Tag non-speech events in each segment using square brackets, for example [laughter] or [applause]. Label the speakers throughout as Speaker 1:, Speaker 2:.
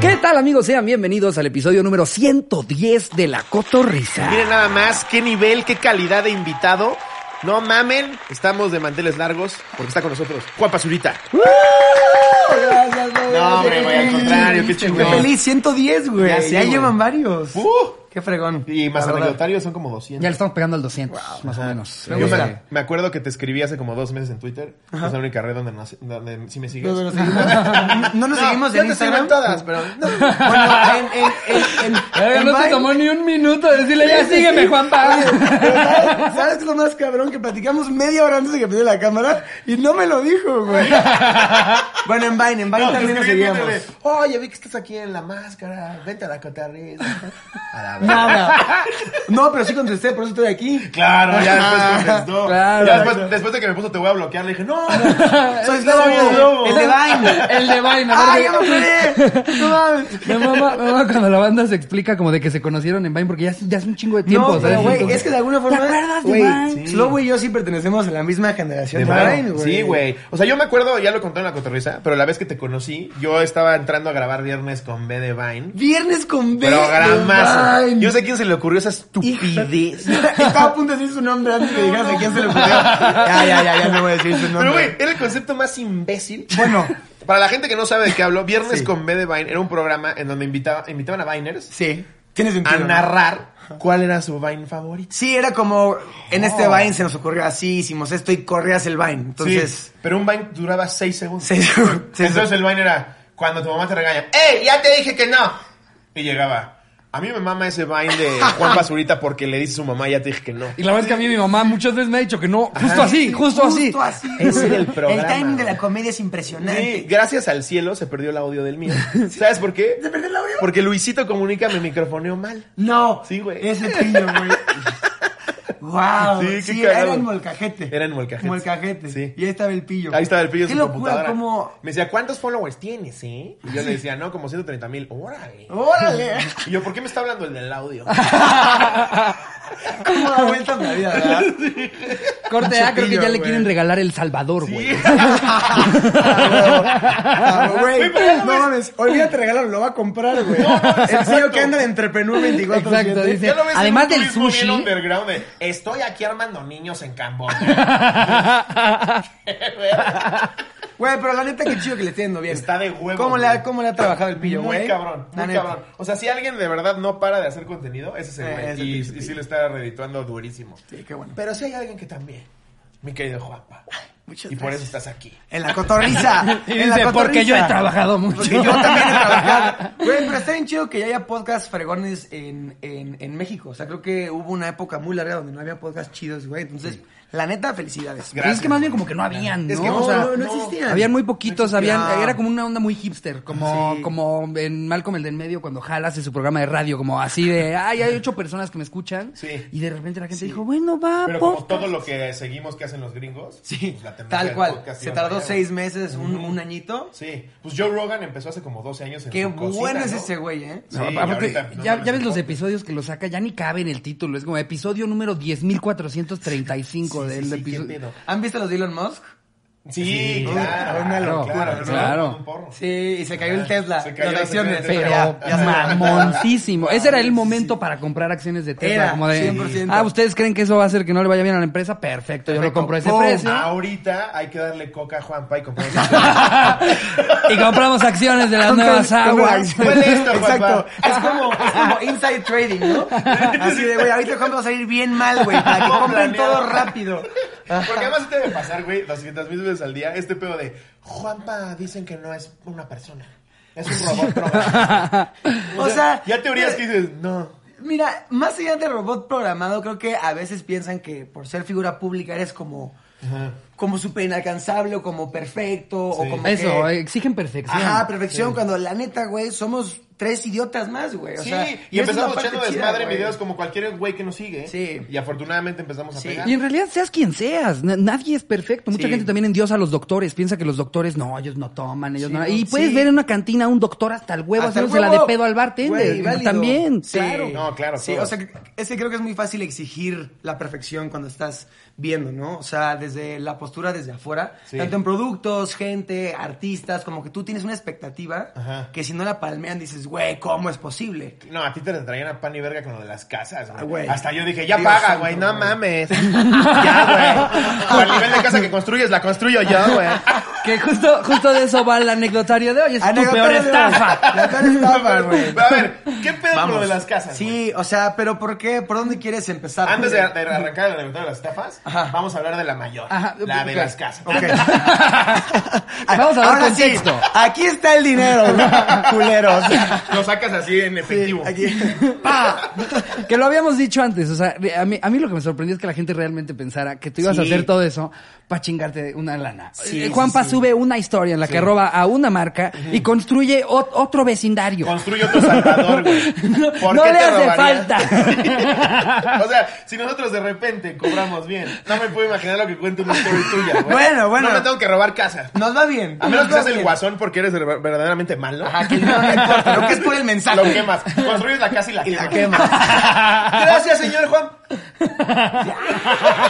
Speaker 1: ¿Qué tal amigos? Sean bienvenidos al episodio número 110 de La Cotorrisa.
Speaker 2: Miren nada más, qué nivel, qué calidad de invitado. No mamen, estamos de manteles largos porque está con nosotros Juan Pazurita.
Speaker 3: Gracias,
Speaker 2: No, hombre, güey, al contrario, qué
Speaker 3: Qué
Speaker 2: chingón.
Speaker 3: feliz, 110, güey.
Speaker 2: Ya sé,
Speaker 3: Ya,
Speaker 2: güey.
Speaker 3: llevan varios.
Speaker 2: Uh,
Speaker 3: Qué fregón.
Speaker 2: y más
Speaker 3: La verdad.
Speaker 2: anecdotarios son como
Speaker 1: Ya le
Speaker 2: 200.
Speaker 1: estamos pegando al 200, más o menos.
Speaker 2: Yo
Speaker 3: Me gusta.
Speaker 2: me, me acuerdo que te escribí hace como dos meses en Twitter. Es la única red donde, no- donde sí me sigues.
Speaker 3: No, no,
Speaker 2: [laughs]
Speaker 3: no, no nos seguimos
Speaker 2: yo
Speaker 3: en
Speaker 2: te sigo
Speaker 3: Instagram.
Speaker 2: en todas, pero no.
Speaker 3: Bueno, en, en, en, en, en
Speaker 1: Eh, no te
Speaker 3: Vine.
Speaker 1: tomó ni un minuto de decirle, [laughs] ya sígueme, Juan Pablo.
Speaker 3: Pero ¿Sabes ¿sabes qué es lo más cabrón? Que platicamos media hora antes de que pide la cámara y no me lo
Speaker 1: [laughs]
Speaker 3: dijo, güey. Bueno, en Vine, en Vine
Speaker 2: No,
Speaker 3: también
Speaker 2: te
Speaker 3: nos
Speaker 2: escribí en
Speaker 3: seguíamos.
Speaker 2: Twitter de, Oye, vi que estás aquí en la máscara. Vente a la cotarriz. A la
Speaker 1: Ah,
Speaker 2: verga.
Speaker 3: Nada. [laughs] No, pero sí contesté, por eso estoy aquí.
Speaker 2: Claro,
Speaker 3: [laughs]
Speaker 2: ya después contestó.
Speaker 1: Claro.
Speaker 2: Ya después, después de que me puso te voy a bloquear, le dije, no,
Speaker 3: [laughs] Soy
Speaker 2: Lobo.
Speaker 3: Slobo, el
Speaker 1: [laughs]
Speaker 3: de Vine.
Speaker 1: El de vaina.
Speaker 3: ¡Ah, ya me acordé! ¡No mames!
Speaker 1: Me mama, me mama cuando la banda se explica como de que se conocieron en Vine porque ya, es- ya es un chingo de tiempo.
Speaker 3: No,
Speaker 1: ¿sabes?
Speaker 3: pero güey,
Speaker 1: Entonces-
Speaker 3: es que de alguna forma.
Speaker 1: ¿eh? ¿Te acuerdas de
Speaker 3: güey,
Speaker 1: Vine?
Speaker 3: Sí. Slobo y yo sí pertenecemos a la misma generación
Speaker 2: De
Speaker 3: de,
Speaker 2: Vine,
Speaker 3: Vine, güey.
Speaker 2: Sí, güey. O sea, yo me acuerdo, ya lo conté en la cotorriza, pero la vez que te conocí, yo estaba entrando a grabar viernes con B de Vine.
Speaker 3: Viernes con B.
Speaker 2: Programazo.
Speaker 3: de Vine.
Speaker 2: Yo no sé quién se le ocurrió esa
Speaker 3: Hija-
Speaker 2: estupidez.
Speaker 3: [laughs] Estaba a punto de decir su nombre antes de digas a quién se le ocurrió. Ya, ya, ya, ya no voy a decir su nombre.
Speaker 2: Pero, güey, era el concepto más imbécil.
Speaker 3: Bueno.
Speaker 2: Para la gente que no sabe de qué hablo, Viernes
Speaker 3: Sí.
Speaker 2: con B de Vine era un programa en donde invitaba, invitaban a Viners
Speaker 3: Sí. Tiene sentido.
Speaker 2: a
Speaker 3: ¿no?
Speaker 2: narrar cuál era su Vine favorito.
Speaker 3: Sí, era como. En este
Speaker 2: Oh.
Speaker 3: Vine se nos ocurrió así, hicimos esto y corrías el Vine. Entonces.
Speaker 2: Sí, pero un Vine duraba seis segundos.
Speaker 3: Se, se-
Speaker 2: Entonces el Vine era cuando tu mamá te regaña, ¡Ey, ya te dije que no! Y llegaba, a mí me mama ese Vine de
Speaker 3: [laughs]
Speaker 2: Juan Pazurita porque le dice a su mamá, ya te dije que no.
Speaker 1: Y la verdad es que a mí mi mamá muchas veces me ha dicho que no, justo
Speaker 2: Ajá.
Speaker 1: así, justo, así.
Speaker 3: Justo así.
Speaker 2: Ese era el
Speaker 3: güey.
Speaker 2: programa,
Speaker 3: timing de
Speaker 2: güey.
Speaker 3: la comedia es
Speaker 2: Sí,
Speaker 3: impresionante.
Speaker 2: gracias al cielo se perdió el audio del
Speaker 3: [laughs]
Speaker 2: mío. ¿Sabes por qué?
Speaker 3: ¿Se perdió el audio?
Speaker 2: Porque Luisito Comunica me microfoneó mal.
Speaker 3: No.
Speaker 2: Sí, güey.
Speaker 3: Ese pillo, güey. Wow.
Speaker 2: Sí,
Speaker 3: Sí,
Speaker 2: qué
Speaker 3: era
Speaker 2: cagado.
Speaker 3: en Molcajete.
Speaker 2: Era en Molcajete.
Speaker 3: Molcajete.
Speaker 2: Sí.
Speaker 3: Y ahí estaba el pillo.
Speaker 2: Ahí estaba el pillo en
Speaker 3: Qué
Speaker 2: su
Speaker 3: locura,
Speaker 2: computadora.
Speaker 3: como...
Speaker 2: Me decía, ¿cuántos followers tienes, eh? Y yo le decía, no, como 130 mil. ¡Órale!
Speaker 3: Oh. ¡Órale!
Speaker 2: [laughs] Y yo, ¿por qué me está hablando el del
Speaker 3: [laughs]
Speaker 2: audio?
Speaker 3: Como la vuelta en la vida, ¿verdad?
Speaker 1: [laughs] Corte A, creo que ya le
Speaker 3: güey.
Speaker 1: quieren regalar El Salvador,
Speaker 2: [laughs]
Speaker 1: güey.
Speaker 3: Ah, Güey,
Speaker 2: Güey, pero
Speaker 3: no
Speaker 2: no ves-
Speaker 3: mames, olvídate regalarlo, lo va a comprar, güey. el pillo que anda en Entrepreneur 24
Speaker 1: Exacto, dice.
Speaker 3: Este,
Speaker 2: Ya lo ves en
Speaker 1: Además
Speaker 2: un
Speaker 1: del
Speaker 2: turismo bien
Speaker 1: sushi.
Speaker 2: underground de, Estoy aquí armando niños en
Speaker 3: [laughs]
Speaker 2: Camboya. [laughs]
Speaker 3: Güey, pero la neta, qué chido que le esté yendo bien.
Speaker 2: Está de huevo,
Speaker 3: ¿Cómo le, ha,
Speaker 2: güey.
Speaker 3: ¿Cómo le ha trabajado el pillo,
Speaker 2: Muy
Speaker 3: güey?
Speaker 2: cabrón,
Speaker 3: La
Speaker 2: muy
Speaker 3: neta.
Speaker 2: cabrón. O sea, si alguien de verdad no para de hacer contenido, ese es el
Speaker 3: Eh,
Speaker 2: güey.
Speaker 3: es el
Speaker 2: y,
Speaker 3: pinche
Speaker 2: y sí le está redituando durísimo.
Speaker 3: Sí, qué bueno.
Speaker 2: Pero si hay alguien que también, mi querido Juanpa.
Speaker 3: Muchas
Speaker 2: y por eso
Speaker 3: gracias.
Speaker 2: estás aquí.
Speaker 3: En la
Speaker 1: [laughs]
Speaker 3: cotorriza.
Speaker 1: Y
Speaker 3: en la
Speaker 1: dice, porque yo he
Speaker 3: cotorriza".
Speaker 1: trabajado mucho.
Speaker 3: Porque yo
Speaker 1: [laughs]
Speaker 3: también he trabajado. Güey, pero está bien chido que ya haya podcasts fregones en, en, en México. O sea, creo que hubo una época muy larga donde no había podcasts chidos, güey. Entonces, la neta, felicidades.
Speaker 1: Pero es que más bien como que no habían, ¿no?
Speaker 2: Es que,
Speaker 3: No,
Speaker 1: O sea,
Speaker 3: no, no
Speaker 2: no.
Speaker 3: existían.
Speaker 1: Habían muy poquitos, habían,
Speaker 3: existía.
Speaker 1: era como una onda muy hipster, como,
Speaker 3: Sí.
Speaker 1: como en Malcolm el del medio cuando Hal hace su programa de radio, como así de, ay, hay ocho personas que me escuchan,
Speaker 2: Sí.
Speaker 1: y de repente la gente dijo, bueno, va,
Speaker 2: Pero
Speaker 1: po-
Speaker 2: como todo lo que seguimos que hacen los gringos,
Speaker 3: Sí,
Speaker 2: pues, la tendencia
Speaker 3: tal
Speaker 2: del
Speaker 3: cual.
Speaker 2: podcast
Speaker 3: Se
Speaker 2: iba
Speaker 3: tardó
Speaker 2: para allá,
Speaker 3: seis meses, un, un añito.
Speaker 2: güey. Sí, pues Joe Rogan empezó hace como 12 años en
Speaker 3: Qué
Speaker 2: su cosita,
Speaker 3: bueno es
Speaker 2: ¿no?
Speaker 3: ese güey, ¿eh?
Speaker 2: Sí,
Speaker 1: No,
Speaker 2: y
Speaker 1: aparte,
Speaker 2: ahorita, no
Speaker 1: ya,
Speaker 2: mames,
Speaker 1: ya ves los
Speaker 2: Juanpa.
Speaker 1: episodios que lo saca, ya ni cabe en el título, es como episodio número 10.435
Speaker 2: Sí,
Speaker 1: del
Speaker 2: sí, sí, qué
Speaker 1: episodio.
Speaker 2: pedo.
Speaker 3: ¿Han visto los de Elon Musk?
Speaker 2: Sí,
Speaker 3: Uy,
Speaker 2: claro,
Speaker 3: una
Speaker 2: claro,
Speaker 3: locura,
Speaker 2: claro,
Speaker 1: claro.
Speaker 2: Un porro.
Speaker 3: Sí, y se cayó el Tesla.
Speaker 2: Ah, Se cayó,
Speaker 3: las
Speaker 2: se
Speaker 3: acciones.
Speaker 2: cayó el
Speaker 1: Pero
Speaker 2: Tesla.
Speaker 3: Ya, ya se-
Speaker 1: [laughs] mamoncísimo. Ese era el momento para comprar acciones de Tesla.
Speaker 3: Era,
Speaker 1: como de,
Speaker 3: 100%.
Speaker 1: ah, ¿ustedes creen que eso va a hacer que no le vaya bien a la empresa? Perfecto, yo lo
Speaker 3: Perfecto.
Speaker 1: compro a ese
Speaker 3: Pum.
Speaker 1: precio.
Speaker 2: Ahorita hay que darle coca a Juanpa y
Speaker 3: [laughs]
Speaker 2: comprar
Speaker 3: Ah,
Speaker 1: [laughs] y compramos acciones de las
Speaker 3: Compra-
Speaker 1: nuevas
Speaker 3: compra [laughs]
Speaker 1: aguas. [laughs]
Speaker 3: acciones.
Speaker 2: Huele esto,
Speaker 3: Exacto.
Speaker 2: papá.
Speaker 3: Es como, es como inside trading, ¿no?
Speaker 2: [laughs]
Speaker 3: Así de, güey, ahorita Juan va a salir bien mal, güey, para que
Speaker 2: Todo
Speaker 3: compren
Speaker 2: planeado.
Speaker 3: todo rápido.
Speaker 2: [laughs] Porque además se te debe pasar, güey, 200 mil veces al día este pedo de Juanpa dicen que no es una persona. Es un robot programado.
Speaker 3: [laughs] O sea,
Speaker 2: Ya teorías que dices, no.
Speaker 3: Mira, más allá de robot programado, creo que a veces piensan que por ser figura pública eres como,
Speaker 2: Ajá.
Speaker 3: como súper inalcanzable o como perfecto o
Speaker 2: Sí.
Speaker 3: como
Speaker 1: Eso,
Speaker 3: que-
Speaker 1: eh, exigen perfección.
Speaker 3: Ajá, perfección, cuando la neta, güey, somos tres idiotas más, güey. O
Speaker 2: Sí,
Speaker 3: sea,
Speaker 2: y
Speaker 3: esa es la
Speaker 2: empezamos
Speaker 3: parte
Speaker 2: echando
Speaker 3: chida,
Speaker 2: desmadre en
Speaker 3: güey.
Speaker 2: videos como cualquier güey que nos sigue.
Speaker 3: Sí.
Speaker 2: Y afortunadamente empezamos a
Speaker 3: Sí.
Speaker 2: pegar.
Speaker 1: Y en realidad seas quien seas, na- nadie es perfecto. Mucha
Speaker 3: Sí.
Speaker 1: gente también endiosa a los doctores, piensa que los doctores no, ellos no toman, ellos
Speaker 3: Sí,
Speaker 1: no.
Speaker 3: no,
Speaker 1: Y puedes
Speaker 3: sí.
Speaker 1: ver en una cantina a un doctor hasta el huevo
Speaker 3: Hasta el
Speaker 1: haciéndose la de
Speaker 3: huevo.
Speaker 1: pedo al
Speaker 3: Güey,
Speaker 1: bartender.
Speaker 3: válido.
Speaker 1: también,
Speaker 3: Sí.
Speaker 1: claro.
Speaker 2: No, claro,
Speaker 3: Sí,
Speaker 2: todo.
Speaker 3: o sea, que- es que creo que es muy fácil exigir la perfección cuando estás viendo, ¿no? O sea, desde la postura desde afuera,
Speaker 2: Sí.
Speaker 3: tanto en productos, gente, artistas, como que tú tienes una expectativa
Speaker 2: Ajá.
Speaker 3: que si no la palmean dices, güey, ¿cómo es posible?
Speaker 2: No, a ti te traían a pan y verga con lo de las casas,
Speaker 3: Ah,
Speaker 2: güey.
Speaker 3: güey.
Speaker 2: Hasta yo dije, ya
Speaker 3: Dios
Speaker 2: paga,
Speaker 3: santo,
Speaker 2: güey, no
Speaker 3: güey. [laughs]
Speaker 2: mames. ya, güey. Con el nivel de casa que construyes, la construyo yo,
Speaker 3: [laughs]
Speaker 2: güey.
Speaker 1: Que justo, justo de eso va el anecdotario de hoy. Es tu
Speaker 3: Anécdota
Speaker 1: peor
Speaker 3: de-
Speaker 1: estafa.
Speaker 3: [laughs] La
Speaker 2: [laughs]
Speaker 3: peor estafa, güey.
Speaker 2: Pero a ver, ¿qué pedo con lo de las casas? güey?
Speaker 3: Sí, o sea, pero ¿por qué? ¿Por dónde quieres empezar?
Speaker 2: Antes de,
Speaker 3: Julio?
Speaker 2: de arrancar el elemento de las tapas,
Speaker 3: Ajá.
Speaker 2: vamos a hablar de la mayor,
Speaker 1: Ajá,
Speaker 2: la de
Speaker 1: ok,
Speaker 2: las casas. [laughs]
Speaker 3: Ok.
Speaker 1: [laughs] Vamos a
Speaker 3: Ahora
Speaker 1: hablar
Speaker 3: sí,
Speaker 1: contexto.
Speaker 3: aquí está el dinero,
Speaker 2: [laughs]
Speaker 3: culeros.
Speaker 2: Lo sacas así en efectivo.
Speaker 3: Aquí.
Speaker 1: Que lo habíamos dicho antes, o sea, re- a mí, a mí lo que me sorprendió es que la gente realmente pensara que tú ibas a
Speaker 3: Sí.
Speaker 1: hacer todo eso para chingarte una lana.
Speaker 3: Sí,
Speaker 1: Eh,
Speaker 3: sí,
Speaker 1: Juanpa
Speaker 3: sí.
Speaker 1: sube una historia en la que roba a una marca y construye ot- otro vecindario.
Speaker 2: Construye otro Salvador, güey.
Speaker 1: [laughs] No-
Speaker 2: ¿Por
Speaker 1: no
Speaker 2: qué
Speaker 1: le
Speaker 2: te
Speaker 1: hace
Speaker 2: robaría? [laughs]
Speaker 1: falta.
Speaker 2: o sea, si nosotros de repente cobramos bien, no me puedo imaginar lo que cuenta una story tuya, güey.
Speaker 3: Bueno, bueno.
Speaker 2: No me tengo que robar casa.
Speaker 3: Nos va bien.
Speaker 2: A menos
Speaker 3: nos
Speaker 2: que
Speaker 3: va
Speaker 2: seas el
Speaker 3: bien.
Speaker 2: guasón porque eres verdaderamente malo.
Speaker 3: Ajá, que no, no importa, lo que es por el mensaje.
Speaker 2: Lo quemas. Construyes la casa y la
Speaker 3: Y la
Speaker 2: quemas.
Speaker 3: quemas.
Speaker 2: Gracias, señor Juan.
Speaker 3: [laughs]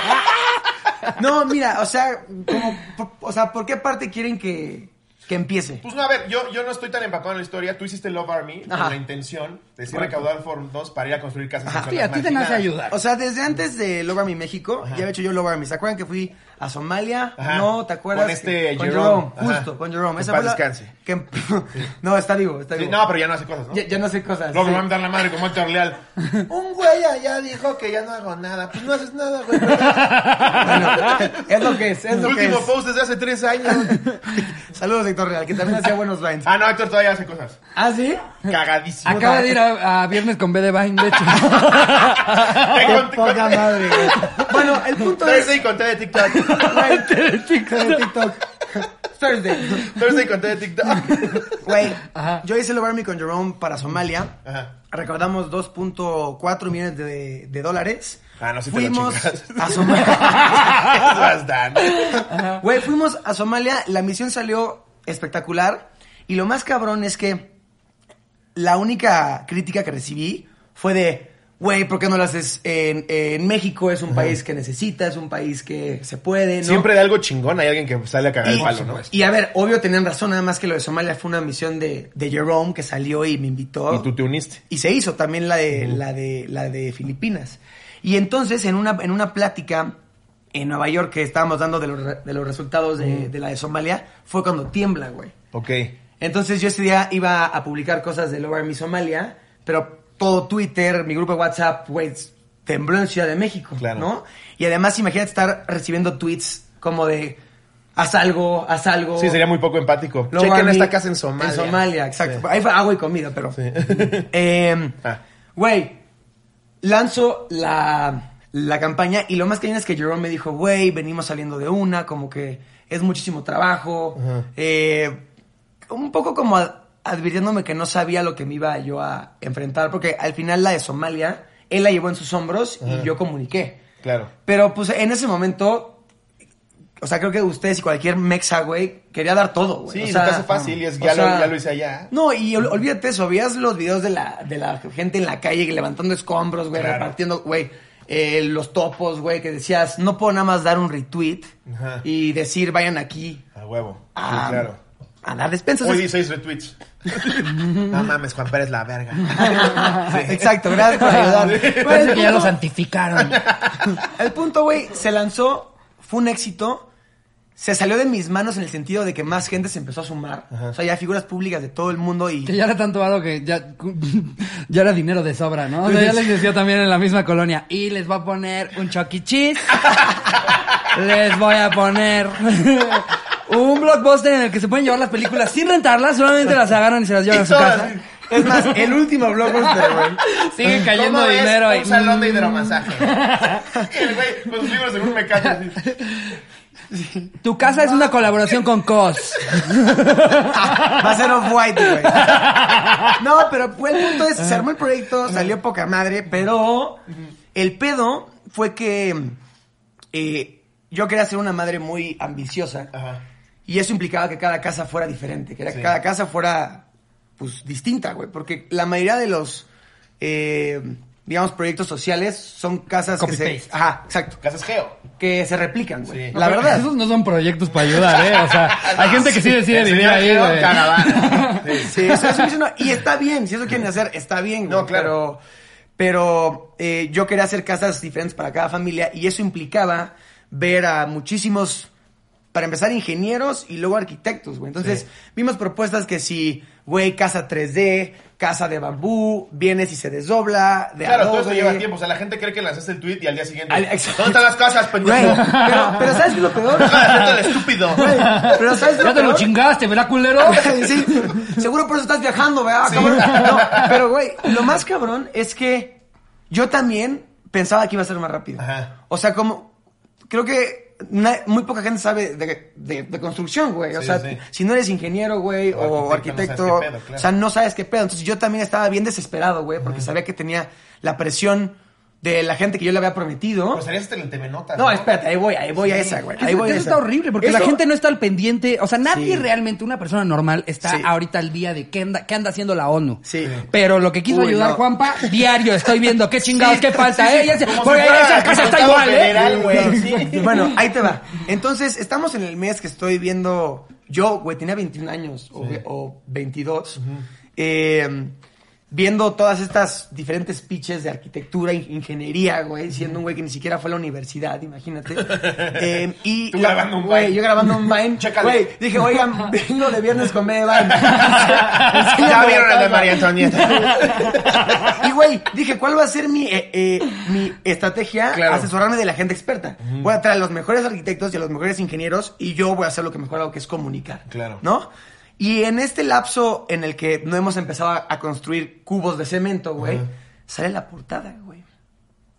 Speaker 3: No, mira, o sea, como, por- o sea, ¿por qué parte quieren que, que empiece?
Speaker 2: Pues no, a ver, yo, yo no estoy tan empapado en la historia. Tú hiciste Love Army
Speaker 3: Ajá.
Speaker 2: con la intención de sí recaudar fondos para ir a construir casas. en
Speaker 1: Sí,
Speaker 2: zonas
Speaker 1: a ti te nace
Speaker 2: marginadas.
Speaker 1: ayudar.
Speaker 3: O sea, desde antes de Logra Mi México, ya había hecho yo Logra Mi. ¿Se acuerdan que fui a Somalia?
Speaker 2: Ajá.
Speaker 3: No, ¿te acuerdas?
Speaker 2: Con este
Speaker 3: Con
Speaker 2: Jerome.
Speaker 3: Jerome,
Speaker 2: Ajá.
Speaker 3: justo, con Jerome.
Speaker 2: Que
Speaker 3: Esa
Speaker 2: paz
Speaker 3: fue la-
Speaker 2: descanse.
Speaker 3: que- em- [laughs] no, está vivo, está
Speaker 2: Sí,
Speaker 3: vivo.
Speaker 2: no, pero ya no hace cosas, ¿no?
Speaker 3: ya, ya no sé cosas.
Speaker 2: Luego
Speaker 3: sí.
Speaker 2: me van a dar la madre como Héctor Leal.
Speaker 3: [laughs]
Speaker 2: Un güey allá dijo que ya no hago nada. Pues no haces nada, güey.
Speaker 3: Bueno, es lo que es, es lo que
Speaker 2: Último
Speaker 3: es.
Speaker 2: post desde hace tres años.
Speaker 3: Saludos, Héctor Real, que también hacía buenos vines.
Speaker 2: ah, no, Héctor todavía hace cosas.
Speaker 3: ¿Ah, sí? [laughs]
Speaker 2: Cagadísimo.
Speaker 1: Acaba de ir a, a Viernes con B de Vine, de hecho.
Speaker 2: Te conté-
Speaker 3: Ah, Poca madre, güey. Bueno, el punto es...
Speaker 2: Thursday conté de TikTok.
Speaker 3: Güey, TikTok. TikTok. Thursday.
Speaker 2: Thursday conté de TikTok.
Speaker 3: Güey,
Speaker 1: Ajá.
Speaker 3: yo hice el Barmy con Jerome para Somalia.
Speaker 2: Ajá.
Speaker 3: Recaudamos 2.4 millones de, de dólares.
Speaker 2: Ah, no, sí te lo
Speaker 3: fuimos
Speaker 2: chingas.
Speaker 3: a
Speaker 2: [laughs]
Speaker 3: Somalia.
Speaker 2: Las dan.
Speaker 3: Güey, fuimos a Somalia. La misión salió espectacular. Y lo más cabrón es que la única crítica que recibí fue de, güey, ¿por qué no lo haces en, en México? Es un país que necesita, es un país que se puede, ¿no?
Speaker 2: Siempre de algo chingón hay alguien que sale a cagar el palo, ¿no?
Speaker 3: y a ver, obvio tenían razón, nada más que lo de Somalia fue una misión de, de Jerome que salió y me invitó.
Speaker 2: Y tú te uniste.
Speaker 3: Y se hizo también la de, la de, la de Filipinas. Y entonces, en una, en una plática en Nueva York que estábamos dando de los, re- de los resultados de, de la de Somalia, fue cuando tiembla, güey.
Speaker 2: Ok.
Speaker 3: Entonces, yo ese día iba a publicar cosas de Lower Mi Somalia, pero todo Twitter, mi grupo de WhatsApp, güey, tembló en Ciudad de México,
Speaker 2: Claro.
Speaker 3: ¿no? Y además, imagínate estar recibiendo tweets como de, haz algo, haz algo.
Speaker 2: Sí, sería muy poco empático.
Speaker 3: Luego
Speaker 2: Chequen
Speaker 3: a mí-
Speaker 2: esta casa en Somalia.
Speaker 3: En Somalia, exacto.
Speaker 2: Sí.
Speaker 3: Ahí fue agua y comida, pero.
Speaker 2: Sí. [laughs]
Speaker 3: Eh,
Speaker 2: Ah.
Speaker 3: Güey, lanzo la, la campaña y lo más que viene es que Jerome me dijo, güey, venimos saliendo de una, como que es muchísimo trabajo.
Speaker 2: Ajá.
Speaker 3: Eh, un poco como ad- advirtiéndome que no sabía lo que me iba yo a enfrentar, porque al final la de Somalia, él la llevó en sus hombros
Speaker 2: Ajá.
Speaker 3: y yo comuniqué.
Speaker 2: Claro.
Speaker 3: Pero pues en ese momento, o sea, creo que ustedes y cualquier mexa, güey, quería dar todo, güey.
Speaker 2: Sí,
Speaker 3: O
Speaker 2: se
Speaker 3: sea,
Speaker 2: te hace fácil y es,
Speaker 3: o
Speaker 2: ya, lo,
Speaker 3: sea,
Speaker 2: ya lo hice allá.
Speaker 3: No, y ol- olvídate eso, veías los videos de la, de la gente en la calle levantando escombros, güey,
Speaker 2: Claro.
Speaker 3: repartiendo, güey, eh, los topos, güey, que decías, no puedo nada más dar un retweet
Speaker 2: Ajá.
Speaker 3: y decir, vayan aquí
Speaker 2: A huevo.
Speaker 1: Ah,
Speaker 3: a,
Speaker 2: Sí, claro.
Speaker 3: a dar despensas.
Speaker 2: Hoy
Speaker 3: [laughs]
Speaker 2: 16 retweets.
Speaker 1: [laughs]
Speaker 2: no mames, Juan Pérez la verga.
Speaker 3: Exacto, gracias
Speaker 1: [laughs]
Speaker 3: por ayudar.
Speaker 1: Pues,
Speaker 3: Pues, Güey,
Speaker 1: Parece que ya lo santificaron.
Speaker 3: El punto, güey, se lanzó, fue un éxito, se salió de mis manos en el sentido de que más gente se empezó a sumar. O sea, ya figuras públicas de todo el mundo y...
Speaker 1: Que ya era tanto vado que ya, [laughs] ya era dinero de sobra, ¿no? O sea, ya les decía también en la misma colonia. Y les voy a poner un choquichis. les voy a poner [laughs] un blockbuster en el que se pueden llevar las películas sin rentarlas. Solamente las agarran y se las
Speaker 2: [laughs]
Speaker 1: llevan
Speaker 2: Y
Speaker 1: a su
Speaker 2: todas.
Speaker 1: casa.
Speaker 3: Es más, el último blog, güey.
Speaker 1: Sigue
Speaker 2: ¿Cómo
Speaker 1: cayendo
Speaker 2: es
Speaker 1: dinero ahí. Mm,
Speaker 2: Un salón de hidromasaje. Y Mm. [laughs] el güey con sus libros en un mecate. así.
Speaker 1: Tu casa es una colaboración con COS.
Speaker 3: Va a ser off-white, güey. No, pero fue el punto es, se armó el proyecto, salió poca madre, pero el pedo fue que eh, yo quería ser una madre muy ambiciosa.
Speaker 2: Ajá.
Speaker 3: Y eso implicaba que cada casa fuera diferente, que
Speaker 2: Sí.
Speaker 3: cada casa fuera, pues, distinta, güey. Porque la mayoría de los eh, digamos, proyectos sociales son casas que se...
Speaker 1: Copy-paste.
Speaker 3: Ajá, exacto.
Speaker 2: Casas Geo.
Speaker 3: Que se replican, güey.
Speaker 2: Sí.
Speaker 3: La
Speaker 1: Pero
Speaker 3: verdad.
Speaker 1: Esos no son proyectos para ayudar, ¿eh? O sea, hay gente que sí decide
Speaker 2: El
Speaker 1: vivir
Speaker 2: señor
Speaker 1: ahí,
Speaker 2: Geo
Speaker 1: güey. [laughs]
Speaker 2: Caravana. Sí.
Speaker 3: Sí, eso, eso dicen, no, y está bien, si eso quieren hacer, está bien, güey,
Speaker 2: No, claro.
Speaker 3: Pero, pero, eh, yo quería hacer casas diferentes para cada familia y eso implicaba ver a muchísimos, para empezar, ingenieros y luego arquitectos, güey. Entonces,
Speaker 2: Sí.
Speaker 3: vimos propuestas que si, güey, casa 3D, casa de bambú, vienes y se desdobla, de
Speaker 2: Claro, todo
Speaker 3: adobe.
Speaker 2: eso lleva tiempo. O sea, la gente cree que lanzaste el tweet y al día siguiente.
Speaker 3: Al-
Speaker 2: ¿Dónde están las casas, pendejo?
Speaker 3: [laughs] Güey, pero, pero ¿sabes qué es lo
Speaker 2: [laughs]
Speaker 3: peor?
Speaker 2: Hazte el estúpido.
Speaker 3: Güey, pero ¿sabes qué es
Speaker 1: Ya te lo
Speaker 3: peor?
Speaker 1: chingaste, ¿verdad, culero? [laughs]
Speaker 3: Sí, seguro por eso estás viajando, ¿verdad? cabrón? No, pero, güey, lo más cabrón es que yo también pensaba que iba a ser más rápido.
Speaker 2: Ajá.
Speaker 3: O sea, como... Creo que na- muy poca gente sabe de, de- de construcción, güey. O
Speaker 2: Sí,
Speaker 3: sea,
Speaker 2: sí.
Speaker 3: si no eres ingeniero, güey, o,
Speaker 2: O arquitecto, no
Speaker 3: arquitecto,
Speaker 2: sabes qué pedo, claro.
Speaker 3: o sea, no sabes qué pedo. Entonces yo también estaba bien desesperado, güey, porque sabía que tenía la presión de la gente que yo le había prometido.
Speaker 2: Pues harías hasta en TV Notas. [laughs]
Speaker 3: no, espérate, ahí voy, ahí voy a
Speaker 2: Sí.
Speaker 3: esa, güey.
Speaker 1: Que
Speaker 3: Ahí
Speaker 1: Eso,
Speaker 3: voy a
Speaker 1: eso
Speaker 3: esa.
Speaker 1: está horrible porque la
Speaker 3: Eso-
Speaker 1: gente no está al pendiente. O sea, nadie
Speaker 3: Sí.
Speaker 1: realmente, una persona normal, está
Speaker 3: Sí.
Speaker 1: ahorita al día de qué anda, qué anda haciendo la ONU.
Speaker 3: Sí.
Speaker 1: Pero lo que quiso
Speaker 3: Uy,
Speaker 1: ayudar
Speaker 3: no.
Speaker 1: Juanpa, diario estoy viendo
Speaker 3: [laughs]
Speaker 1: qué chingados, qué falta, ¿eh? Y ese-
Speaker 2: Como si
Speaker 1: porque
Speaker 2: fuera
Speaker 1: esa casa está
Speaker 2: diputado
Speaker 1: igual,
Speaker 2: federal,
Speaker 1: ¿eh?
Speaker 2: güey, sí.
Speaker 3: [laughs] Bueno, ahí te va. Entonces, estamos en el mes que estoy viendo. Yo, güey, tenía 21 años o,
Speaker 2: Sí.
Speaker 3: o 22. eh, viendo todas estas diferentes pitches de arquitectura, in- ingeniería, güey, siendo un güey que ni siquiera fue a la
Speaker 2: [laughs]
Speaker 3: universidad, imagínate. Eh, y
Speaker 2: Tú
Speaker 3: la-
Speaker 2: grabando un
Speaker 3: güey,
Speaker 2: Vine.
Speaker 3: yo grabando un Vine.
Speaker 2: [laughs] Chécale.
Speaker 3: Güey, dije, oigan, vengo de viernes con
Speaker 2: [laughs]
Speaker 3: medio Vine. [laughs]
Speaker 2: Ya vieron el de María Antonieta.
Speaker 3: [laughs] Y, güey, dije, ¿cuál va a ser mi, eh, eh, mi estrategia?
Speaker 2: Claro.
Speaker 3: Asesorarme de la gente experta. Voy a traer a los mejores arquitectos y a los mejores ingenieros y yo voy a hacer lo que mejor hago, que es comunicar.
Speaker 2: Claro.
Speaker 3: ¿No? Y en este lapso en el que no hemos empezado a, a construir cubos de cemento, güey,
Speaker 2: Ajá.
Speaker 3: sale la portada, güey.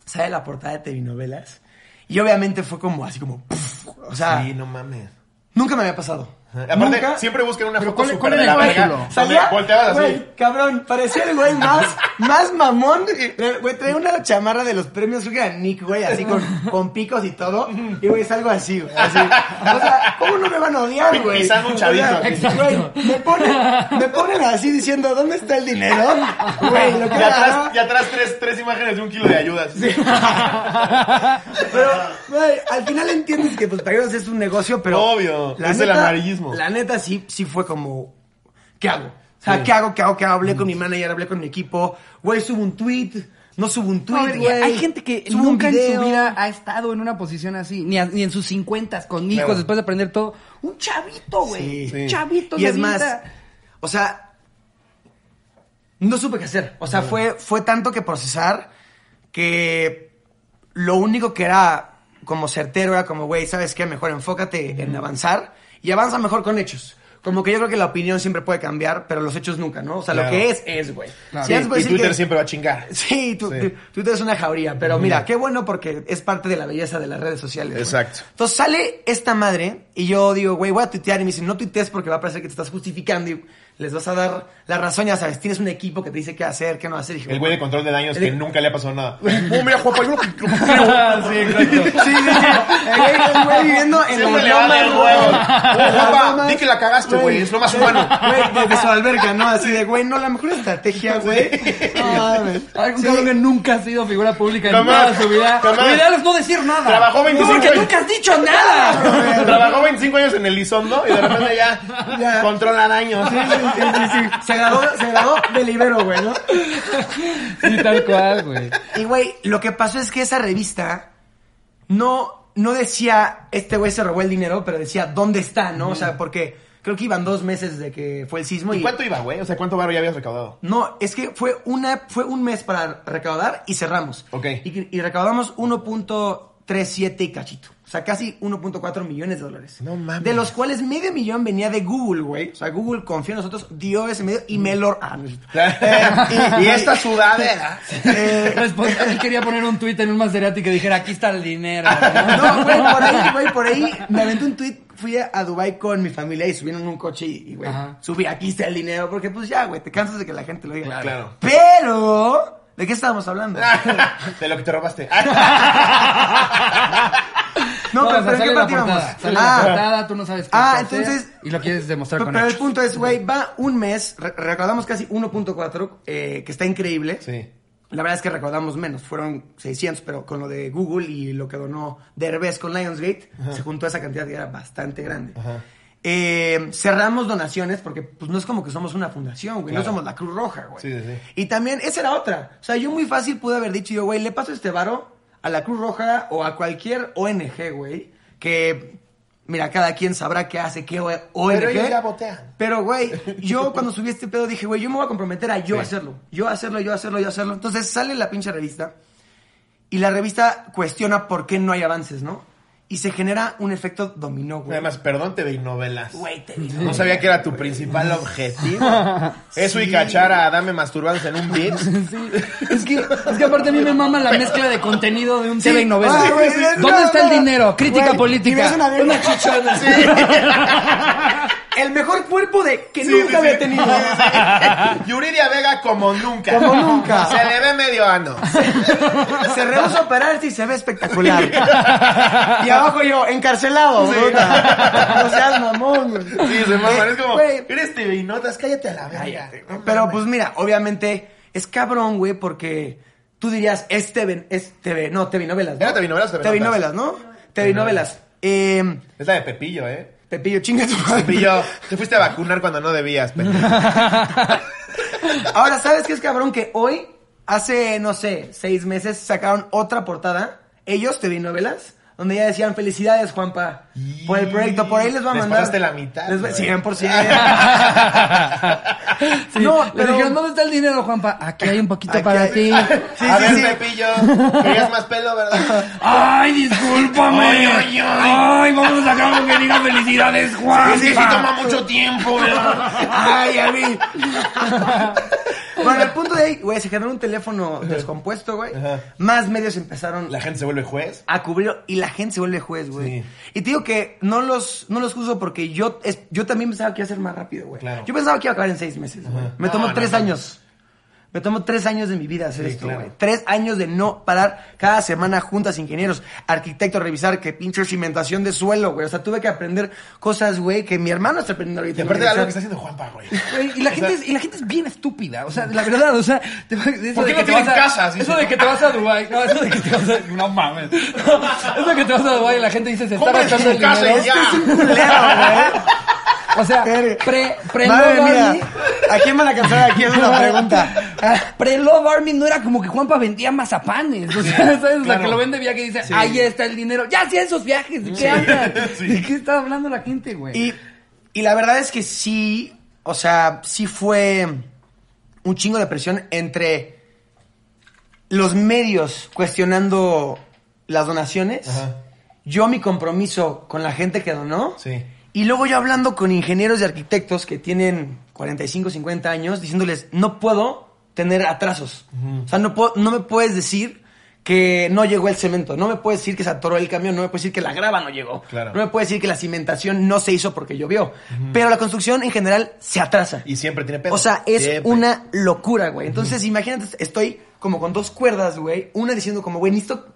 Speaker 3: Sale la portada de telenovelas. Y obviamente fue como así como... ¡puf! [laughs] o sea,
Speaker 2: Sí, no mames.
Speaker 3: nunca me había pasado.
Speaker 2: Aparte,
Speaker 3: Nunca-
Speaker 2: siempre buscan una
Speaker 1: Pero
Speaker 2: foto
Speaker 1: ¿cuál-
Speaker 2: súper
Speaker 1: cuál
Speaker 2: de
Speaker 1: era
Speaker 2: la
Speaker 1: el
Speaker 2: verga.
Speaker 1: título?
Speaker 2: donde
Speaker 3: Salía,
Speaker 2: volteabas así.
Speaker 3: güey, cabrón, parecía el güey más, más
Speaker 2: [laughs]
Speaker 3: mamón. Eh, Güey, traía una chamarra de los premios que era Nick, güey,
Speaker 2: [laughs]
Speaker 3: así con, con picos y todo. Y, güey, salgo así, güey, así. O sea, ¿cómo no me van a odiar,
Speaker 2: Pi-
Speaker 3: güey?
Speaker 2: pisando un chavito.
Speaker 1: Exacto.
Speaker 3: güey, me ponen, me ponen así diciendo, ¿dónde está
Speaker 2: [laughs]
Speaker 3: el dinero? Güey, lo que
Speaker 2: Y atrás,
Speaker 3: era-
Speaker 2: y atrás tres, tres imágenes de un kilo de ayudas.
Speaker 3: [laughs] Pero, güey, al final entiendes que, pues, para ellos es un negocio, pero...
Speaker 2: Obvio, es el amarillismo.
Speaker 3: La neta sí, sí fue como, ¿qué hago? O sea, ¿qué hago? ¿Qué hago? ¿Qué hago? Hablé con
Speaker 2: Mm.
Speaker 3: mi manager, hablé con mi equipo. Güey, subo un tweet, no subo un
Speaker 1: A
Speaker 3: tweet,
Speaker 1: ver,
Speaker 3: güey.
Speaker 1: Hay gente que
Speaker 3: Subo un
Speaker 1: nunca en su
Speaker 3: video.
Speaker 1: vida ha estado en una posición así, ni, a- ni en sus cincuentas, con hijos,
Speaker 2: Claro.
Speaker 1: después de aprender todo. Un chavito, güey.
Speaker 3: Sí.
Speaker 1: Un Chavito.
Speaker 3: Y
Speaker 1: se
Speaker 3: es más,
Speaker 1: avienta.
Speaker 3: o sea, no supe qué hacer. O sea, fue, fue tanto que procesar que lo único que era como certero era como, güey, ¿sabes qué? Mejor enfócate en avanzar y avanza mejor con hechos. Como que yo creo que la opinión siempre puede cambiar, pero los hechos nunca, ¿no? O sea,
Speaker 2: Claro.
Speaker 3: lo que es, es, güey.
Speaker 1: Claro.
Speaker 3: Si
Speaker 1: Sí,
Speaker 3: alguien puede
Speaker 2: Y
Speaker 3: decir
Speaker 2: Twitter
Speaker 3: que-
Speaker 2: siempre va a chingar.
Speaker 3: Sí, tú,
Speaker 2: Sí.
Speaker 3: tú- Twitter es una jauría, pero mira, qué bueno porque es parte de la belleza de las redes sociales. güey.
Speaker 2: Exacto.
Speaker 3: Entonces sale esta madre y yo digo, güey, voy a tuitear y me dicen, no tuitees porque va a parecer que te estás justificando y les vas a dar la razón, ya sabes, tienes un equipo que te dice qué hacer, qué no hacer. Y dije,
Speaker 2: El güey de control de daños
Speaker 3: El-
Speaker 2: que nunca le ha pasado nada. Oh, mira, Juanpa, yo lo
Speaker 3: [laughs]
Speaker 2: que- lo que quiero.
Speaker 1: sí, exacto.
Speaker 3: Sí, sí, sí. El güey- el güey viviendo en
Speaker 2: Siempre
Speaker 3: las
Speaker 2: le va
Speaker 3: lomas,
Speaker 2: del
Speaker 3: güey. [laughs]
Speaker 2: huevo.
Speaker 3: Las
Speaker 2: Oh, Juanpa,
Speaker 3: lomas.
Speaker 2: di que la cagaste, güey, es lo más
Speaker 3: Sí,
Speaker 2: humano.
Speaker 3: Güey, desde su alberca, ¿no? Así de, güey, no, la mejor estrategia, güey. No, mames.
Speaker 1: Ay, un
Speaker 3: Sí.
Speaker 1: cabrón que nunca ha sido figura pública en
Speaker 2: Jamás,
Speaker 1: toda su vida.
Speaker 2: jamás.
Speaker 1: Lo ideal es no decir nada.
Speaker 2: Trabajó 25
Speaker 1: No, porque
Speaker 2: años.
Speaker 1: nunca has dicho
Speaker 2: Ah,
Speaker 1: nada.
Speaker 2: [laughs] Trabajó 25 años en el Isondo y de repente ya,
Speaker 3: Ya.
Speaker 2: controla daños.
Speaker 3: Sí, sí, sí. Se graduó, se graduó de libero, güey, ¿no?
Speaker 1: Sí, tal cual, güey.
Speaker 3: Y, güey, lo que pasó es que esa revista no, no decía, este güey se robó el dinero, pero decía, ¿dónde está, no? O sea, porque creo que iban dos meses de que fue el sismo.
Speaker 2: ¿Y
Speaker 3: ¿Y
Speaker 2: cuánto iba, güey? O sea, ¿cuánto barro ya habías recaudado?
Speaker 3: No, es que fue, una, fue un mes para recaudar y cerramos.
Speaker 2: Ok.
Speaker 3: Y, y recaudamos 1.37 y cachito. O sea, casi 1.4 millones de dólares.
Speaker 2: No mames.
Speaker 3: De los cuales medio millón venía de Google, güey. O sea, Google confió en nosotros, dio ese medio y me lo... Ah, no
Speaker 2: [laughs]
Speaker 3: es cierto. [laughs] Eh,
Speaker 2: y esta sudadera.
Speaker 3: eh,
Speaker 1: Responde- él quería poner un tuit en un Maserati que dijera, aquí está el dinero. [laughs]
Speaker 3: No, güey, por ahí, güey, por ahí me aventé un tweet, fui a, a Dubai con mi familia y subieron un coche y, y, güey,
Speaker 1: Ajá.
Speaker 3: subí, aquí está el dinero, porque pues ya, güey, te cansas de que la gente lo diga.
Speaker 2: Claro. [laughs]
Speaker 3: Pero, ¿de qué estábamos hablando?
Speaker 2: De lo que te robaste. Ah,
Speaker 3: No, pero, pero
Speaker 1: sale
Speaker 3: ¿en qué
Speaker 1: la
Speaker 3: partíamos?
Speaker 1: portada. Sale la portada, tú no sabes qué
Speaker 3: Ah,
Speaker 1: hay que
Speaker 3: entonces-
Speaker 1: hacer Y lo quieres demostrar
Speaker 3: Pero,
Speaker 1: con
Speaker 3: pero el
Speaker 1: hechos.
Speaker 3: punto es, güey, va un mes, re- recaudamos casi 1.4, eh, que está increíble.
Speaker 2: Sí.
Speaker 3: La verdad es que recordamos menos, fueron 600, pero con lo de Google y lo que donó Derbez con Lionsgate, se juntó esa cantidad que era bastante grande.
Speaker 2: Ajá.
Speaker 3: Eh, cerramos donaciones porque pues no es como que somos una fundación, güey,
Speaker 2: Claro.
Speaker 3: no somos la Cruz Roja, güey.
Speaker 2: Sí, sí, sí.
Speaker 3: Y también, esa era otra. O sea, yo muy fácil pude haber dicho, yo, güey, le paso este varo a la Cruz Roja o a cualquier ONG, güey, que, mira, cada quien sabrá qué hace, qué O- ONG.
Speaker 2: ellos ya botean.
Speaker 3: Pero,
Speaker 2: [laughs]
Speaker 3: güey, yo cuando subí este pedo dije, güey, yo me voy a comprometer a yo
Speaker 2: Sí.
Speaker 3: hacerlo. Yo hacerlo, yo hacerlo, yo hacerlo. Entonces sale la pinche revista y la revista cuestiona por qué no hay avances, ¿no? Y se genera un efecto dominó, güey.
Speaker 2: Además, perdón, te vi novelas.
Speaker 3: Güey, te digo.
Speaker 2: No sabía que era tu principal
Speaker 3: [laughs]
Speaker 2: objetivo. Eso y cachar a Dame masturbantes en un beat.
Speaker 1: Sí. Es que, es que aparte a mí me mama la mezcla de contenido de un
Speaker 3: Sí.
Speaker 1: TV y novela.
Speaker 3: Ah, güey, sí,
Speaker 1: ¿Dónde
Speaker 3: no,
Speaker 1: está
Speaker 3: no.
Speaker 1: el dinero? Crítica
Speaker 3: Güey,
Speaker 1: política.
Speaker 3: y ves una verga chichona.
Speaker 2: [laughs]
Speaker 3: [laughs] El mejor cuerpo de que nunca había
Speaker 2: [laughs]
Speaker 3: tenido.
Speaker 2: Yuridia Vega como nunca.
Speaker 3: Como nunca.
Speaker 2: Se le ve medio ano.
Speaker 3: Se rehúsa a operarse y se ve espectacular. Y abajo yo, encarcelado, puta. No seas mamón, güey.
Speaker 2: Sí, se maman. Es como,
Speaker 3: Güey,
Speaker 2: eres TV Notas, cállate a la verga.
Speaker 3: Cállate,
Speaker 2: No
Speaker 3: güey. Pero
Speaker 2: mames.
Speaker 3: pues mira, obviamente es cabrón, güey, porque tú dirías, es TV, es TV, no, TV novelas. ¿no?
Speaker 2: ¿Era TV novelas o TV
Speaker 3: TV
Speaker 2: novelas?
Speaker 3: novelas, ¿no? TV novelas. Eh,
Speaker 2: Es la de Pepillo, ¿eh?
Speaker 3: Pepillo, chinga tu madre.
Speaker 2: [laughs] Pepillo, te fuiste a vacunar cuando no debías, pendejo.
Speaker 3: Ahora, ¿sabes qué es cabrón? Que hoy, hace, no sé, seis meses, sacaron otra portada. Ellos, TV Novelas. Donde ya decían, felicidades, Juanpa, por el proyecto. Por ahí les va a
Speaker 2: Les
Speaker 3: mandar.
Speaker 2: pasaste la mitad,
Speaker 3: Les va-
Speaker 2: güey. [laughs]
Speaker 3: 100%.
Speaker 1: Sí.
Speaker 3: No,
Speaker 1: Le
Speaker 3: pero-
Speaker 1: dijeron, ¿dónde está el dinero, Juanpa? Aquí hay un poquito
Speaker 3: Aquí
Speaker 1: para
Speaker 3: hay- [laughs]
Speaker 1: ti.
Speaker 3: Sí,
Speaker 2: a
Speaker 3: sí,
Speaker 2: ver,
Speaker 3: sí.
Speaker 2: Pepillo, querías más pelo, ¿verdad?
Speaker 1: ¡Ay, discúlpame!
Speaker 2: Ay, ay, ay.
Speaker 1: vamos a sacar algo que diga felicidades, Juanpa!
Speaker 2: Sí, sí, sí, toma
Speaker 3: [laughs]
Speaker 2: mucho tiempo, ¿verdad?
Speaker 3: Ay, a mí. bueno, el punto de ahí, güey, se generó un teléfono descompuesto, güey.
Speaker 2: Ajá.
Speaker 3: Más medios empezaron
Speaker 2: La gente se vuelve juez.
Speaker 3: a cubrirlo y la gente se vuelve juez, güey.
Speaker 2: Sí.
Speaker 3: Y te digo que no los, no los juzgo porque yo, es- yo también pensaba que iba a ser más rápido, güey.
Speaker 2: Claro.
Speaker 3: Yo pensaba que iba a acabar en seis meses, güey.
Speaker 2: Ajá.
Speaker 3: Me
Speaker 2: No,
Speaker 3: tomó
Speaker 2: no,
Speaker 3: tres
Speaker 2: no.
Speaker 3: años. Me tomó tres años de mi vida hacer
Speaker 2: Sí,
Speaker 3: esto,
Speaker 2: claro.
Speaker 3: güey. Tres años de no parar cada semana juntas ingenieros, arquitectos, revisar que pinche cimentación de suelo, güey. O sea, tuve que aprender cosas, güey, que mi hermano está aprendiendo
Speaker 2: Y
Speaker 3: ahorita.
Speaker 2: aparte de algo que está
Speaker 3: Revisar.
Speaker 2: haciendo Juanpa, [laughs] güey.
Speaker 1: Güey, Y la, gente es, y la gente es bien estúpida, o sea, la verdad, o sea, te, va- eso de
Speaker 2: ¿Por qué no
Speaker 1: que te
Speaker 2: tienen
Speaker 1: vas a,
Speaker 2: casas?
Speaker 1: Eso de que te vas a Dubai, no, eso de que te vas a no mames. Eso de que te vas a Dubai y la gente dice, "Se está
Speaker 2: Compren
Speaker 1: gastando
Speaker 2: su
Speaker 1: el
Speaker 2: casa
Speaker 1: dinero." [laughs]
Speaker 2: y ya.
Speaker 3: Culero, güey.
Speaker 1: O sea,
Speaker 3: Verga.
Speaker 1: pre pre
Speaker 3: Madre
Speaker 1: Love
Speaker 3: mía.
Speaker 1: Army, ah,
Speaker 3: ¿A quién van a alcanzar aquí? Esa es la [laughs] pregunta.
Speaker 1: pre Love Army no era como que Juanpa vendía mazapanes, o sea, ¿sabes? O sea,
Speaker 2: claro.
Speaker 1: que lo vende viaje y dice,
Speaker 2: Sí.
Speaker 1: "Ahí está el dinero." Ya hacía esos viajes, ¿de qué hablan?
Speaker 2: [laughs] Sí.
Speaker 1: ¿De qué está hablando la gente, güey?
Speaker 3: Y, y la verdad es que sí, o sea, sí fue un chingo de presión entre los medios cuestionando las donaciones,
Speaker 2: Ajá.
Speaker 3: yo mi compromiso con la gente que donó,
Speaker 2: Sí.
Speaker 3: y luego yo hablando con ingenieros y arquitectos que tienen 45, 50 años, diciéndoles, no puedo tener atrasos. O sea, no, puedo, no me puedes decir que no llegó el cemento, no me puedes decir que se atoró el camión, no me puedes decir que la grava no llegó,
Speaker 2: Claro.
Speaker 3: no me puedes decir que la cimentación no se hizo porque llovió. Pero la construcción en general se atrasa.
Speaker 2: Y siempre tiene pedo.
Speaker 3: O sea, es
Speaker 2: Siempre.
Speaker 3: una locura, güey. Entonces, imagínate, estoy como con dos cuerdas, güey. Una diciendo como, güey, necesito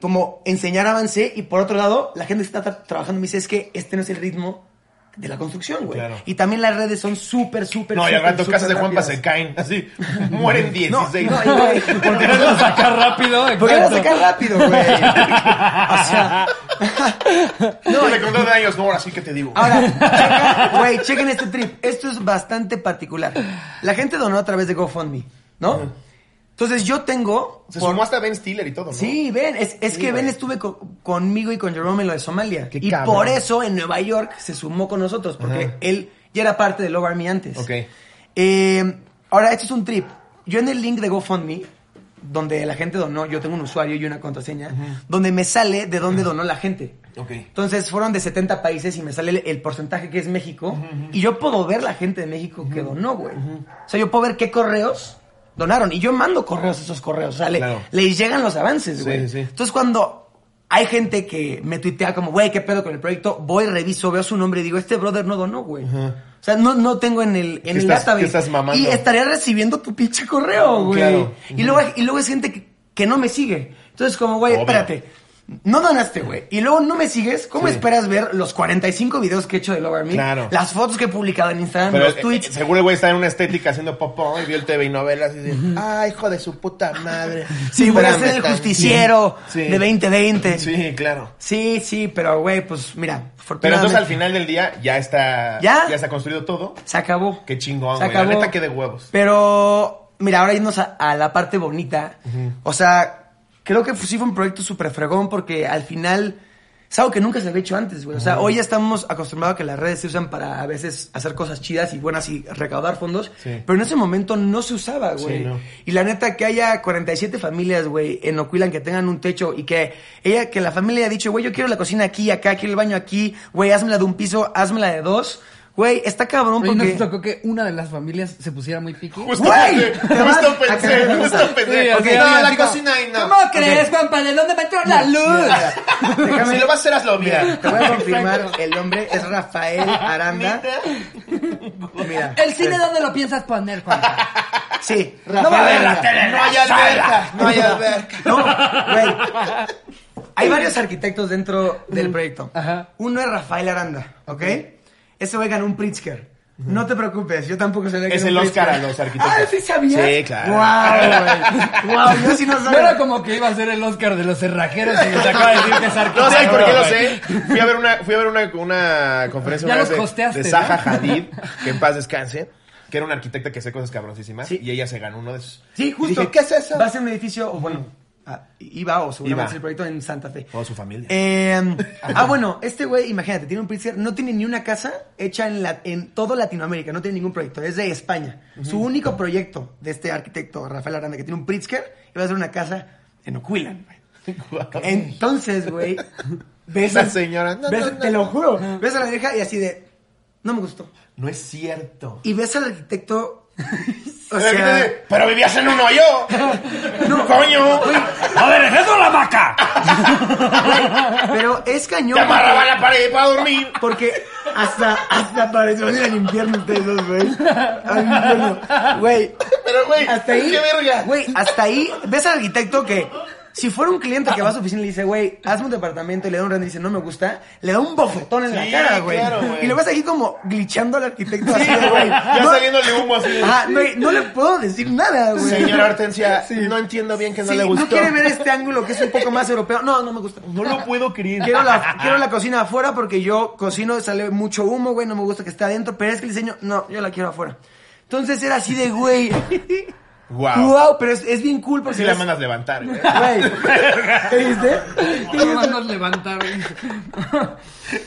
Speaker 3: como enseñar avance. Y por otro lado, la gente que está tra- trabajando me dice, es que este no es el ritmo de la construcción, güey.
Speaker 2: Claro.
Speaker 3: Y también las redes son súper, súper,
Speaker 2: No, y al
Speaker 3: súper,
Speaker 2: rato
Speaker 3: súper
Speaker 2: casas de Juanpa
Speaker 3: rápidas.
Speaker 2: se caen. Así, mueren 16.
Speaker 3: No, no, y
Speaker 2: [laughs]
Speaker 3: güey, porque
Speaker 1: Quererlo sacar rápido,
Speaker 3: porque van a
Speaker 1: exacto.
Speaker 3: sacar rápido, güey. O sea, [laughs]
Speaker 2: No, le contó de años, no, ahora sí que te digo.
Speaker 3: Ahora, checa- güey, chequen este trip. Esto es bastante particular. La gente donó a través de GoFundMe, ¿no? Entonces yo tengo...
Speaker 2: se
Speaker 3: por-
Speaker 2: sumó hasta Ben Stiller y todo, ¿no?
Speaker 3: Sí, Ben, es, es que Ben
Speaker 2: güey.
Speaker 3: estuve co- conmigo y con Jerome en lo de Somalia.
Speaker 2: Qué
Speaker 3: y
Speaker 2: cabrón.
Speaker 3: por eso en Nueva York se sumó con nosotros, porque
Speaker 2: Ajá.
Speaker 3: él ya era parte de Love Army antes.
Speaker 2: Ok.
Speaker 3: Eh, ahora, esto es un trip. Yo en el link de GoFundMe, donde la gente donó, yo tengo un usuario y una contraseña, donde me sale de dónde donó la gente.
Speaker 2: Ok.
Speaker 3: Entonces fueron de 70 países y me sale el, el porcentaje que es México. Y yo puedo ver la gente de México que donó, güey. O sea, yo puedo ver qué correos donaron. Y yo mando correos a esos correos. O sea, le-
Speaker 2: Claro.
Speaker 3: les llegan los avances,
Speaker 2: Sí,
Speaker 3: güey.
Speaker 2: sí.
Speaker 3: Entonces cuando hay gente que me tuitea como, güey, qué pedo con el proyecto, voy, reviso, veo su nombre y digo, este brother no donó, güey. O sea, no, no tengo en el, en
Speaker 2: ¿Qué
Speaker 3: el
Speaker 2: estás-
Speaker 3: database.
Speaker 2: qué estás mamando?
Speaker 3: Y estaría recibiendo tu pinche correo, güey.
Speaker 2: Claro.
Speaker 3: Y, luego, y luego es gente que, que no me sigue. Entonces, como, güey,
Speaker 2: Obvio.
Speaker 3: espérate. No donaste, güey. Y luego no me sigues. ¿Cómo
Speaker 2: Sí.
Speaker 3: esperas ver los 45 videos que he hecho de Love Me?
Speaker 2: Claro.
Speaker 3: Las fotos que he publicado en Instagram,
Speaker 2: Pero
Speaker 3: Ah, los
Speaker 2: eh,
Speaker 3: tweets.
Speaker 2: eh, seguro el güey está en una estética haciendo popó y vio el TV y novelas y dice, ah, hijo de su puta madre.
Speaker 3: sí, voy a
Speaker 2: Espérame
Speaker 3: ser el
Speaker 2: tan-
Speaker 3: justiciero
Speaker 2: Sí.
Speaker 3: de 2020. Sí.
Speaker 2: Sí, claro.
Speaker 3: sí, pero, güey, pues mira,
Speaker 2: Pero entonces
Speaker 3: afortunadamente.
Speaker 2: al final del día ya está
Speaker 3: ¿Ya?
Speaker 2: está construido todo.
Speaker 3: Se acabó.
Speaker 2: Qué chingón,
Speaker 3: Se
Speaker 2: güey. La
Speaker 3: acabó.
Speaker 2: neta que de huevos.
Speaker 3: Pero, mira, ahora irnos a, a la parte bonita. O sea, creo que sí fue un proyecto súper fregón porque al final es algo que nunca se había hecho antes, güey. O sea, hoy ya estamos acostumbrados a que las redes se usan para a veces hacer cosas chidas y buenas y recaudar fondos.
Speaker 2: Sí.
Speaker 3: Pero en ese momento no se usaba, güey.
Speaker 2: no.
Speaker 3: Y la neta que haya 47 familias, güey, en Oquilan que tengan un techo y que ella, que la familia haya dicho, güey, yo quiero la cocina aquí, acá, quiero el baño aquí, güey, házmela de un piso, házmela de dos. Güey, está cabrón
Speaker 1: Oye,
Speaker 3: porque...
Speaker 1: ¿no te tocó que una de las familias se pusiera muy piqui?
Speaker 2: Justo
Speaker 3: Güey,
Speaker 2: pensé,
Speaker 3: te vas
Speaker 2: justo
Speaker 3: a
Speaker 2: pensé,
Speaker 3: cagar.
Speaker 2: justo
Speaker 1: Sí,
Speaker 2: pensé.
Speaker 1: así,
Speaker 2: no,
Speaker 1: así
Speaker 2: la
Speaker 1: como,
Speaker 2: cocina ahí no.
Speaker 1: ¿Cómo crees, Juanpa? ¿De dónde va a entrar la luz?
Speaker 2: [laughs]
Speaker 3: Déjame-
Speaker 2: Si lo vas a hacer, hazlo bien.
Speaker 3: Te voy a confirmar, el nombre es Rafael Aranda. Mira.
Speaker 1: ¿El cine dónde lo piensas poner, Juanpa?
Speaker 2: [laughs]
Speaker 3: Sí,
Speaker 1: No va a ver
Speaker 3: Rafael
Speaker 1: la
Speaker 3: Aranda.
Speaker 1: tele.
Speaker 2: No hay alberca, no hay alberca.
Speaker 3: No, güey. Hay varios arquitectos dentro del proyecto.
Speaker 1: Ajá.
Speaker 3: Uno es Rafael Aranda, ¿ok? Ese güey ganó un Pritzker. No te preocupes, yo tampoco sabía que
Speaker 2: Es
Speaker 3: era
Speaker 2: el
Speaker 3: un
Speaker 2: Oscar
Speaker 3: Pritzker.
Speaker 2: a los arquitectos.
Speaker 3: Ah, sí sabías.
Speaker 2: Sí, claro.
Speaker 3: Wow, güey. Wow, yo sí no
Speaker 1: No
Speaker 3: sabía.
Speaker 1: era como que iba a ser el Oscar de los cerrajeros y nos acaba de decir que es
Speaker 2: No
Speaker 1: arquitecto.
Speaker 2: sé por qué lo
Speaker 1: güey.
Speaker 2: sé. Fui a ver una, fui a ver una, una conferencia
Speaker 1: Ya
Speaker 2: una
Speaker 1: los
Speaker 2: vez de,
Speaker 1: costeaste,
Speaker 2: de Zaha
Speaker 1: ¿no?
Speaker 2: Hadid, que en paz descanse, que era una arquitecta que hace cosas cabroncísimas
Speaker 3: Sí.
Speaker 2: y ella se ganó uno de esos.
Speaker 3: Sí, justo.
Speaker 2: Y dije, ¿qué es eso?
Speaker 3: Va a ser un edificio, o bueno, ah, iba o seguramente
Speaker 2: Iba.
Speaker 3: es el proyecto en Santa Fe.
Speaker 2: Toda su familia.
Speaker 3: Eh, ah, bueno, este güey, imagínate, tiene un Pritzker, no tiene ni una casa hecha en, la, en todo Latinoamérica, no tiene ningún proyecto, es de España. Su único proyecto de este arquitecto, Rafael Aranda, que tiene un Pritzker, iba a ser una casa en Oquilan, güey.
Speaker 2: [laughs]
Speaker 3: Entonces, güey, ves
Speaker 2: La
Speaker 3: a-
Speaker 2: señora, no,
Speaker 3: ves-
Speaker 2: no, no,
Speaker 3: te lo
Speaker 2: no.
Speaker 3: juro, ves a la vieja y así de, no me gustó.
Speaker 2: No es cierto.
Speaker 3: Y ves al arquitecto,
Speaker 2: [laughs]
Speaker 3: o
Speaker 2: Pero,
Speaker 3: sea,
Speaker 2: pero vivías en un
Speaker 3: [laughs]
Speaker 2: hoyo. No, coño.
Speaker 1: ¡A ver, eso la vaca!
Speaker 3: pero es cañón.
Speaker 2: Te amarraba a la pared para dormir.
Speaker 3: Porque hasta, hasta pareció ir al infierno ustedes dos, güey. Al infierno. Güey.
Speaker 2: Pero, güey,
Speaker 3: Hasta ahí.
Speaker 2: qué verga.
Speaker 3: Güey, hasta ahí. Ves al arquitecto que. Si fuera un cliente que va a su oficina y le dice, güey, hazme un departamento y le da un render y dice, no me gusta, le da un bofetón en la
Speaker 2: Sí,
Speaker 3: cara, güey.
Speaker 2: claro, güey.
Speaker 3: y lo ves aquí como glitchando al arquitecto así, de, güey.
Speaker 2: Ya
Speaker 3: no,
Speaker 2: saliéndole humo así. de-
Speaker 3: Ajá, güey, no le puedo decir nada, güey.
Speaker 2: Señora Hortensia, no entiendo bien que no
Speaker 3: Sí,
Speaker 2: le gustó.
Speaker 3: no quiere ver este ángulo que es un poco más europeo. No, no me gusta.
Speaker 2: No lo puedo creer.
Speaker 3: Quiero la, quiero la cocina afuera porque yo cocino, sale mucho humo, güey, no me gusta que esté adentro, pero es que el diseño, no, yo la quiero afuera. Entonces era así de, güey,
Speaker 2: Wow.
Speaker 3: wow, pero es, es bien cool porque...
Speaker 2: Si la
Speaker 3: es-
Speaker 2: mandas levantar, güey.
Speaker 3: Güey,
Speaker 2: [laughs]
Speaker 3: ¿te viste? ¿Te
Speaker 1: ¿Cómo
Speaker 3: viste?
Speaker 1: nos [laughs] levantaron?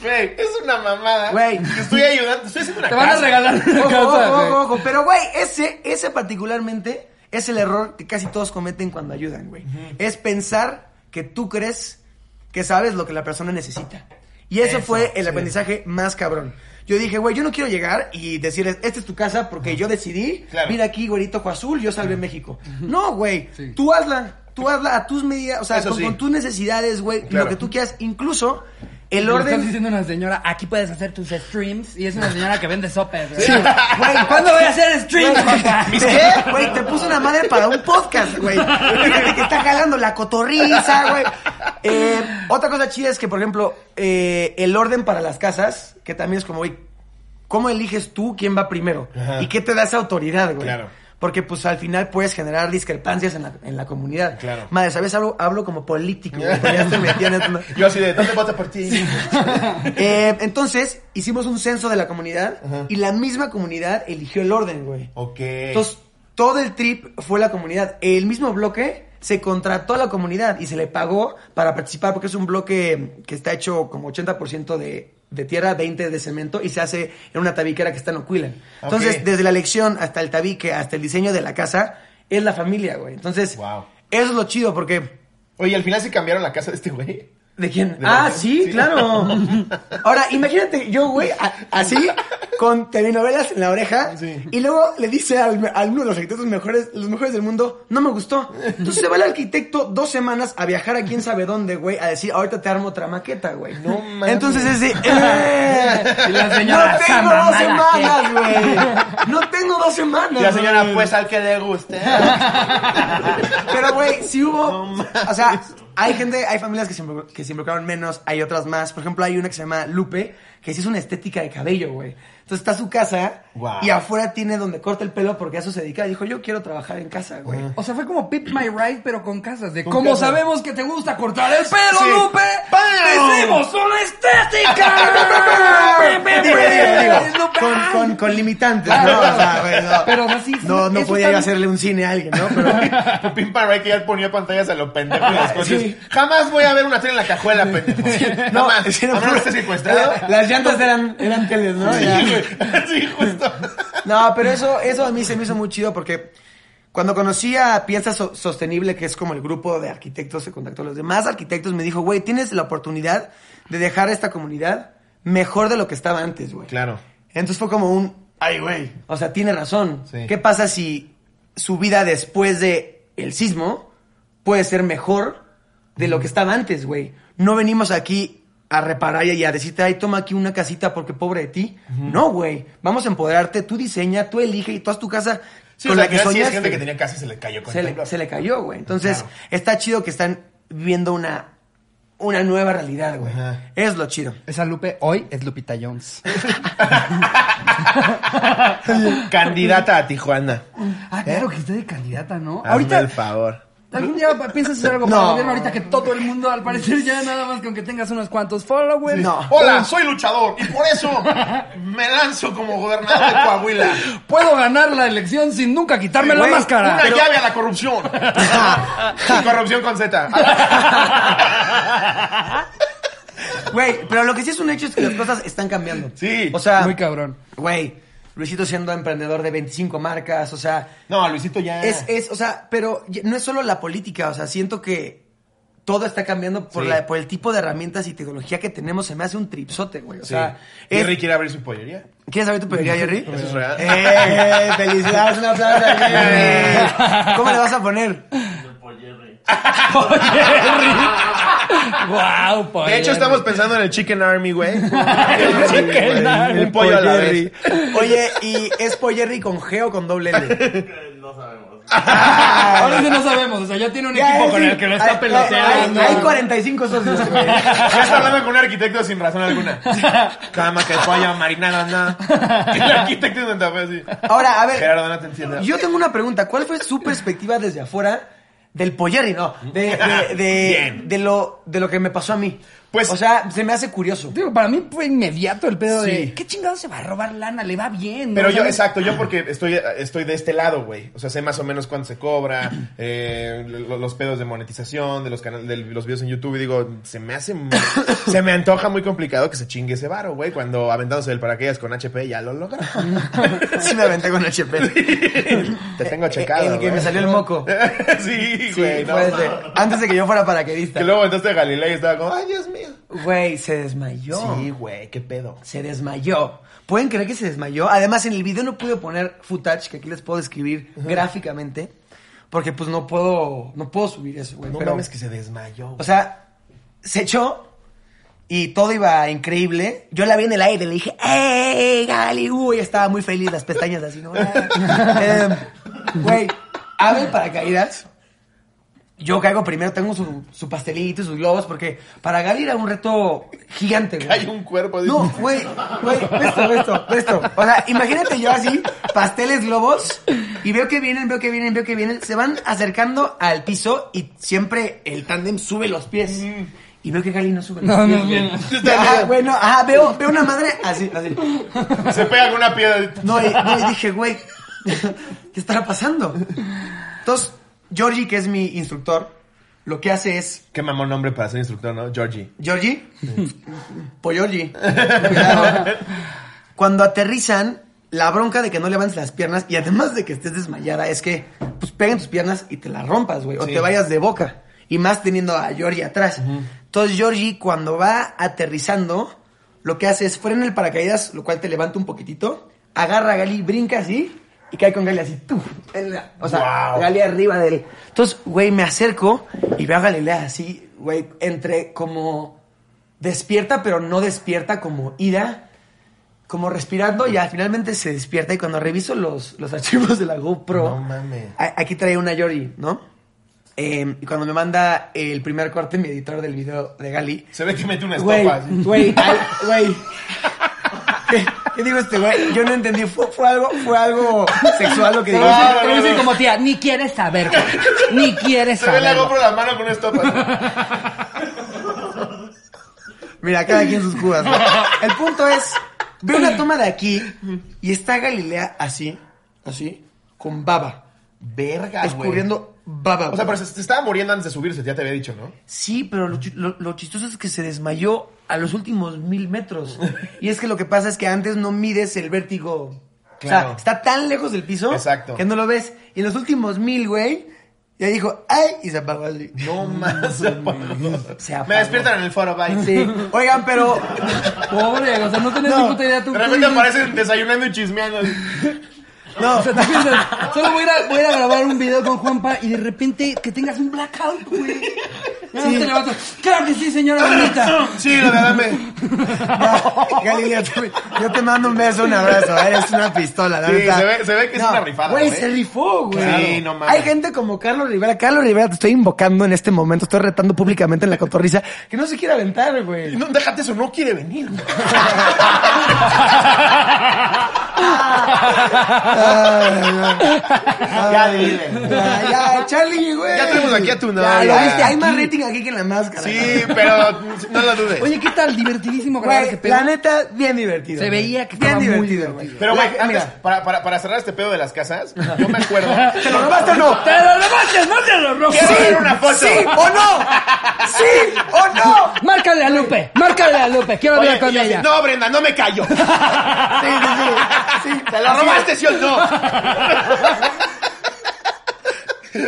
Speaker 2: Güey, es una mamada.
Speaker 3: Güey.
Speaker 2: Te estoy ayudando, te estoy haciendo una
Speaker 1: Te van a
Speaker 2: casa.
Speaker 1: regalar una
Speaker 3: Ojo,
Speaker 1: casa,
Speaker 3: ojo,
Speaker 1: güey.
Speaker 3: ojo, ojo, pero güey, ese, ese particularmente es el error que casi todos cometen cuando ayudan, güey. Es pensar que tú crees que sabes lo que la persona necesita. Y eso, fue el aprendizaje más cabrón. Yo dije, güey, yo no quiero llegar y decirles, esta es tu casa porque yo decidí,
Speaker 2: Claro.
Speaker 3: mira aquí, güerito ojo azul, yo salvé México. No, güey,
Speaker 1: Sí.
Speaker 3: tú hazla, tú hazla a tus medidas, o sea,
Speaker 2: Eso
Speaker 3: con,
Speaker 2: sí.
Speaker 3: con tus necesidades, güey,
Speaker 2: Claro.
Speaker 3: lo que tú quieras, incluso
Speaker 1: Le
Speaker 3: el
Speaker 1: Estás
Speaker 3: orden...
Speaker 1: diciendo a una señora, aquí puedes hacer tus streams. Y es una señora que vende sopes, [laughs] güey. Güey, ¿cuándo voy a hacer streams, [laughs] papá?
Speaker 3: ¿Mis Güey, te puse una madre para un podcast, güey. Fíjate que está jalando la cotorriza, güey. Eh, otra cosa chida es que, por ejemplo, eh, el orden para las casas, que también es como, güey, ¿cómo eliges tú quién va primero?
Speaker 2: Ajá.
Speaker 3: ¿Y qué te da esa autoridad, güey?
Speaker 2: Claro.
Speaker 3: Porque, pues, al final puedes generar discrepancias en la, en la comunidad.
Speaker 2: Claro.
Speaker 3: Madre, ¿sabes? Hablo, hablo como político, güey. pero ya te metí en el-
Speaker 2: Yo así de, ¿dónde votas por ti?
Speaker 3: Eh, entonces, hicimos un censo de la comunidad y la misma comunidad eligió el orden, güey.
Speaker 2: Ok.
Speaker 3: Entonces, todo el trip fue la comunidad. El mismo bloque se contrató a la comunidad y se le pagó para participar porque es un bloque que está hecho como 80% de, de tierra, 20% de cemento y se hace en una tabiquera que está en Oquilan. Entonces,
Speaker 2: Ok.
Speaker 3: desde la elección hasta el tabique, hasta el diseño de la casa, es la familia, güey. Entonces,
Speaker 2: Wow.
Speaker 3: eso es lo chido porque...
Speaker 2: Oye, al final se cambiaron la casa de este güey.
Speaker 3: ¿De quién?
Speaker 2: De
Speaker 3: ah,
Speaker 2: la-
Speaker 3: sí,
Speaker 2: sí.
Speaker 3: claro. Ahora, imagínate yo, güey, a- así, con telenovelas en la oreja,
Speaker 2: Sí.
Speaker 3: y luego le dice al, a uno de los arquitectos mejores, los mejores del mundo, no me gustó. Entonces se va el arquitecto dos semanas a viajar a quién sabe dónde, güey, a decir, ahorita te armo otra maqueta, güey.
Speaker 2: No mames.
Speaker 3: Entonces
Speaker 2: [laughs]
Speaker 3: es de, "Eh,
Speaker 1: Y la señora,
Speaker 3: no
Speaker 1: "Esa
Speaker 3: tengo dos
Speaker 1: mamada, ¿qué?".
Speaker 3: semanas, güey. No tengo dos semanas,
Speaker 2: Y la señora,
Speaker 3: güey.
Speaker 2: pues al que le guste.
Speaker 3: [laughs] Pero, güey, sí hubo.
Speaker 2: No mames.
Speaker 3: o sea, Hay gente, hay familias que se, involucra- que se involucraron menos, hay otras más. Por ejemplo, hay una que se llama Lupe, que sí es una estética de cabello, güey. Entonces está su casa
Speaker 2: Wow.
Speaker 3: y afuera tiene donde corta el pelo porque a eso se dedica. Dijo, yo quiero trabajar en casa, güey.
Speaker 2: Ah.
Speaker 1: O sea, fue como Pip My Ride, pero con casas. De
Speaker 2: Con
Speaker 1: cómo
Speaker 2: casas.
Speaker 1: sabemos que te gusta cortar el pelo,
Speaker 2: Sí.
Speaker 1: Lupe.
Speaker 2: ¡Pam!
Speaker 1: ¡Te hicimos una
Speaker 2: [laughs]
Speaker 1: estética! ¡Pim, pim,
Speaker 3: Digo, digo,
Speaker 1: pim!
Speaker 3: digo,
Speaker 1: Lupe.
Speaker 3: con, con, con limitantes,
Speaker 1: Ah,
Speaker 3: ¿no?
Speaker 1: no.
Speaker 3: O sea, güey, no.
Speaker 1: Pero, o sea, sí, sí,
Speaker 3: no, no
Speaker 1: eso
Speaker 3: podía
Speaker 1: está
Speaker 3: yo
Speaker 1: bien.
Speaker 3: hacerle un cine a alguien, ¿no?
Speaker 2: [laughs]
Speaker 3: Pero
Speaker 2: Pim Pam Ray que ya ponía pantallas a los pendejos de los coches.
Speaker 3: Sí.
Speaker 2: Jamás voy a ver una tele en la cajuela, pendejo. [laughs]
Speaker 3: no,
Speaker 2: Jamás.
Speaker 3: [laughs] sí, no,
Speaker 2: A menos que esté
Speaker 3: pero- [laughs]
Speaker 2: secuestrado.
Speaker 3: Las llantas eran, eran teles,
Speaker 2: [laughs]
Speaker 3: ¿no?
Speaker 2: Sí,
Speaker 3: Ya.
Speaker 2: güey. [laughs] Sí, justo.
Speaker 3: No, pero eso, eso a mí se me hizo muy chido porque cuando conocí a Piensa So- Sostenible, que es como el grupo de arquitectos que contactó a los demás arquitectos, me dijo, güey, tienes la oportunidad de dejar esta comunidad mejor de lo que estaba antes, güey.
Speaker 2: Claro.
Speaker 3: Entonces fue como un, ay, güey, o sea, tiene razón.
Speaker 2: Sí.
Speaker 3: ¿Qué pasa si su vida después de el sismo puede ser mejor de lo que estaba antes, güey? No venimos aquí a reparar y a decirte, ay, toma aquí una casita porque pobre de ti. No, güey, vamos a empoderarte, tú diseña, tú elige y tú haz tu casa
Speaker 2: Sí,
Speaker 3: con
Speaker 2: o sea,
Speaker 3: la que
Speaker 2: al final sí es
Speaker 3: soñaste.
Speaker 2: gente que tenía casa y se le cayó con
Speaker 3: se,
Speaker 2: el
Speaker 3: le,
Speaker 2: temblor.
Speaker 3: se le cayó, güey. Entonces,
Speaker 2: Claro.
Speaker 3: está chido que están viendo una, una nueva realidad, güey.
Speaker 2: Ajá.
Speaker 3: Es lo chido.
Speaker 1: Esa Lupe hoy es Lupita Jones.
Speaker 2: [laughs] Candidata a Tijuana.
Speaker 1: Ah, claro que está de candidata, ¿no?
Speaker 2: Hazme
Speaker 1: Ahorita,
Speaker 2: el favor.
Speaker 1: algún día piensas hacer algo
Speaker 3: No.
Speaker 1: para el gobierno ahorita que todo el mundo, al parecer, ya nada más con que tengas unos cuantos followers.
Speaker 3: No.
Speaker 2: Hola, soy luchador y por eso me lanzo como gobernador de Coahuila.
Speaker 1: Puedo ganar la elección sin nunca quitarme la
Speaker 3: Güey,
Speaker 1: máscara.
Speaker 2: Una llave a la
Speaker 3: [laughs]
Speaker 2: corrupción. Y corrupción con Z.
Speaker 3: Güey, pero lo que sí es un hecho es que las cosas están cambiando.
Speaker 2: Sí,
Speaker 3: O sea,
Speaker 1: Muy cabrón. [laughs]
Speaker 3: güey, Luisito siendo emprendedor de 25 marcas, o sea,
Speaker 2: No, Luisito ya.
Speaker 3: es, es, o sea, pero ya- no es solo la política, o sea, siento que todo está cambiando por,
Speaker 2: Sí.
Speaker 3: la, por el tipo de herramientas y tecnología que tenemos, se me hace un tripsote, güey, o
Speaker 2: Sí.
Speaker 3: sea, es-
Speaker 2: Jerry quiere abrir su pollería.
Speaker 3: ¿quieres saber tu pediría, Jerry?
Speaker 2: Eso es real.
Speaker 3: ¡Eh! ¡Felicidades! ¡Un aplauso a
Speaker 2: [laughs]
Speaker 3: Jerry! ¿Cómo le vas a poner?
Speaker 1: Wow,
Speaker 2: De hecho, estamos pensando en el Chicken Army, güey.
Speaker 3: [laughs]
Speaker 2: el
Speaker 1: Chicken Army.
Speaker 2: El pollo a la vez.
Speaker 3: Jerry. Oye, ¿y es Pollerry con G o con
Speaker 2: [laughs]
Speaker 3: doble L?
Speaker 4: No sabemos.
Speaker 1: Ahora sí no sabemos, o sea, Ah. ya ah, tiene un
Speaker 3: Ya,
Speaker 1: equipo
Speaker 3: es
Speaker 1: con
Speaker 3: decir,
Speaker 1: el que lo está
Speaker 3: hay-
Speaker 1: peloteando.
Speaker 3: Hay, hay 45 socios, güey.
Speaker 2: Ya está hablando con un arquitecto sin razón alguna. Cama que pollo marinada, nada. El arquitecto de Santa Fe, así.
Speaker 3: Ahora, a ver,
Speaker 2: Gerardo, no te entiendo.
Speaker 3: yo tengo una pregunta. ¿Cuál fue su perspectiva desde afuera del Pollerri, no? De,
Speaker 2: [laughs]
Speaker 3: de, de,
Speaker 2: Bien.
Speaker 3: de lo, de lo que me pasó a mí.
Speaker 2: Pues-
Speaker 3: o sea, se me hace curioso.
Speaker 1: Digo, para mí fue inmediato el pedo
Speaker 2: Sí.
Speaker 1: de ¿qué chingado se va a robar lana? Le va bien. ¿no?
Speaker 2: Pero yo,
Speaker 1: ¿Sabes?
Speaker 2: exacto, yo porque estoy, estoy de este lado, güey. O sea, sé más o menos cuánto se cobra, eh, lo- los pedos de monetización, de los canales, de los videos en YouTube. Y digo, se me hace, muy- se me antoja muy complicado que se chingue ese varo, güey. Cuando aventándose del paracaídas con HP ya lo logra.
Speaker 3: [laughs] Sí me aventé con HP.
Speaker 2: Te tengo checado.
Speaker 3: En el que
Speaker 2: güey.
Speaker 3: me salió el moco.
Speaker 2: [laughs] sí,
Speaker 3: Sí,
Speaker 2: güey. no
Speaker 3: puede
Speaker 2: mames.
Speaker 3: ser. Antes de que yo fuera
Speaker 2: Que
Speaker 3: paraquedista.
Speaker 2: luego entonces Galilei estaba como, ay, Dios mío.
Speaker 3: Güey, se desmayó.
Speaker 2: Sí, güey, qué pedo.
Speaker 3: Se desmayó. ¿Pueden creer que se desmayó? Además, en el video no pude poner footage, que aquí les puedo describir gráficamente, porque pues no puedo, no puedo subir eso, güey.
Speaker 2: No
Speaker 3: pero-
Speaker 2: mames que se desmayó.
Speaker 3: O sea, se echó y todo iba increíble. Yo la vi en el aire, le dije, ¡Ey, Gali! Uy, estaba muy feliz, las pestañas
Speaker 2: [laughs]
Speaker 3: así, ¿no? Eh, Güey, abre el paracaídas. Yo caigo primero, tengo su, su pastelito y sus globos, porque para Gali era un reto gigante, güey.
Speaker 2: Hay un cuerpo.
Speaker 3: No,
Speaker 2: dice.
Speaker 3: güey, güey, ve esto, ve esto, ve esto. O sea, imagínate yo así, pasteles, globos, y veo que vienen, veo que vienen, veo que vienen. Se van acercando al piso y siempre el tándem sube los pies. Y veo que Gali no sube los
Speaker 1: No,
Speaker 3: pies.
Speaker 1: no,
Speaker 3: güey.
Speaker 1: no.
Speaker 3: Ajá, güey, no, ajá, veo, veo una madre así, así.
Speaker 2: Se pega con una piedra.
Speaker 3: No, y, no, y dije, güey, ¿qué estará pasando? Entonces, Georgie, que es mi instructor, lo que hace es...
Speaker 2: Qué mamón nombre para ser instructor, ¿no? Georgie.
Speaker 3: ¿Georgie? Pollorgi. Cuidado. Cuando aterrizan, la bronca de que no levantes las piernas y además de que estés desmayada es que pues peguen tus piernas y te las rompas, güey, o
Speaker 2: Sí.
Speaker 3: te vayas de boca. Y más teniendo a Georgie atrás. Entonces Georgie cuando va aterrizando, lo que hace es frena el paracaídas, lo cual te levanta un poquitito, agarra a Gali, brinca así y cae con Gali así, tú. en la- o sea,
Speaker 2: Wow.
Speaker 3: Gali Galilea arriba de él. Entonces, güey, me acerco y veo a Galilea así, güey, entre como despierta, pero no despierta, como ida, como respirando, y ya finalmente se despierta. Y [laughs] cuando reviso los, los archivos de la GoPro,
Speaker 2: No mames.
Speaker 3: a- aquí trae una Yori, ¿no? eh, y cuando me manda el primer corte mi editor del video de Gali,
Speaker 2: Se ve que mete unas
Speaker 3: Güey,
Speaker 2: copas.
Speaker 3: [laughs] güey, ay, güey. ¿Qué, qué digo este güey? Yo no entendí. Fue, fue algo, fue algo sexual lo que
Speaker 1: Te lo
Speaker 3: digo.
Speaker 2: Ah,
Speaker 1: dicen- te lo
Speaker 2: no, no,
Speaker 1: dicen
Speaker 2: no.
Speaker 1: como tía, ni quieres saber, güey. ni [laughs] quieres
Speaker 2: Se ve la
Speaker 1: saber.
Speaker 2: GoPro en la mano con unas
Speaker 3: [laughs]
Speaker 2: topas.
Speaker 3: Mira, cada quien sus cubas. ¿no? El punto es, veo una toma de aquí y está Galilea así, así, con baba,
Speaker 2: Verga,
Speaker 3: escurriendo baba.
Speaker 2: O sea, pero se, se estaba muriendo antes de subirse, ya te había dicho, ¿no?
Speaker 3: [laughs] Sí, pero lo, chi- lo- lo chistoso es que se desmayó a los últimos mil metros. Y es que lo que pasa es que antes no mides el vértigo. O
Speaker 2: Claro.
Speaker 3: sea, está tan lejos del piso
Speaker 2: Exacto.
Speaker 3: que no lo ves. Y en los últimos mil, güey, ya dijo, ¡ay! Y se apagó así.
Speaker 2: No más. se apagó.
Speaker 3: Se apagó.
Speaker 2: Me despiertan en el foro, bye.
Speaker 3: Sí. Oigan, [laughs] pero
Speaker 1: Pobre, o sea, no tenías
Speaker 3: No,
Speaker 1: ni puta idea tú.
Speaker 2: [laughs] De repente
Speaker 1: tú dices-
Speaker 2: aparecen desayunando y chismeando.
Speaker 1: O sea, tú piensas, solo voy a, ir a- voy a ir a grabar un video con Juanpa y de repente que tengas un blackout, güey. Ya no te levantas. Claro que sí, señora [laughs] bonita.
Speaker 2: Sí, lo de Adame.
Speaker 3: no, Galilea, tú- yo te mando un beso, un abrazo. Eres una pistola, la
Speaker 2: Sí,
Speaker 3: verdad.
Speaker 2: se ve- se ve que es una rifada,
Speaker 3: Güey,
Speaker 2: güey.
Speaker 3: se rifó, güey.
Speaker 2: Sí, no mames.
Speaker 3: Hay gente como Carlos Rivera. Carlos Rivera, te estoy invocando en este momento, estoy retando públicamente en la cotorriza, que no se quiere aventar, güey.
Speaker 2: No, déjate eso, no quiere venir. güey. Ya dile.
Speaker 3: Ah, Ya, ya, Charlie, güey.
Speaker 2: Ya tenemos aquí a tu
Speaker 3: Ya,
Speaker 2: novia.
Speaker 3: lo viste, Hay
Speaker 1: Aquí.
Speaker 3: más rating aquí que en la máscara.
Speaker 2: Sí, pero no lo dudes.
Speaker 1: Oye, ¿qué tal? Divertidísimo grabar
Speaker 3: Güey,
Speaker 1: ese pedo.
Speaker 3: la neta, bien divertido.
Speaker 1: Se
Speaker 3: güey.
Speaker 1: veía que
Speaker 3: bien
Speaker 1: estaba muy
Speaker 3: divertido,
Speaker 1: divertido.
Speaker 2: pero, güey,
Speaker 3: La-
Speaker 2: antes,
Speaker 3: mira,
Speaker 2: para, para, para cerrar este pedo de las casas, yo me
Speaker 3: [laughs]
Speaker 2: acuerdo.
Speaker 3: ¿te lo robaste
Speaker 2: [laughs]
Speaker 3: o no?
Speaker 1: ¡Te lo levantes, no te lo robes!
Speaker 2: Quiero ver una foto.
Speaker 3: ¡Sí o no! ¡Sí o no!
Speaker 1: Márcale a Lupe, márcale a Lupe, quiero
Speaker 2: Oye,
Speaker 1: hablar
Speaker 2: y
Speaker 1: con
Speaker 2: yo así,
Speaker 1: ella.
Speaker 2: no, Brenda, no me callo.
Speaker 3: [laughs] Sí, sí, sí. sí.
Speaker 2: ¿Te la robaste, sí o no?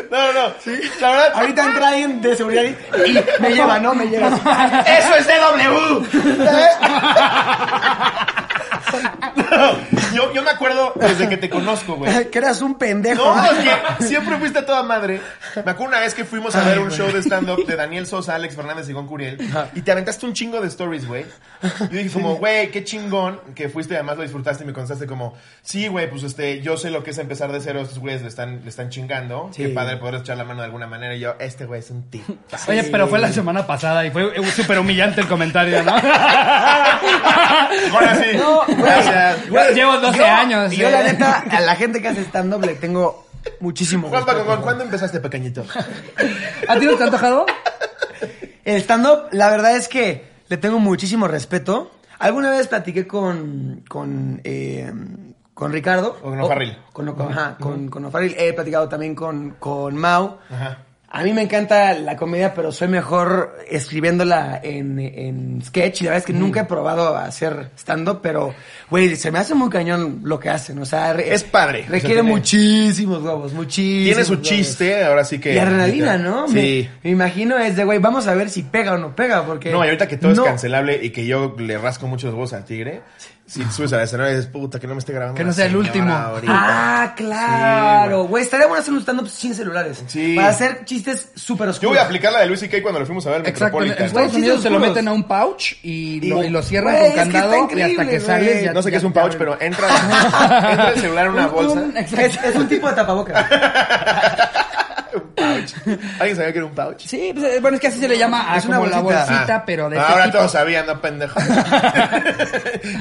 Speaker 2: No, no, sí. La verdad,
Speaker 3: Ahorita entra alguien de seguridad y- y me lleva, ¿no? Me lleva. [laughs]
Speaker 2: Eso es [laughs] DW. yo, yo me acuerdo desde que te conozco, güey.
Speaker 3: Que eras un pendejo.
Speaker 2: No, es que siempre fuiste a toda madre. Me acuerdo una vez que fuimos a ver un show de stand-up de Daniel Sosa, Alex Fernández y Gon Curiel. Y te aventaste un chingo de stories, güey. Yo dije como, güey, qué chingón que fuiste y además lo disfrutaste y me contaste como, sí, güey, pues este, yo sé lo que es empezar de cero, estos güeyes le están, le están chingando. Qué padre poder echar la mano de alguna manera. Y yo, este güey es un tío.
Speaker 1: Oye, pero fue la semana pasada y fue eh, súper humillante el comentario, ¿no?
Speaker 2: Ahora sí.
Speaker 3: [laughs] No, güey.
Speaker 2: Gracias.
Speaker 1: Güey, Llevo 12
Speaker 3: Yo-
Speaker 1: años.
Speaker 3: Y yo,
Speaker 1: eh.
Speaker 3: la neta, a la gente que hace stand-up le tengo muchísimo
Speaker 2: Juanpa,
Speaker 3: respeto.
Speaker 2: ¿cu- ¿cuándo empezaste, pequeñito?
Speaker 1: ¿A ti no te ha antojado?
Speaker 3: El stand-up, la verdad es que le tengo muchísimo respeto. Alguna vez platiqué con. con. eh, con Ricardo.
Speaker 2: Con O'Farrill.
Speaker 3: O- Con, con, ajá, con, con O'Farrill. He platicado también con, con Mau.
Speaker 2: Ajá.
Speaker 3: A mí me encanta la comedia, pero soy mejor escribiéndola en, en sketch. Y la verdad es
Speaker 2: Mm.
Speaker 3: que nunca he probado a hacer stand-up, pero, güey, se me hace muy cañón lo que hacen. O sea, re-
Speaker 2: Es padre.
Speaker 3: Requiere
Speaker 2: O sea, tiene-
Speaker 3: muchísimos huevos, muchísimos.
Speaker 2: Tiene su
Speaker 3: huevos.
Speaker 2: chiste, ahora sí que.
Speaker 3: Y adrenalina, ¿no? Me-
Speaker 2: Sí.
Speaker 3: Me, imagino es de, güey, vamos a ver si pega o no pega, porque...
Speaker 2: No, y ahorita que todo
Speaker 3: no.
Speaker 2: es cancelable y que yo le rasco mucho los huevos al tigre, si subes al escenario y dices, puta, que no me esté grabando.
Speaker 1: Que no
Speaker 2: la
Speaker 1: sea el
Speaker 2: señora
Speaker 1: último.
Speaker 2: ahorita".
Speaker 3: Ah, claro. Güey, estaría bueno hacer un stand-up sin celulares.
Speaker 2: Sí.
Speaker 3: Para hacer chistes súper oscuros.
Speaker 2: yo voy a aplicar la de Luis y Kay cuando lo fuimos a ver al
Speaker 1: Exacto. En
Speaker 2: Metropolitan.
Speaker 1: Estados
Speaker 3: sí,
Speaker 1: Unidos
Speaker 3: son
Speaker 1: se lo
Speaker 3: puros.
Speaker 1: meten a un pouch y lo, y lo cierran con
Speaker 3: Güey, es que está
Speaker 1: candado y hasta
Speaker 3: increíble,
Speaker 1: que sales
Speaker 3: güey.
Speaker 1: ya.
Speaker 2: No sé qué es un
Speaker 1: ya-
Speaker 2: pouch, pero entra, [laughs] entra el celular en una
Speaker 1: Un-
Speaker 2: bolsa.
Speaker 1: un-
Speaker 3: Es,
Speaker 1: exacto.
Speaker 3: [laughs] es un tipo de
Speaker 2: [laughs]
Speaker 3: tapabocas.
Speaker 2: Un pouch. ¿Alguien sabía que era un pouch?
Speaker 1: Sí, pues, eh, bueno, es que así se le llama a
Speaker 3: Es una
Speaker 1: como la
Speaker 3: bolsita.
Speaker 1: bolsita,
Speaker 2: Ah,
Speaker 1: pero de
Speaker 2: Ahora
Speaker 1: este tipo.
Speaker 2: todos sabían,
Speaker 1: [laughs]
Speaker 2: no pendejo.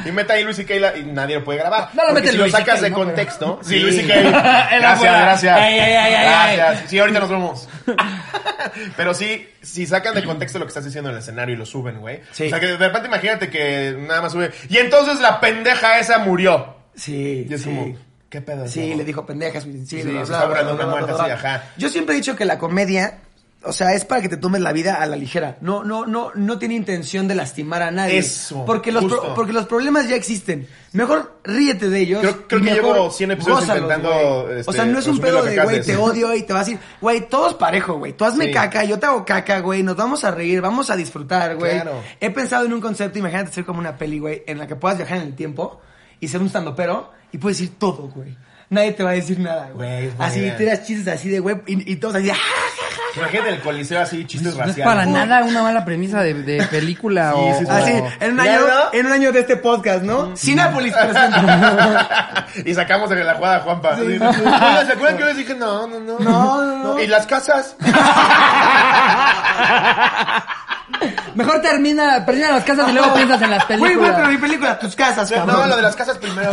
Speaker 2: y meta ahí Luis y Kay la- y nadie lo puede grabar.
Speaker 1: No lo
Speaker 2: Porque
Speaker 1: mete
Speaker 2: si
Speaker 1: Luis
Speaker 2: lo
Speaker 1: y
Speaker 2: sacas
Speaker 1: Kay,
Speaker 2: de
Speaker 1: ¿no?
Speaker 2: contexto.
Speaker 1: Pero-
Speaker 2: Sí, Luis y
Speaker 1: Él
Speaker 2: Kay. [laughs] gracias,
Speaker 1: afuera.
Speaker 2: gracias.
Speaker 1: Ey, ey, ey, ey, ey.
Speaker 2: gracias. Sí, ahorita nos vemos. [laughs] Pero sí, si sacan de contexto lo que estás diciendo en el escenario y lo suben, güey.
Speaker 3: Sí.
Speaker 2: O sea, que de repente imagínate que nada más sube. Y entonces la pendeja esa murió.
Speaker 3: Sí,
Speaker 2: Y es
Speaker 3: sí.
Speaker 2: como, ¿qué pedo?
Speaker 3: Sí,
Speaker 2: chavo?
Speaker 3: le dijo pendejas. Sí,
Speaker 2: Sí,
Speaker 3: bla,
Speaker 2: se
Speaker 3: bla,
Speaker 2: está
Speaker 3: bla,
Speaker 2: burlando una
Speaker 3: bla, bla,
Speaker 2: muerta,
Speaker 3: bla,
Speaker 2: sí,
Speaker 3: bla.
Speaker 2: ajá.
Speaker 3: Yo siempre he dicho que la comedia, o sea, es para que te tomes la vida a la ligera. No, no, no, no tiene intención de lastimar a nadie.
Speaker 2: Eso,
Speaker 3: Porque los,
Speaker 2: justo.
Speaker 3: pro- porque los problemas ya existen. Mejor ríete de ellos.
Speaker 2: Creo- creo
Speaker 3: y
Speaker 2: que
Speaker 3: mejor
Speaker 2: llevo 100 episodios
Speaker 3: gózalos,
Speaker 2: intentando,
Speaker 3: güey.
Speaker 2: este,
Speaker 3: o sea, no es un
Speaker 2: resumir lo
Speaker 3: pedo
Speaker 2: que
Speaker 3: de,
Speaker 2: acabas de
Speaker 3: güey, te
Speaker 2: decir.
Speaker 3: odio y te vas a ir. Güey, todos parejo, güey. Tú hazme
Speaker 2: Sí.
Speaker 3: caca, yo te hago caca, güey. Nos vamos a reír, vamos a disfrutar, güey.
Speaker 2: Claro.
Speaker 3: He pensado en un concepto, imagínate hacer como una peli, güey, en la que puedas viajar en el tiempo y ser un standupero y puedes decir todo, güey. Nadie te va a decir nada,
Speaker 2: Güey,
Speaker 3: güey.
Speaker 2: es buena
Speaker 3: Así
Speaker 2: idea.
Speaker 3: tiras chistes así de güey y, y todos así, ¡ah, ja, ja,
Speaker 2: Imagínate el coliseo así, chistes
Speaker 1: No es
Speaker 2: raciales.
Speaker 1: para nada una mala premisa de, de película
Speaker 2: Sí,
Speaker 1: o...
Speaker 2: sí, sí.
Speaker 3: Así,
Speaker 1: o-
Speaker 3: en un, año,
Speaker 2: Claro.
Speaker 3: en un año de este podcast,
Speaker 2: [laughs]
Speaker 3: ¿no? Sinápolis presente.
Speaker 2: y sacamos de la jugada a Juanpa. Oiga, ¿Se acuerdan que yo les dije no, no, no?
Speaker 3: No, no, no.
Speaker 2: ¿Y las
Speaker 3: [laughs]
Speaker 2: casas?
Speaker 1: Mejor termina, termina las casas y
Speaker 2: [laughs]
Speaker 1: luego piensas en las
Speaker 3: Güey, güey, pero
Speaker 1: películas.
Speaker 3: mi película, tus casas, cabrón.
Speaker 2: No, lo de las casas
Speaker 3: [laughs]
Speaker 2: primero.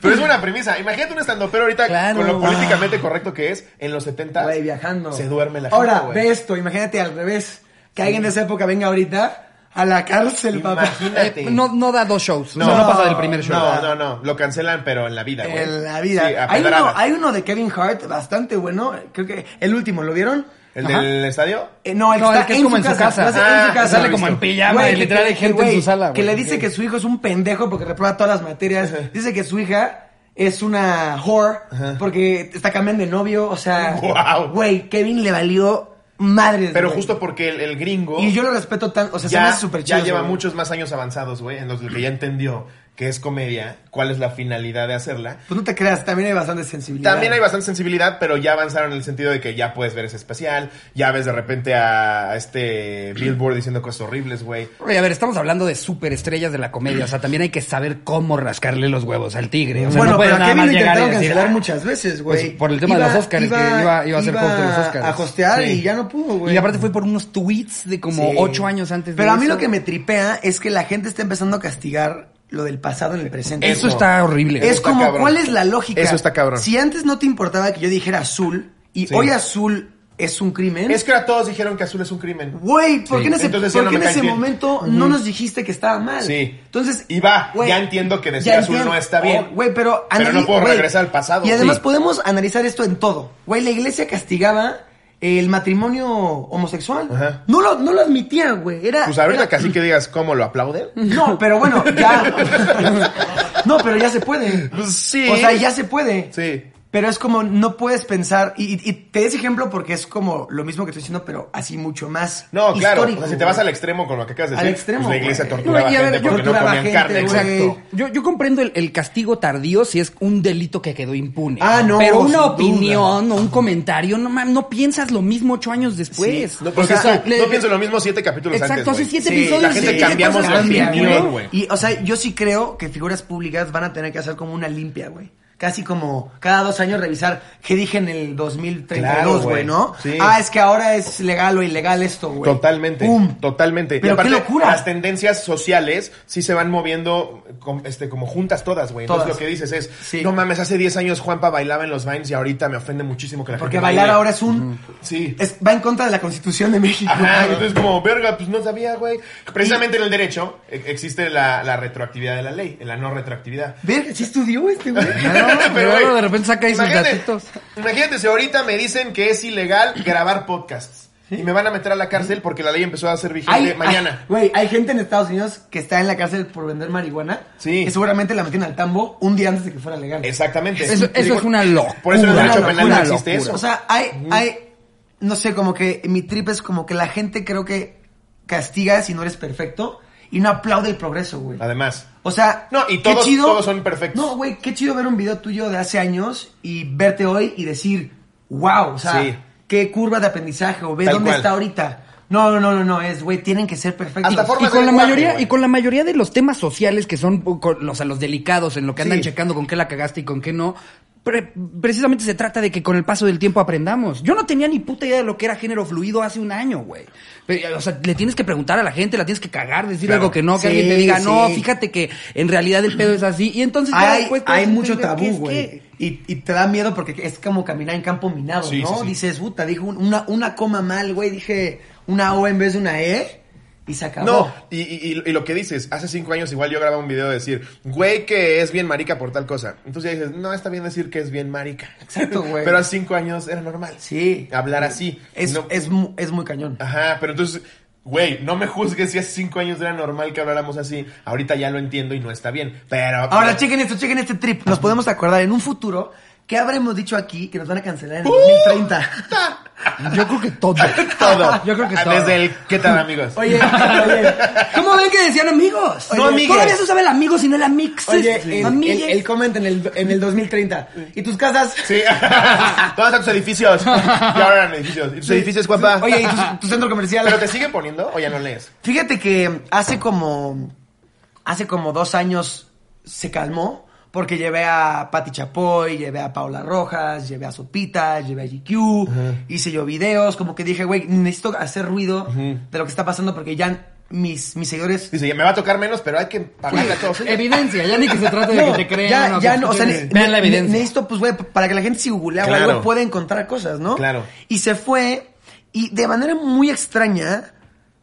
Speaker 2: Pero es buena premisa. Imagínate un estandopero ahorita
Speaker 1: Claro.
Speaker 2: con lo políticamente correcto que es. En los 70
Speaker 3: Güey, viajando.
Speaker 2: se duerme la
Speaker 3: Ahora,
Speaker 2: gente, güey.
Speaker 3: ve esto, imagínate al revés. Que alguien de esa época venga ahorita a la cárcel, papá.
Speaker 2: Imagínate.
Speaker 1: Eh, no, no da dos shows. No,
Speaker 2: No.
Speaker 1: no, pasa del primer show.
Speaker 2: No, no, no. Lo cancelan, pero en la vida, güey.
Speaker 3: En la vida.
Speaker 2: Sí, a
Speaker 3: hay, uno,
Speaker 2: pedradas.
Speaker 3: hay uno de Kevin Hart bastante bueno. Creo que el último, ¿lo vieron?
Speaker 2: ¿El
Speaker 1: Ajá.
Speaker 2: del estadio?
Speaker 3: Eh, no, el,
Speaker 1: No,
Speaker 3: que
Speaker 1: el
Speaker 3: está
Speaker 1: que es como en su casa.
Speaker 3: lo hace en
Speaker 2: Ah,
Speaker 3: su casa.
Speaker 2: sale como en
Speaker 1: pijama y
Speaker 3: que-
Speaker 1: literal hay
Speaker 3: que-
Speaker 1: gente en
Speaker 3: güey,
Speaker 1: su sala,
Speaker 3: Que
Speaker 1: güey.
Speaker 3: le dice que su hijo es un pendejo porque reprueba todas las materias. Dice que su hija es una whore porque está cambiando de novio. O sea,
Speaker 2: Guau.
Speaker 3: güey, Kevin le valió madres.
Speaker 2: Pero
Speaker 3: güey.
Speaker 2: justo porque el, el gringo.
Speaker 3: Y yo lo respeto tan, o sea, se me
Speaker 2: ya,
Speaker 3: hace súper
Speaker 2: ya
Speaker 3: chido.
Speaker 2: lleva
Speaker 3: güey.
Speaker 2: muchos más años avanzados, güey, en los que ya entendió que es comedia, cuál es la finalidad de hacerla.
Speaker 3: Pues no te creas, también hay bastante sensibilidad.
Speaker 2: También hay bastante sensibilidad, pero ya avanzaron en el sentido de que ya puedes ver ese especial, ya ves de repente a, a este Billboard diciendo cosas horribles, güey.
Speaker 1: Oye, a ver, estamos hablando de superestrellas de la comedia. O sea, también hay que saber cómo rascarle los huevos al tigre. O sea,
Speaker 3: bueno,
Speaker 1: no puedes
Speaker 3: pero a
Speaker 1: nada
Speaker 3: Kevin
Speaker 1: más
Speaker 3: lo
Speaker 1: llegar y
Speaker 3: intentaron
Speaker 1: decir,
Speaker 3: cancelar
Speaker 1: "Ah".
Speaker 3: muchas veces, güey.
Speaker 1: Pues, por el tema de los Óscares, que iba- iba a ser host de los Óscares.
Speaker 3: A hostear
Speaker 2: Sí.
Speaker 3: y ya no pudo, güey.
Speaker 1: Y aparte fue por unos tweets de como
Speaker 3: Sí.
Speaker 1: ocho años antes de
Speaker 3: Pero a mí
Speaker 1: eso.
Speaker 3: lo que me tripea es que la gente está empezando a castigar lo del pasado en el presente.
Speaker 1: Eso está horrible.
Speaker 3: Es
Speaker 2: está
Speaker 3: como,
Speaker 2: cabrón.
Speaker 3: ¿cuál es la lógica?
Speaker 2: Eso está cabrón.
Speaker 3: Si antes no te importaba que yo dijera azul y
Speaker 2: Sí.
Speaker 3: hoy azul es un crimen.
Speaker 2: Es que ahora todos dijeron que azul es un crimen.
Speaker 3: Güey, ¿por
Speaker 1: Sí.
Speaker 3: qué en ese,
Speaker 2: Entonces ya
Speaker 3: por
Speaker 2: no
Speaker 3: qué
Speaker 2: me
Speaker 3: en
Speaker 2: caes
Speaker 3: ese
Speaker 2: bien.
Speaker 3: momento no nos dijiste que estaba mal?
Speaker 2: Sí.
Speaker 3: Entonces.
Speaker 2: Y va,
Speaker 3: güey,
Speaker 2: ya entiendo que decir azul
Speaker 3: entiendo.
Speaker 2: no está bien.
Speaker 3: Oh, Güey, pero.
Speaker 2: Pero no
Speaker 3: anali-
Speaker 2: puedo
Speaker 3: güey,
Speaker 2: regresar al pasado.
Speaker 3: Y además
Speaker 2: Sí.
Speaker 3: podemos analizar esto en todo. Güey, la iglesia castigaba el matrimonio homosexual.
Speaker 2: Ajá.
Speaker 3: No lo, no lo admitía, güey. Era.
Speaker 2: Pues ahorita
Speaker 3: era-
Speaker 2: casi que digas cómo lo aplauden.
Speaker 3: [laughs] No, pero bueno,
Speaker 2: [laughs]
Speaker 3: ya. no, pero ya se puede.
Speaker 2: Pues sí.
Speaker 3: O sea, ya se puede.
Speaker 2: Sí.
Speaker 3: Pero es como, no puedes pensar, y, y- y te des ejemplo porque es como lo mismo que estoy diciendo, pero así mucho más
Speaker 2: No, claro. O
Speaker 3: histórico,
Speaker 2: sea, si te vas
Speaker 3: güey.
Speaker 2: al extremo con lo que acabas de
Speaker 3: Al
Speaker 2: decir,
Speaker 3: extremo,
Speaker 2: pues la iglesia
Speaker 3: güey.
Speaker 2: torturaba
Speaker 1: No, y a ver,
Speaker 2: gente
Speaker 1: yo
Speaker 2: porque no
Speaker 3: torturaba
Speaker 2: comían
Speaker 3: gente,
Speaker 2: carne.
Speaker 3: güey.
Speaker 2: Exacto.
Speaker 1: Yo, yo comprendo el, el castigo tardío si es un delito que quedó impune.
Speaker 3: Ah, no,
Speaker 1: Pero
Speaker 3: sin
Speaker 1: una
Speaker 3: duda.
Speaker 1: opinión o un comentario, no, mames, no piensas lo mismo ocho años después.
Speaker 2: No, porque
Speaker 1: O sea,
Speaker 2: esto-
Speaker 1: le-
Speaker 2: no pienso lo mismo siete capítulos
Speaker 1: Exacto,
Speaker 2: antes.
Speaker 1: hace
Speaker 2: güey.
Speaker 1: siete
Speaker 3: Este Sí,
Speaker 1: episodios.
Speaker 2: la gente
Speaker 1: de-
Speaker 2: cambiamos
Speaker 1: de
Speaker 2: de
Speaker 1: cosas cambian,
Speaker 2: opinión,
Speaker 1: ¿no?
Speaker 2: güey.
Speaker 3: Y, o sea, yo sí creo que figuras públicas van a tener que hacer como una limpia, güey. Casi como cada dos años revisar qué dije en el 2032,
Speaker 2: Claro,
Speaker 3: güey,
Speaker 2: güey.
Speaker 3: ¿no?
Speaker 2: Sí.
Speaker 3: Ah, es que ahora es legal o ilegal esto, güey.
Speaker 2: Totalmente,
Speaker 3: ¡Pum!
Speaker 2: totalmente. y
Speaker 3: Pero
Speaker 2: aparte,
Speaker 3: qué locura.
Speaker 2: las tendencias sociales sí se van moviendo com- este, como juntas todas, güey. Entonces
Speaker 3: Todas.
Speaker 2: lo que dices es,
Speaker 3: Sí.
Speaker 2: no mames, hace 10 años Juanpa bailaba en los Vines y ahorita me ofende muchísimo que la
Speaker 3: Porque
Speaker 2: gente
Speaker 3: bailar
Speaker 2: baile".
Speaker 3: ahora es un...
Speaker 2: Sí.
Speaker 3: es- va en contra de la Constitución de México.
Speaker 2: Ajá,
Speaker 3: güey.
Speaker 2: entonces como, verga, pues no sabía, güey. Precisamente en el derecho e- existe la, la retroactividad de la ley, en la no retroactividad.
Speaker 3: Verga, sí estudió
Speaker 2: [laughs]
Speaker 3: este, güey.
Speaker 1: pero
Speaker 2: güey,
Speaker 1: de repente saca ahí sus
Speaker 2: imagínate-
Speaker 1: gatitos.
Speaker 2: Imagínate si ahorita me dicen que es ilegal grabar podcasts. Y me van a meter a la cárcel porque la ley empezó a ser vigente [laughs]
Speaker 3: Hay- hay-
Speaker 2: mañana.
Speaker 3: Güey, hay gente en Estados Unidos que está en la cárcel por vender marihuana.
Speaker 2: Sí.
Speaker 3: Que seguramente la metieron al tambo un día antes de que fuera legal.
Speaker 2: Exactamente.
Speaker 1: Eso, eso
Speaker 2: Digo,
Speaker 1: es una locura.
Speaker 2: Por eso en el
Speaker 3: Una
Speaker 2: derecho
Speaker 3: locura,
Speaker 2: penal no
Speaker 1: una
Speaker 2: existe
Speaker 1: locura.
Speaker 2: eso.
Speaker 3: O sea, hay, hay, no sé, como que mi trip es como que la gente creo que castiga si no eres perfecto y no aplaude el progreso, güey.
Speaker 2: Además.
Speaker 3: O sea,
Speaker 2: No, y
Speaker 3: qué
Speaker 2: todos- todos son perfectos.
Speaker 3: No, güey, qué chido ver un video tuyo de hace años y verte hoy y decir, wow, o sea,
Speaker 2: Sí.
Speaker 3: qué curva de aprendizaje o ve
Speaker 2: Tal
Speaker 3: dónde
Speaker 2: cual.
Speaker 3: está ahorita. No, no, no, no, no, es, güey, tienen que ser perfectos.
Speaker 2: Hasta forma-
Speaker 1: y
Speaker 2: formas
Speaker 1: con
Speaker 2: de
Speaker 1: la
Speaker 2: lenguaje,
Speaker 1: mayoría
Speaker 2: güey.
Speaker 1: y con la mayoría de los temas sociales que son con- o sea, los delicados en lo que andan
Speaker 2: Sí.
Speaker 1: checando con qué la cagaste y con qué no pre- precisamente se trata de que con el paso del tiempo aprendamos. Yo no tenía ni puta idea de lo que era género fluido hace un año, güey. Pero, O sea, le tienes que preguntar a la gente, la tienes que cagar, decir
Speaker 2: Claro.
Speaker 1: algo que no, que
Speaker 3: Sí,
Speaker 1: alguien te diga, no,
Speaker 3: sí.
Speaker 1: fíjate que en realidad el pedo es así. Y entonces ya
Speaker 3: hay,
Speaker 1: después puedes
Speaker 3: hay mucho
Speaker 1: entender qué
Speaker 3: tabú,
Speaker 1: es qué.
Speaker 3: güey. Y, y te da miedo porque es como caminar en campo minado,
Speaker 2: Sí,
Speaker 3: ¿no?
Speaker 2: sí, sí.
Speaker 3: Dices, puta, dijo un- una, una coma mal, güey. Dije una O en vez de una E y se acabó.
Speaker 2: No, y, y- y lo que dices, hace cinco años igual yo grababa un video de decir, güey, que es bien marica por tal cosa. Entonces ya dices, no, está bien decir que es bien marica.
Speaker 3: Exacto, güey.
Speaker 2: Pero hace cinco años era normal.
Speaker 3: Sí.
Speaker 2: Hablar así.
Speaker 3: Es,
Speaker 2: No-
Speaker 3: es, mu- es muy cañón.
Speaker 2: Ajá, pero entonces, güey, no me juzgues si hace cinco años era normal que habláramos así. Ahorita ya lo entiendo y no está bien. Pero.
Speaker 3: Ahora, chequen esto, chequen este trip. Nos podemos acordar en un futuro que habremos dicho aquí que nos van a cancelar en el
Speaker 2: ¡Puta!
Speaker 3: 2030.
Speaker 1: Yo creo que todo.
Speaker 2: [laughs]
Speaker 3: [laughs]
Speaker 2: Todo.
Speaker 1: Yo creo que
Speaker 2: Ah,
Speaker 1: todo.
Speaker 2: Desde el ¿qué tal, amigos?
Speaker 3: Oye, oye,
Speaker 1: ¿Cómo ven que decían amigos?
Speaker 2: No, amigues.
Speaker 1: Todavía se usaba el amigo, si no el amix.
Speaker 3: oye,
Speaker 1: Sí.
Speaker 3: el,
Speaker 1: Amigues.
Speaker 3: el, el comment en el, en el 2030. ¿Y tus casas?
Speaker 2: Sí. [laughs] Todos a tus edificios.
Speaker 3: [laughs]
Speaker 2: Y ahora eran edificios. ¿Y tus edificios, guapa?
Speaker 3: Oye, ¿y tu, tu centro comercial?
Speaker 2: ¿Pero te siguen poniendo o ya no lees?
Speaker 3: Fíjate que hace como. Hace como dos años se calmó. Porque llevé a Pati Chapoy, llevé a Paula Rojas, llevé a Sopita, llevé a GQ, hice yo videos, como que dije, güey, necesito hacer ruido de lo que está pasando porque ya mis, mis seguidores
Speaker 2: Dice, me va a tocar menos, pero hay que pagarle
Speaker 3: Pues,
Speaker 2: a todos. ellos.
Speaker 1: Evidencia, ya ni que se trate de
Speaker 3: No,
Speaker 1: que te crean.
Speaker 3: Ya,
Speaker 1: o pues,
Speaker 3: ya
Speaker 1: que
Speaker 3: no, o sea,
Speaker 1: escuchen.
Speaker 3: ne-
Speaker 1: vean la
Speaker 3: ne-
Speaker 1: evidencia.
Speaker 3: Necesito, pues, güey, para que la gente si googlea o
Speaker 2: Claro.
Speaker 3: algo pueda encontrar cosas, ¿no?
Speaker 2: Claro.
Speaker 3: Y se fue, y de manera muy extraña,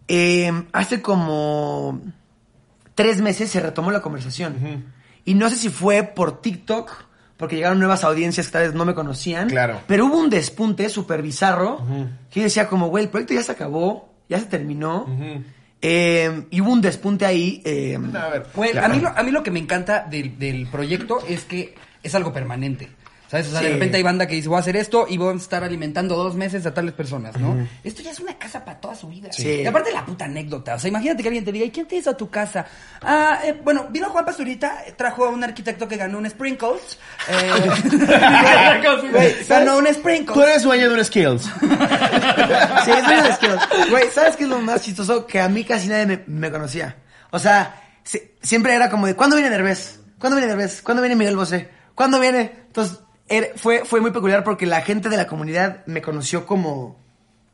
Speaker 3: eh, hace como tres meses se retomó la conversación. Y no sé si fue por TikTok, porque llegaron nuevas audiencias que tal vez no me conocían.
Speaker 2: Claro.
Speaker 3: Pero hubo un despunte súper bizarro, que yo decía como, güey, el proyecto ya se acabó, ya se terminó. Eh, y hubo un despunte ahí. eh,
Speaker 2: A ver.
Speaker 1: Güey,
Speaker 2: Ya.
Speaker 1: pues, a, mí lo, a mí lo que me encanta del, del proyecto es que es algo permanente. ¿Sabes? O sea,
Speaker 3: Sí.
Speaker 1: de repente hay banda que dice, voy a hacer esto y voy a estar alimentando dos meses a tales personas, ¿no? Esto ya es una casa para toda su vida.
Speaker 3: Sí.
Speaker 1: Y aparte la puta anécdota. O sea, imagínate que alguien te diga, ¿y quién te hizo tu casa? Ah, eh, bueno, vino Juan Pazurita, eh, trajo a un arquitecto que ganó un Sprinkles. [laughs] Eh,
Speaker 3: Güey, ¿sabes?
Speaker 1: ganó un
Speaker 2: Tú
Speaker 1: Sprinkles.
Speaker 2: eres dueño de un skills.
Speaker 3: Sí, es muy desquero. Güey, ¿sabes qué es lo más chistoso? Que a mí casi nadie me, me conocía. O sea, si- siempre era como de, ¿cuándo viene Nervés? ¿Cuándo viene Nervés? ¿Cuándo viene Miguel Bosé? ¿Cuándo viene? Entonces, era- fue, fue muy peculiar porque la gente de la comunidad me conoció como...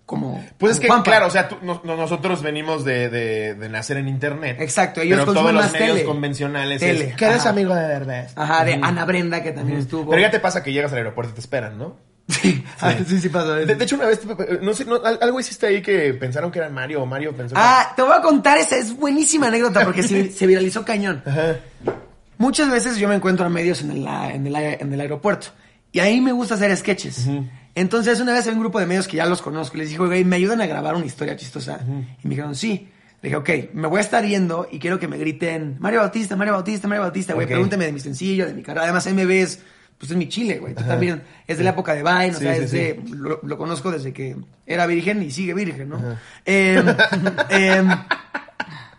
Speaker 3: como
Speaker 2: Pues es
Speaker 3: como
Speaker 2: que,
Speaker 3: Juanpa.
Speaker 2: claro, o sea, tú- no- no- nosotros venimos de, de- de nacer en internet.
Speaker 3: Exacto, ellos
Speaker 2: pero todos
Speaker 3: consumen
Speaker 2: los
Speaker 3: más
Speaker 2: medios
Speaker 3: tele.
Speaker 2: convencionales
Speaker 3: Tele.
Speaker 2: es, que eres
Speaker 3: Ajá.
Speaker 2: amigo de verdad.
Speaker 3: Ajá, de Ana Brenda, que también estuvo.
Speaker 2: Pero ya te pasa que llegas al aeropuerto y te esperan, ¿no?
Speaker 3: [laughs] Sí, ah, sí, sí, pasó.
Speaker 2: De, de hecho, una vez, eh, no sé, no, al- algo hiciste ahí que pensaron que era Mario o Mario pensó que-
Speaker 3: Ah, te voy a contar esa, es buenísima anécdota porque
Speaker 2: [laughs]
Speaker 3: se, se viralizó cañón.
Speaker 2: Ajá.
Speaker 3: Muchas veces yo me encuentro a medios en el, a- en el a- en el aeropuerto y ahí me gusta hacer sketches. Entonces, una vez había un grupo de medios que ya los conozco y les dije, güey, ¿me ayudan a grabar una historia chistosa? Y me dijeron, sí. Le dije, ok, me voy a estar yendo y quiero que me griten Mario Bautista, Mario Bautista, Mario Bautista, güey,
Speaker 2: Ok.
Speaker 3: pregúntame de mi sencillo, de mi carrera. Además, MB es, pues es mi chile, güey. Tú también es de la época de Vine, o
Speaker 2: Sí,
Speaker 3: sea,
Speaker 2: sí,
Speaker 3: es
Speaker 2: sí.
Speaker 3: de- lo, lo conozco desde que era virgen y sigue virgen, ¿no? Em,
Speaker 2: [laughs]
Speaker 3: em,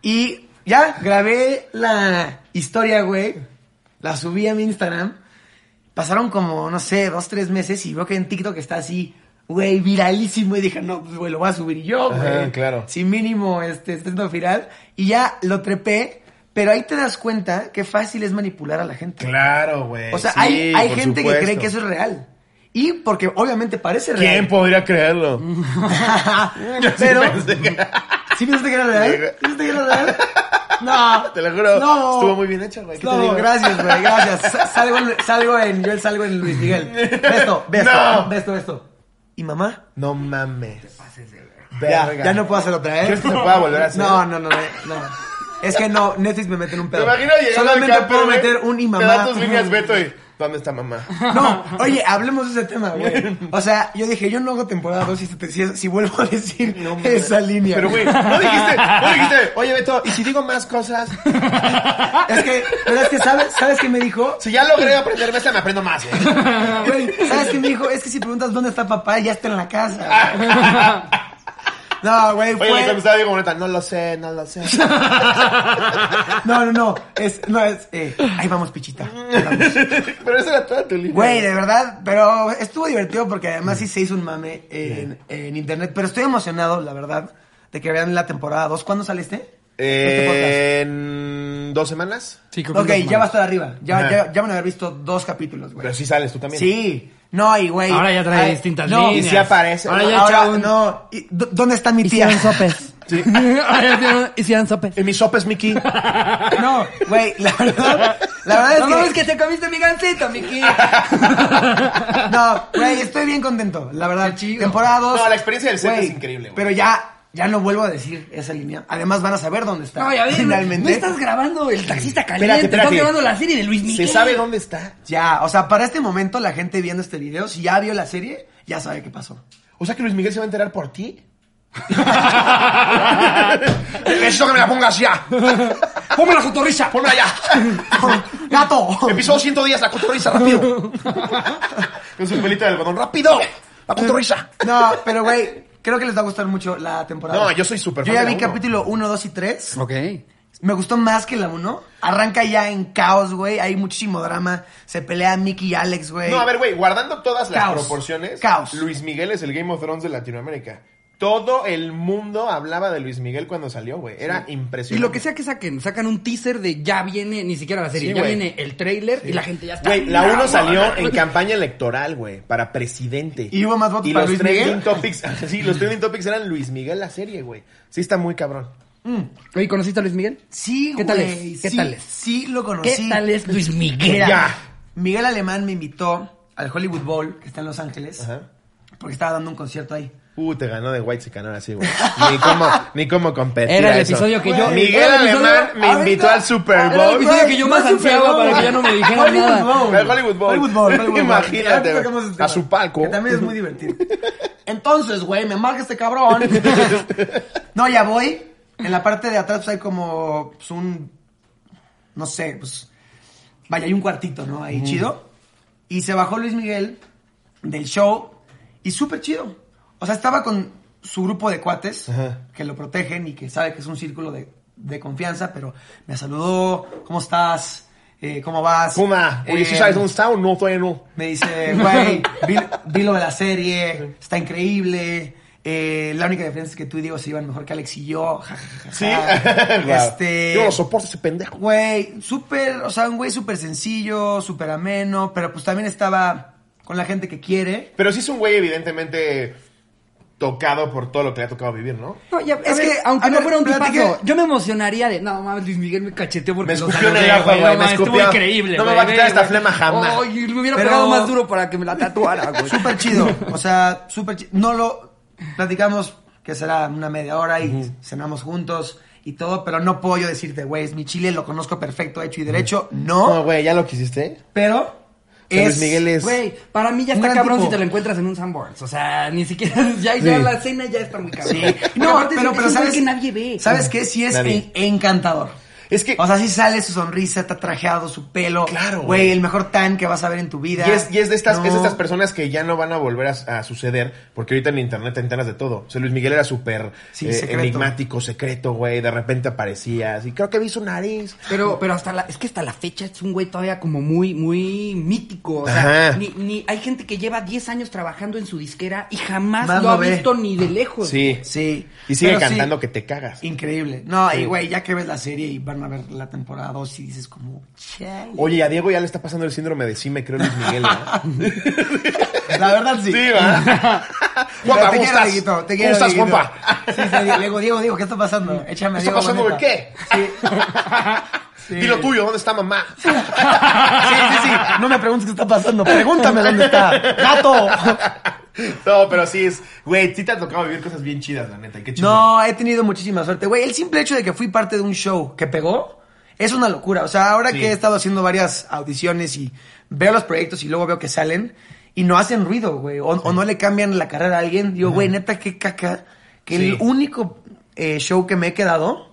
Speaker 3: y ya grabé la historia, güey. La subí a mi Instagram. Pasaron como, no sé, dos, tres meses y veo que en TikTok está así, güey, viralísimo. Y dije, no, pues, güey, lo voy a subir yo,
Speaker 2: Ajá,
Speaker 3: güey.
Speaker 2: claro.
Speaker 3: Si mínimo, este, está siendo viral. Y ya lo trepé. Pero ahí te das cuenta que fácil es manipular a la gente.
Speaker 2: Claro, güey.
Speaker 3: O sea,
Speaker 2: Eh, Sí,
Speaker 3: hay, hay
Speaker 2: por
Speaker 3: gente que
Speaker 2: supuesto.
Speaker 3: cree que eso es real. Y porque obviamente parece real.
Speaker 2: ¿Quién podría creerlo? [laughs]
Speaker 3: Pero,
Speaker 2: Sí, pensé que-
Speaker 3: ¿sí pensaste que era real? ¿Sí pensaste que
Speaker 2: [laughs]
Speaker 3: era real? No.
Speaker 2: Te lo juro.
Speaker 3: No.
Speaker 2: Estuvo muy bien hecho, güey. ¿Qué te
Speaker 3: No,
Speaker 2: digo?
Speaker 3: gracias, güey, gracias. Sa- Salgo, en- salgo en, yo salgo en Luis Miguel. Besto, besto,
Speaker 2: [laughs] No.
Speaker 3: besto, besto. ¿Y mamá?
Speaker 2: No mames.
Speaker 3: Ya,
Speaker 2: Verga.
Speaker 3: ya no puedo hacer otra vez.
Speaker 2: ¿Crees que se pueda volver a hacer?
Speaker 3: No, no, no, no. no. Es que no, Netflix me mete en un
Speaker 2: Te
Speaker 3: pedo.
Speaker 2: imagino llegando
Speaker 3: Solamente
Speaker 2: al camper,
Speaker 3: puedo
Speaker 2: güey,
Speaker 3: meter un y mamá.
Speaker 2: Te da tus líneas, Beto, y... ¿Dónde está
Speaker 3: [laughs]
Speaker 2: mamá? [laughs]
Speaker 3: No, oye, hablemos de ese tema, güey. O sea, yo dije, yo no hago temporada 2 si, te- si- si vuelvo a decir esa línea.
Speaker 2: Pero, güey, no dijiste, no dijiste. Oye, Beto, ¿y si digo más cosas?
Speaker 3: [laughs] Es que, pero es que, ¿sabes, ¿sabes qué
Speaker 2: [laughs]
Speaker 3: me dijo?
Speaker 2: Si ya logré aprenderme esta, me aprendo más, güey.
Speaker 3: Güey, ¿sabes qué me dijo? Es que si preguntas dónde está papá, ya está en la casa.
Speaker 2: [laughs]
Speaker 3: güey. No, [laughs]
Speaker 2: Oye,
Speaker 3: güey,
Speaker 2: le
Speaker 3: fue...
Speaker 2: contestaba Diego Boneta, no lo sé, no lo
Speaker 3: [laughs]
Speaker 2: sé.
Speaker 3: No, no, no. Es, no, es... eh, ahí vamos, pichita. ahí vamos.
Speaker 2: Pero esa era toda tu línea.
Speaker 3: Güey, de verdad, pero estuvo divertido porque además sí se hizo un mame en, en internet. Pero estoy emocionado, la verdad, de que vean la temporada 2. ¿Cuándo sale este? Este podcast.
Speaker 2: Eh, en dos semanas.
Speaker 1: Sí, creo que
Speaker 3: Ok,
Speaker 1: es normal.
Speaker 3: ya va a estar arriba. Ya,
Speaker 2: Ajá.
Speaker 3: ya, ya van a haber visto dos capítulos, güey.
Speaker 2: Pero sí sales tú también.
Speaker 3: Sí. No, y güey.
Speaker 1: Ahora ya trae
Speaker 3: ay,
Speaker 1: distintas
Speaker 3: no,
Speaker 1: líneas.
Speaker 2: y si aparece.
Speaker 1: Ahora ya
Speaker 3: Ahora,
Speaker 1: echa un...
Speaker 3: no. y- ¿dó- ¿Dónde está mi tía?
Speaker 1: Hicieron sopes. [laughs]
Speaker 2: Sí.
Speaker 1: Ahora ya hicieron- Hicieron sopes.
Speaker 2: En mis sopes,
Speaker 3: [laughs]
Speaker 2: Mickey.
Speaker 3: [laughs] No, güey, la verdad, la verdad es
Speaker 1: no
Speaker 3: que...
Speaker 1: mames que te comiste mi gancito, Miki.
Speaker 3: [laughs] No, güey, estoy bien contento, la verdad. Temporada 2.
Speaker 2: No, la experiencia del set es increíble, güey.
Speaker 3: Pero ya, ya no vuelvo a decir esa línea. Además van a saber dónde está.
Speaker 1: No, ya ves,
Speaker 3: Finalmente.
Speaker 1: no estás grabando el taxista caliente,
Speaker 2: Espérate, espérate.
Speaker 1: estás grabando la serie de Luis
Speaker 2: Se
Speaker 1: Miguel.
Speaker 2: sabe dónde está.
Speaker 3: Ya, o sea, para este momento la gente viendo este video, si ya vio la serie, ya sabe
Speaker 2: [laughs]
Speaker 3: qué pasó.
Speaker 2: O sea que Luis Miguel se va a enterar por ti. [laughs] Necesito que me la pongas ya.
Speaker 1: ¡Ponme la cotorrilla!
Speaker 2: Ponme allá.
Speaker 3: ¡Gato!
Speaker 2: Episodio 110, la cotorriza, rápido. Con su pelita del algodón, rápido. ¡La puta risa!
Speaker 3: No, pero güey, creo que les va a gustar mucho la temporada.
Speaker 2: No, yo soy súper
Speaker 3: Yo
Speaker 2: fan
Speaker 3: ya
Speaker 2: de la
Speaker 3: vi
Speaker 2: uno.
Speaker 3: capítulo 1, 2 y 3.
Speaker 1: Ok.
Speaker 3: Me gustó más que la 1. Arranca ya en caos, güey. Hay muchísimo drama. Se pelea Mickey y Alex, güey.
Speaker 2: No, a ver, güey, guardando todas las
Speaker 3: Caos.
Speaker 2: proporciones,
Speaker 3: Caos.
Speaker 2: Luis Miguel es el Game of Thrones de Latinoamérica. Todo el mundo hablaba de Luis Miguel cuando salió, güey. Era
Speaker 1: Y
Speaker 2: impresionante.
Speaker 1: lo que sea que saquen, sacan un teaser de ya viene ni siquiera la serie,
Speaker 2: Sí,
Speaker 1: ya
Speaker 2: güey.
Speaker 1: viene el trailer y la gente ya está.
Speaker 2: Güey, la 1
Speaker 1: uno
Speaker 2: salió en campaña electoral, güey, para presidente.
Speaker 3: ¿Y hubo más votos
Speaker 2: Y
Speaker 3: para
Speaker 2: los
Speaker 3: Luis
Speaker 2: trending
Speaker 3: Miguel? [laughs]
Speaker 2: topics, sí, los trending topics eran Luis Miguel la serie, güey. Sí está muy cabrón.
Speaker 3: Mm.
Speaker 1: Oye, ¿conociste a Luis Miguel?
Speaker 3: Sí,
Speaker 1: ¿Qué
Speaker 3: güey.
Speaker 1: tal es? ¿Qué
Speaker 3: sí,
Speaker 1: tal es?
Speaker 3: Sí, lo
Speaker 1: ¿Qué
Speaker 3: conocí.
Speaker 1: tal es Luis Miguel?
Speaker 3: Mira,
Speaker 2: Ya.
Speaker 3: Miguel Alemán me invitó al Hollywood Bowl, que está en Los Ángeles,
Speaker 2: Ajá.
Speaker 3: porque estaba dando un concierto ahí.
Speaker 2: Uh, te ganó de White Chican ahora sí, güey. Ni cómo, ni cómo competir.
Speaker 1: Era
Speaker 2: a
Speaker 1: el
Speaker 2: eso.
Speaker 1: episodio que yo-
Speaker 2: Miguel
Speaker 1: era el episodio-
Speaker 2: Alemán me
Speaker 3: ahorita-
Speaker 2: invitó al Super
Speaker 3: era
Speaker 1: Era el
Speaker 2: Bowl.
Speaker 1: episodio que yo más ansiaba para que ya no me dijeran
Speaker 3: Hollywood
Speaker 1: nada.
Speaker 3: Bowl.
Speaker 2: Al Hollywood Bowl.
Speaker 3: Hollywood Bowl. Hollywood Bowl.
Speaker 2: Imagínate,
Speaker 3: Ya ahorita tocamos
Speaker 2: güey.
Speaker 3: ese
Speaker 2: A
Speaker 3: tema,
Speaker 2: su palco.
Speaker 3: Que también es muy divertido. Entonces, güey, me marca
Speaker 2: [laughs]
Speaker 3: este cabrón. no, ya voy. En la parte de atrás pues, hay como pues, un... No sé, pues... Vaya, hay un cuartito, ¿no? Ahí chido. Y se bajó Luis Miguel del show y súper chido. O sea, estaba con su grupo de cuates
Speaker 2: Ajá.
Speaker 3: que lo protegen y que sabe que es un círculo de, de confianza, pero me saludó, ¿cómo estás? Eh, ¿Cómo vas?
Speaker 2: Puma, oye, ¿sí
Speaker 3: Eh,
Speaker 2: sabes dónde está o no? Todavía no.
Speaker 3: Me dice,
Speaker 2: [laughs]
Speaker 3: güey, vi, vi lo de la serie, está increíble. eh, la única diferencia es que tú y Diego se iban mejor que Alex y yo. ja, ja, ja,
Speaker 2: Sí.
Speaker 3: ja.
Speaker 1: Ah,
Speaker 2: [laughs] Wow.
Speaker 3: Este,
Speaker 2: Yo no soporto ese pendejo.
Speaker 3: Güey, súper, o sea, un güey súper sencillo, súper ameno, pero pues también estaba con la gente que quiere.
Speaker 2: Pero sí es un güey evidentemente tocado por todo lo que le ha tocado vivir, ¿no?
Speaker 1: No, ya,
Speaker 3: A
Speaker 1: es
Speaker 3: ver,
Speaker 1: que aunque
Speaker 3: a
Speaker 1: no
Speaker 3: ver,
Speaker 1: fuera un
Speaker 3: platiqué.
Speaker 1: tipazo, yo me emocionaría de, no mames, Luis Miguel me cacheteó porque
Speaker 2: Me
Speaker 1: lo
Speaker 2: escupió en
Speaker 1: saludé,
Speaker 2: el ojo, güey, me
Speaker 1: mames,
Speaker 2: escupió.
Speaker 1: Estuvo increíble,
Speaker 2: No me
Speaker 1: güey,
Speaker 2: va a quitar
Speaker 1: ve,
Speaker 2: esta
Speaker 1: güey.
Speaker 2: flema jamás.
Speaker 1: Oye, me hubiera
Speaker 3: Pero-
Speaker 1: pegado más duro para que me la tatuara, güey.
Speaker 3: Súper chido, o sea, súper chido. No lo platicamos que será una media hora y cenamos juntos y todo, pero no puedo yo decirte, güey, es mi chile, lo conozco perfecto, hecho y derecho.
Speaker 2: No,
Speaker 3: No,
Speaker 2: güey, ya lo quisiste.
Speaker 3: pero
Speaker 2: Pero
Speaker 3: es...
Speaker 2: Luis Miguel es-
Speaker 1: Güey, para mí ya
Speaker 3: Un
Speaker 1: está
Speaker 3: gran
Speaker 1: cabrón
Speaker 3: tipo.
Speaker 1: si te lo encuentras en un Sanborns. O sea, ni siquiera. [laughs] Ya, ya
Speaker 2: Sí.
Speaker 1: la cena ya está muy cabrón.
Speaker 2: [laughs]
Speaker 3: Sí.
Speaker 1: No,
Speaker 3: No,
Speaker 1: aparte
Speaker 3: pero,
Speaker 1: es, es un
Speaker 3: pero
Speaker 1: güey
Speaker 3: sabes
Speaker 1: que nadie ve.
Speaker 3: ¿Sabes qué? Sí es
Speaker 2: Nadie.
Speaker 3: en- encantador.
Speaker 2: Es que.
Speaker 3: O sea, sí sale su sonrisa, está trajeado, su pelo.
Speaker 2: Claro, güey.
Speaker 3: Güey, el mejor tan que vas a ver en tu vida.
Speaker 2: y es, y es de estas,
Speaker 3: No.
Speaker 2: es de estas personas que ya no van a volver a, a suceder, porque ahorita en internet te enteras de todo. O sea, Luis Miguel era súper
Speaker 3: Sí,
Speaker 2: eh,
Speaker 3: secreto.
Speaker 2: enigmático, secreto, güey. De repente aparecías y creo que vi su nariz.
Speaker 1: Pero, pero hasta la, es que hasta la fecha es un güey todavía como muy, muy mítico. O sea,
Speaker 2: Ajá.
Speaker 1: ni, ni, hay gente que lleva 10 años trabajando en su disquera y jamás
Speaker 3: Más
Speaker 1: lo
Speaker 3: lo
Speaker 1: ha
Speaker 3: ve.
Speaker 1: visto ni de lejos.
Speaker 2: Sí.
Speaker 3: Pues, Sí.
Speaker 2: Y sigue
Speaker 3: Pero sí,
Speaker 2: cantando que te cagas.
Speaker 3: Increíble. No, y güey, ya que ves la serie y van a ver la temporada 2 y dices como... "Chale".
Speaker 2: Oye, y a Diego ya le está pasando el síndrome de sí me creo Luis Miguel, ¿verdad? [laughs]
Speaker 3: La verdad [laughs] sí.
Speaker 2: Sí, [laughs] va.
Speaker 3: [laughs] Pero
Speaker 2: Guapa,
Speaker 3: te
Speaker 2: ¿cómo
Speaker 3: quiero,
Speaker 2: estás?
Speaker 3: Dieguito, te
Speaker 2: ¿Cómo
Speaker 3: quiero,
Speaker 2: estás,
Speaker 3: Dieguito.
Speaker 2: guapa?
Speaker 3: Sí, sí, Diego, Diego, Diego, Diego, ¿qué está pasando? Échame,
Speaker 2: ¿Está
Speaker 3: Diego,
Speaker 2: pasando
Speaker 3: bonita.
Speaker 2: por qué?
Speaker 3: [laughs] Sí. [laughs]
Speaker 2: [laughs]
Speaker 3: Sí.
Speaker 2: Dilo tuyo, ¿dónde está mamá? [laughs]
Speaker 3: Sí, sí, sí. No me preguntes qué está pasando. Pregúntame dónde está. ¡Gato!
Speaker 2: No, pero sí es, güey, sí te ha tocado vivir cosas bien chidas, la neta, y qué chido.
Speaker 3: No, he tenido muchísima suerte. Güey, el simple hecho de que fui parte de un show que pegó es una locura. O sea, ahora
Speaker 2: Sí.
Speaker 3: que he estado haciendo varias audiciones y veo los proyectos y luego veo que salen y no hacen ruido, güey. O, o no le cambian la carrera a alguien. Digo, güey, neta, qué caca. Que
Speaker 2: Sí.
Speaker 3: el único eh, show que me he quedado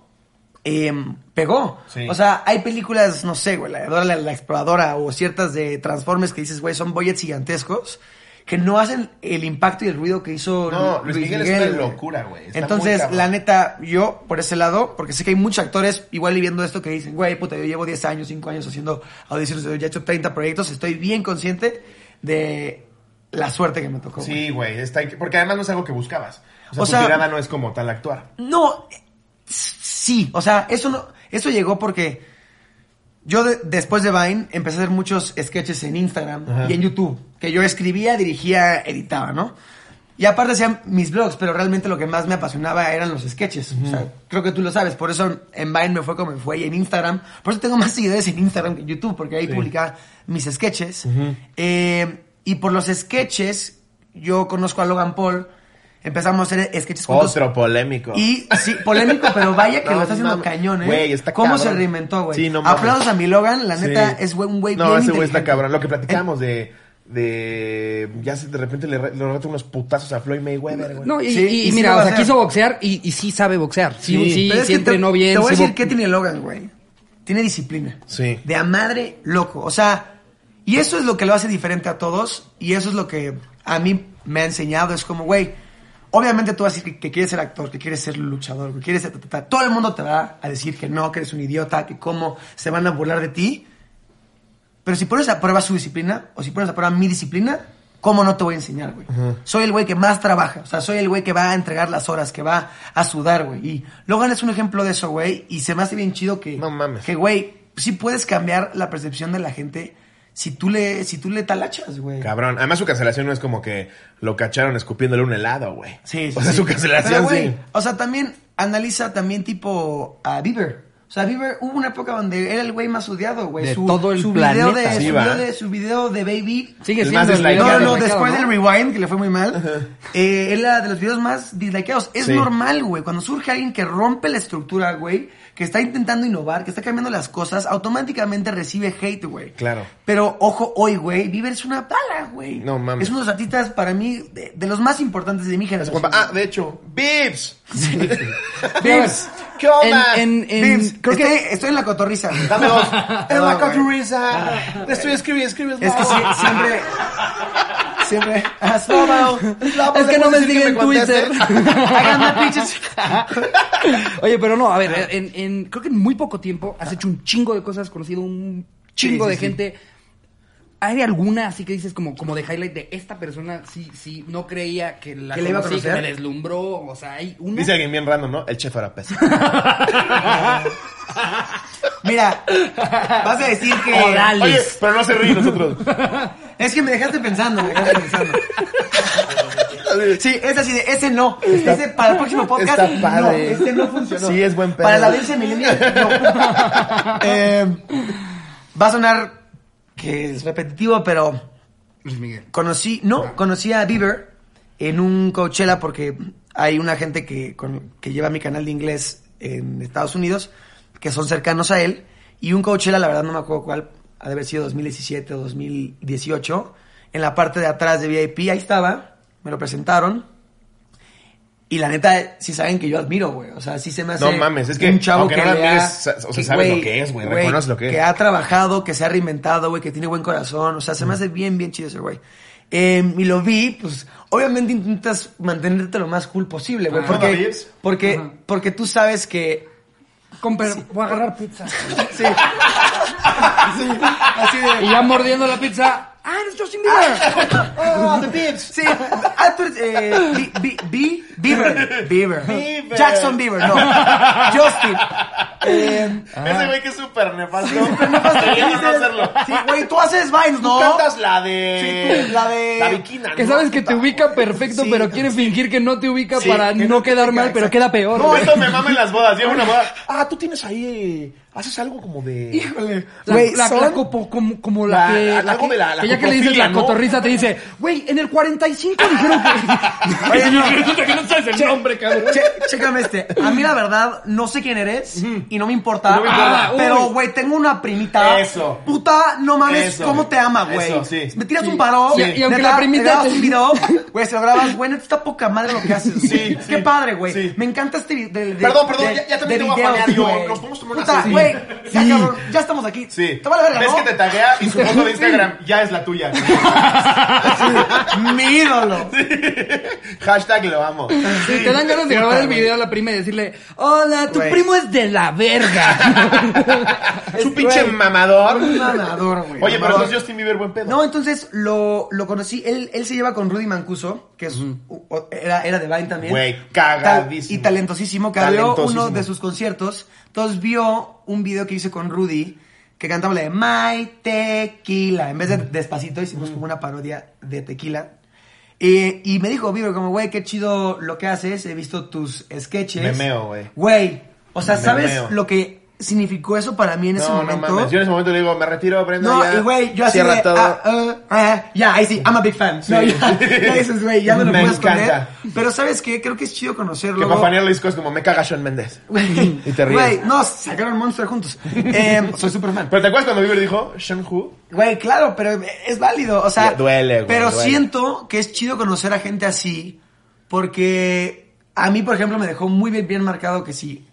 Speaker 3: em, pegó.
Speaker 2: Sí.
Speaker 3: O sea, hay películas, no sé, güey, la de Dora la, la Exploradora o ciertas de Transformers que dices, güey, son boyets gigantescos que no hacen el impacto y el ruido que hizo
Speaker 2: No, Luis Miguel es una
Speaker 3: güey.
Speaker 2: locura, güey. Está muy
Speaker 3: Entonces,
Speaker 2: cabrón.
Speaker 3: la neta, yo por ese lado, porque sé que hay muchos actores igual y viendo esto que dicen, güey, puta, yo llevo 10 años, 5 años haciendo audiciones, yo ya he hecho 30 proyectos, estoy bien consciente de la suerte que me tocó. güey.
Speaker 2: Sí, güey, está inc- porque además no es algo que buscabas. O sea,
Speaker 3: O
Speaker 2: tu
Speaker 3: sea-
Speaker 2: tirada no es como tal actuar.
Speaker 3: No, eh, sí, o sea, eso no, eso llegó porque yo de- después de Vine empecé a hacer muchos sketches en Instagram
Speaker 2: Ajá.
Speaker 3: y en YouTube, que yo escribía, dirigía, editaba, ¿no? Y aparte hacían mis blogs, pero realmente lo que más me apasionaba eran los sketches. O sea, creo que tú lo sabes, por eso en Vine me fue como me fue y en Instagram. Por eso tengo más seguidores en Instagram que en YouTube, porque ahí
Speaker 2: Sí.
Speaker 3: publicaba mis sketches. Eh, y por los sketches, yo conozco a Logan Paul. Empezamos a hacer sketches juntos.
Speaker 2: Otro polémico.
Speaker 3: Y sí, polémico,
Speaker 2: [laughs]
Speaker 3: pero vaya que
Speaker 2: No
Speaker 3: lo está haciendo
Speaker 2: mames.
Speaker 3: cañón, ¿eh?
Speaker 2: Güey, está
Speaker 3: ¿Cómo
Speaker 2: cabrón.
Speaker 3: se reinventó, güey?
Speaker 2: Sí, no mames.
Speaker 3: Aplausos a mi Logan, la neta
Speaker 2: Sí.
Speaker 3: es güey- un güey
Speaker 2: No,
Speaker 3: bien
Speaker 2: ese güey está
Speaker 3: inteligente. Eh,
Speaker 2: cabrón. Lo que platicábamos de... De. Ya se- de repente le, re- le reto unos putazos a Floyd Mayweather, güey.
Speaker 1: No, y,
Speaker 3: Sí,
Speaker 1: y-
Speaker 3: y
Speaker 1: y
Speaker 3: sí
Speaker 1: mira,
Speaker 3: lo va
Speaker 1: o
Speaker 3: a
Speaker 1: sea,
Speaker 3: hacer.
Speaker 1: quiso boxear y, y sí sabe boxear. Sí,
Speaker 2: Sí.
Speaker 1: sí,
Speaker 3: Pero es
Speaker 1: sí
Speaker 3: que te-
Speaker 1: entrenó bien.
Speaker 3: Te voy a
Speaker 1: sí
Speaker 3: decir
Speaker 1: bo-
Speaker 3: qué tiene Logan, güey. Tiene disciplina.
Speaker 2: Sí.
Speaker 3: De a madre loco. O sea, Y eso es lo que lo hace diferente a todos y eso es lo que a mí me ha enseñado. Es como, güey, obviamente tú vas a decir que, que quieres ser actor, que quieres ser luchador, que quieres ser... ta, ta, ta. Todo el mundo te va a decir que no, que eres un idiota, que cómo se van a burlar de ti. Pero si pones a prueba su disciplina, o si pones a prueba mi disciplina, ¿cómo no te voy a enseñar, güey? Soy el güey que más trabaja, o sea, soy el güey que va a entregar las horas, que va a sudar, güey. Y Logan es un ejemplo de eso, güey, y se me hace bien chido que...
Speaker 2: No mames.
Speaker 3: Que, güey, sí puedes cambiar la percepción de la gente si tú le, si tú le talachas, güey.
Speaker 2: Cabrón. Además, su cancelación no es como que lo cacharon escupiéndole un helado, güey.
Speaker 3: Sí, sí.
Speaker 2: [laughs] O sea,
Speaker 3: sí.
Speaker 2: su cancelación,
Speaker 3: Pero, güey,
Speaker 2: sí.
Speaker 3: O sea, también analiza también tipo a Bieber. O sea, Bieber hubo una época donde era el güey más odiado, güey.
Speaker 1: De
Speaker 3: su,
Speaker 1: todo el
Speaker 3: su
Speaker 1: planeta.
Speaker 3: Video de,
Speaker 2: Sí,
Speaker 3: su,
Speaker 2: va.
Speaker 3: video de, su video de Baby.
Speaker 1: Sigue
Speaker 2: El
Speaker 1: siendo este
Speaker 2: más
Speaker 3: No,
Speaker 2: dislikeado.
Speaker 1: video
Speaker 3: no,
Speaker 1: de
Speaker 3: después
Speaker 1: ¿no?
Speaker 3: del Rewind, que le fue muy mal, eh, era de los videos más dislikeados. Es
Speaker 2: Sí.
Speaker 3: normal, güey. Cuando surge alguien que rompe la estructura, güey, que está intentando innovar, que está cambiando las cosas, automáticamente recibe hate, güey.
Speaker 2: Claro.
Speaker 3: Pero, ojo, hoy, güey, Bieber es una pala, güey.
Speaker 2: No mames.
Speaker 3: Es uno de los artistas, para mí, de, de los más importantes de mi generación.
Speaker 2: Compa- Ah, de hecho, Bips.
Speaker 1: Vips.
Speaker 2: ¿Qué onda?
Speaker 1: En, en, en-
Speaker 3: Vips,
Speaker 1: creo
Speaker 3: estoy,
Speaker 1: que
Speaker 3: estoy en la cotorriza. güey.
Speaker 2: Dame
Speaker 3: [laughs]
Speaker 2: dos. Es
Speaker 3: No,
Speaker 2: la
Speaker 3: güey.
Speaker 2: cotorriza. Te estoy escribiendo, escribiendo.
Speaker 3: Es que sí, siempre... Siempre... ah,
Speaker 1: Es que no me siguen en Twitter.
Speaker 3: Háganme pinches...
Speaker 1: Oye, pero no, a ver, en, en- creo que en muy poco tiempo has hecho un chingo de cosas, has conocido un chingo
Speaker 3: Sí,
Speaker 1: de
Speaker 3: sí, sí.
Speaker 1: gente. ¿Hay alguna así que dices como, como de highlight de esta persona? Sí, sí, no creía que la
Speaker 3: ¿Que le iba a
Speaker 1: conocí, que
Speaker 3: conocer?
Speaker 1: me deslumbró, o sea, hay una...
Speaker 2: Dice alguien bien random, ¿no? El chef Arapes.
Speaker 3: Mira, vas a decir que...
Speaker 1: Oral.
Speaker 2: Oye, pero no se ríen nosotros. [laughs]
Speaker 3: Es que me dejaste pensando, me dejaste pensando. Sí, es así de, ese no. ese para el próximo podcast.
Speaker 2: está padre.
Speaker 3: No, este no funcionó.
Speaker 2: Sí, es buen pedo.
Speaker 3: Para la audiencia millennial,
Speaker 2: [laughs]
Speaker 3: no. Eh, va a sonar que es repetitivo, pero
Speaker 1: Luis Miguel. Ah.
Speaker 3: conocí, no, conocí a Bieber en un Coachella porque hay una gente que, con- que lleva mi canal de inglés en Estados Unidos que son cercanos a él y un Coachella, la verdad no me acuerdo cuál, ha de haber sido 2017 o 2018, en la parte de atrás de VIP, ahí estaba, me lo presentaron. Y la neta, sí saben que yo admiro, güey. O sea, sí se me hace.
Speaker 2: No mames, es que
Speaker 3: un chavo
Speaker 2: aunque
Speaker 3: que
Speaker 2: no lo
Speaker 3: le ha-
Speaker 2: admires, sa- o sea,
Speaker 3: que,
Speaker 2: sabes lo que es, güey, reconoces lo que es.
Speaker 3: ha trabajado, que se ha reinventado, güey, que tiene buen corazón. O sea, se me hace bien, bien chido ese güey. Eh, y lo vi, pues, obviamente intentas mantenerte lo más cool posible, güey.
Speaker 1: Ajá.
Speaker 2: ¿No lo
Speaker 3: Porque,
Speaker 2: ves?
Speaker 3: porque,
Speaker 1: Ajá.
Speaker 3: porque tú sabes [laughs] que.
Speaker 1: Compa, voy a agarrar pizza.
Speaker 3: Sí. Sí, Así de. [laughs]
Speaker 1: Y ya mordiendo la pizza. ¡Ah, eres Justin Bieber!
Speaker 3: "Oh, Sí, ah, tú eres, eh, Bi- Bi- Bi- Bieber. Bieber.
Speaker 2: Bieber.
Speaker 3: Jackson Bieber, [laughs] no. Justin. Eh,
Speaker 2: Ese güey que es súper nefasto. Queriendo no hacerlo.
Speaker 3: Sí, güey, tú haces vines, ¿no?
Speaker 2: Tú cantas la de.
Speaker 3: Sí, tú, la de-
Speaker 2: La viquina.
Speaker 1: Que
Speaker 2: ¿no?
Speaker 1: sabes que te
Speaker 2: Puta,
Speaker 1: ubica
Speaker 2: güey.
Speaker 1: perfecto,
Speaker 3: Sí.
Speaker 1: pero quiere fingir que no te ubica
Speaker 3: Sí,
Speaker 1: para
Speaker 3: que
Speaker 1: no
Speaker 3: no te
Speaker 1: quedar
Speaker 3: ubica,
Speaker 1: mal, pero
Speaker 3: exacto.
Speaker 1: queda peor.
Speaker 2: No,
Speaker 1: güey.
Speaker 2: esto me mama en las bodas. Llevo una boda. Ah, tú tienes ahí. Haces algo como de.
Speaker 3: Híjole.
Speaker 1: La,
Speaker 3: Güey,
Speaker 1: la-
Speaker 3: son-
Speaker 1: la copo- como, como la,
Speaker 2: La-
Speaker 1: que,
Speaker 2: la- algo
Speaker 1: que-
Speaker 2: de la- la
Speaker 1: que ya que le dices la
Speaker 2: copofilia, ¿no?
Speaker 1: cotorriza te dice, güey, en el 45 dijeron que...
Speaker 3: Oye, no.
Speaker 1: resulta que no sabes el nombre, cabrón.
Speaker 3: Che- chécame este. A mí, la verdad, no sé quién eres y no me importa.
Speaker 2: No me importa.
Speaker 3: Ah, pero,
Speaker 1: Uy.
Speaker 3: güey, tengo una primita.
Speaker 2: Eso.
Speaker 3: Puta, no mames,
Speaker 2: Eso.
Speaker 3: cómo te ama, güey.
Speaker 2: Eso, sí.
Speaker 3: Me tiras un paro.
Speaker 1: Sí. Y- y aunque la primita
Speaker 3: Te grabas
Speaker 1: te- [laughs]
Speaker 3: un video, güey, se lo grabas. Güey, neta, está poca madre lo que haces. güey.
Speaker 2: Sí,
Speaker 3: Qué
Speaker 2: sí.
Speaker 3: padre, güey.
Speaker 2: Sí.
Speaker 3: Me encanta este video. De, de-
Speaker 2: Perdón, perdón,
Speaker 3: de-
Speaker 2: ya- ya también
Speaker 3: de
Speaker 2: te voy a
Speaker 3: videos,
Speaker 2: fanear, yo.
Speaker 3: güey.
Speaker 2: Nos podemos tomar una
Speaker 3: Puta,
Speaker 2: selfie.
Speaker 3: güey. Ya,
Speaker 1: Sí.
Speaker 3: cabrón, ya estamos aquí.
Speaker 2: Sí.
Speaker 3: Te vale verga,
Speaker 2: Ves
Speaker 3: ¿no?
Speaker 2: que te taguea y su foto de Instagram ya es la tuya.
Speaker 3: [laughs] Mi ídolo.
Speaker 2: [laughs] Hashtag lo amo.
Speaker 1: Sí, te dan ganas de grabar el video a la prima y decirle, hola, tu
Speaker 3: Güey.
Speaker 1: primo es de la verga.
Speaker 2: Su pinche
Speaker 3: Güey.
Speaker 2: mamador.
Speaker 3: Un mamador,
Speaker 2: Oye,
Speaker 3: güey.
Speaker 2: pero
Speaker 3: Mamador.
Speaker 2: entonces Justin Bieber buen pedo.
Speaker 3: No, entonces lo, lo conocí. Él, él se lleva con Rudy Mancuso, que es, u- o- era, era de Vine también.
Speaker 2: Güey, cagadísimo.
Speaker 3: Tal- y talentosísimo, que abrió
Speaker 2: Talentosísimo.
Speaker 3: uno de sus conciertos. Entonces vio un video que hice con Rudy, que cantaba la de My Tequila. En vez de Despacito, hicimos como una parodia de Tequila. Eh, y me dijo, Vivo, como, güey, qué chido lo que haces. He visto tus sketches.
Speaker 2: Memeo, güey.
Speaker 3: Güey, o sea, ¿sabes
Speaker 2: Memeo.
Speaker 3: lo que significó eso para mí en ese
Speaker 2: no, no
Speaker 3: momento?
Speaker 2: mames. Yo en ese momento le digo, me retiro, prendo
Speaker 3: No,
Speaker 2: ya.
Speaker 3: y güey, yo así
Speaker 2: Cierra
Speaker 3: de,
Speaker 2: todo.
Speaker 3: ah, ah, ah, ya, ahí sí, I'm a big fan. No, ya, [laughs] ya dices, güey, ya no lo
Speaker 2: Me
Speaker 3: puedes esconder.
Speaker 2: encanta.
Speaker 3: Pero ¿sabes qué? Creo que es chido conocerlo.
Speaker 2: que para fanear los discos como me caga Sean Méndez.
Speaker 3: [laughs] Güey,
Speaker 2: Y te ríes.
Speaker 3: Güey, no, sacaron Monster juntos. Eh, soy super fan.
Speaker 2: Pero ¿te acuerdas cuando Bieber dijo, Sean Who?
Speaker 3: Güey, claro, pero es válido, o sea...
Speaker 2: Du- duele, güey,
Speaker 3: Pero
Speaker 2: duele.
Speaker 3: siento que es chido conocer a gente así porque a mí, por ejemplo, me dejó muy bien, bien marcado que si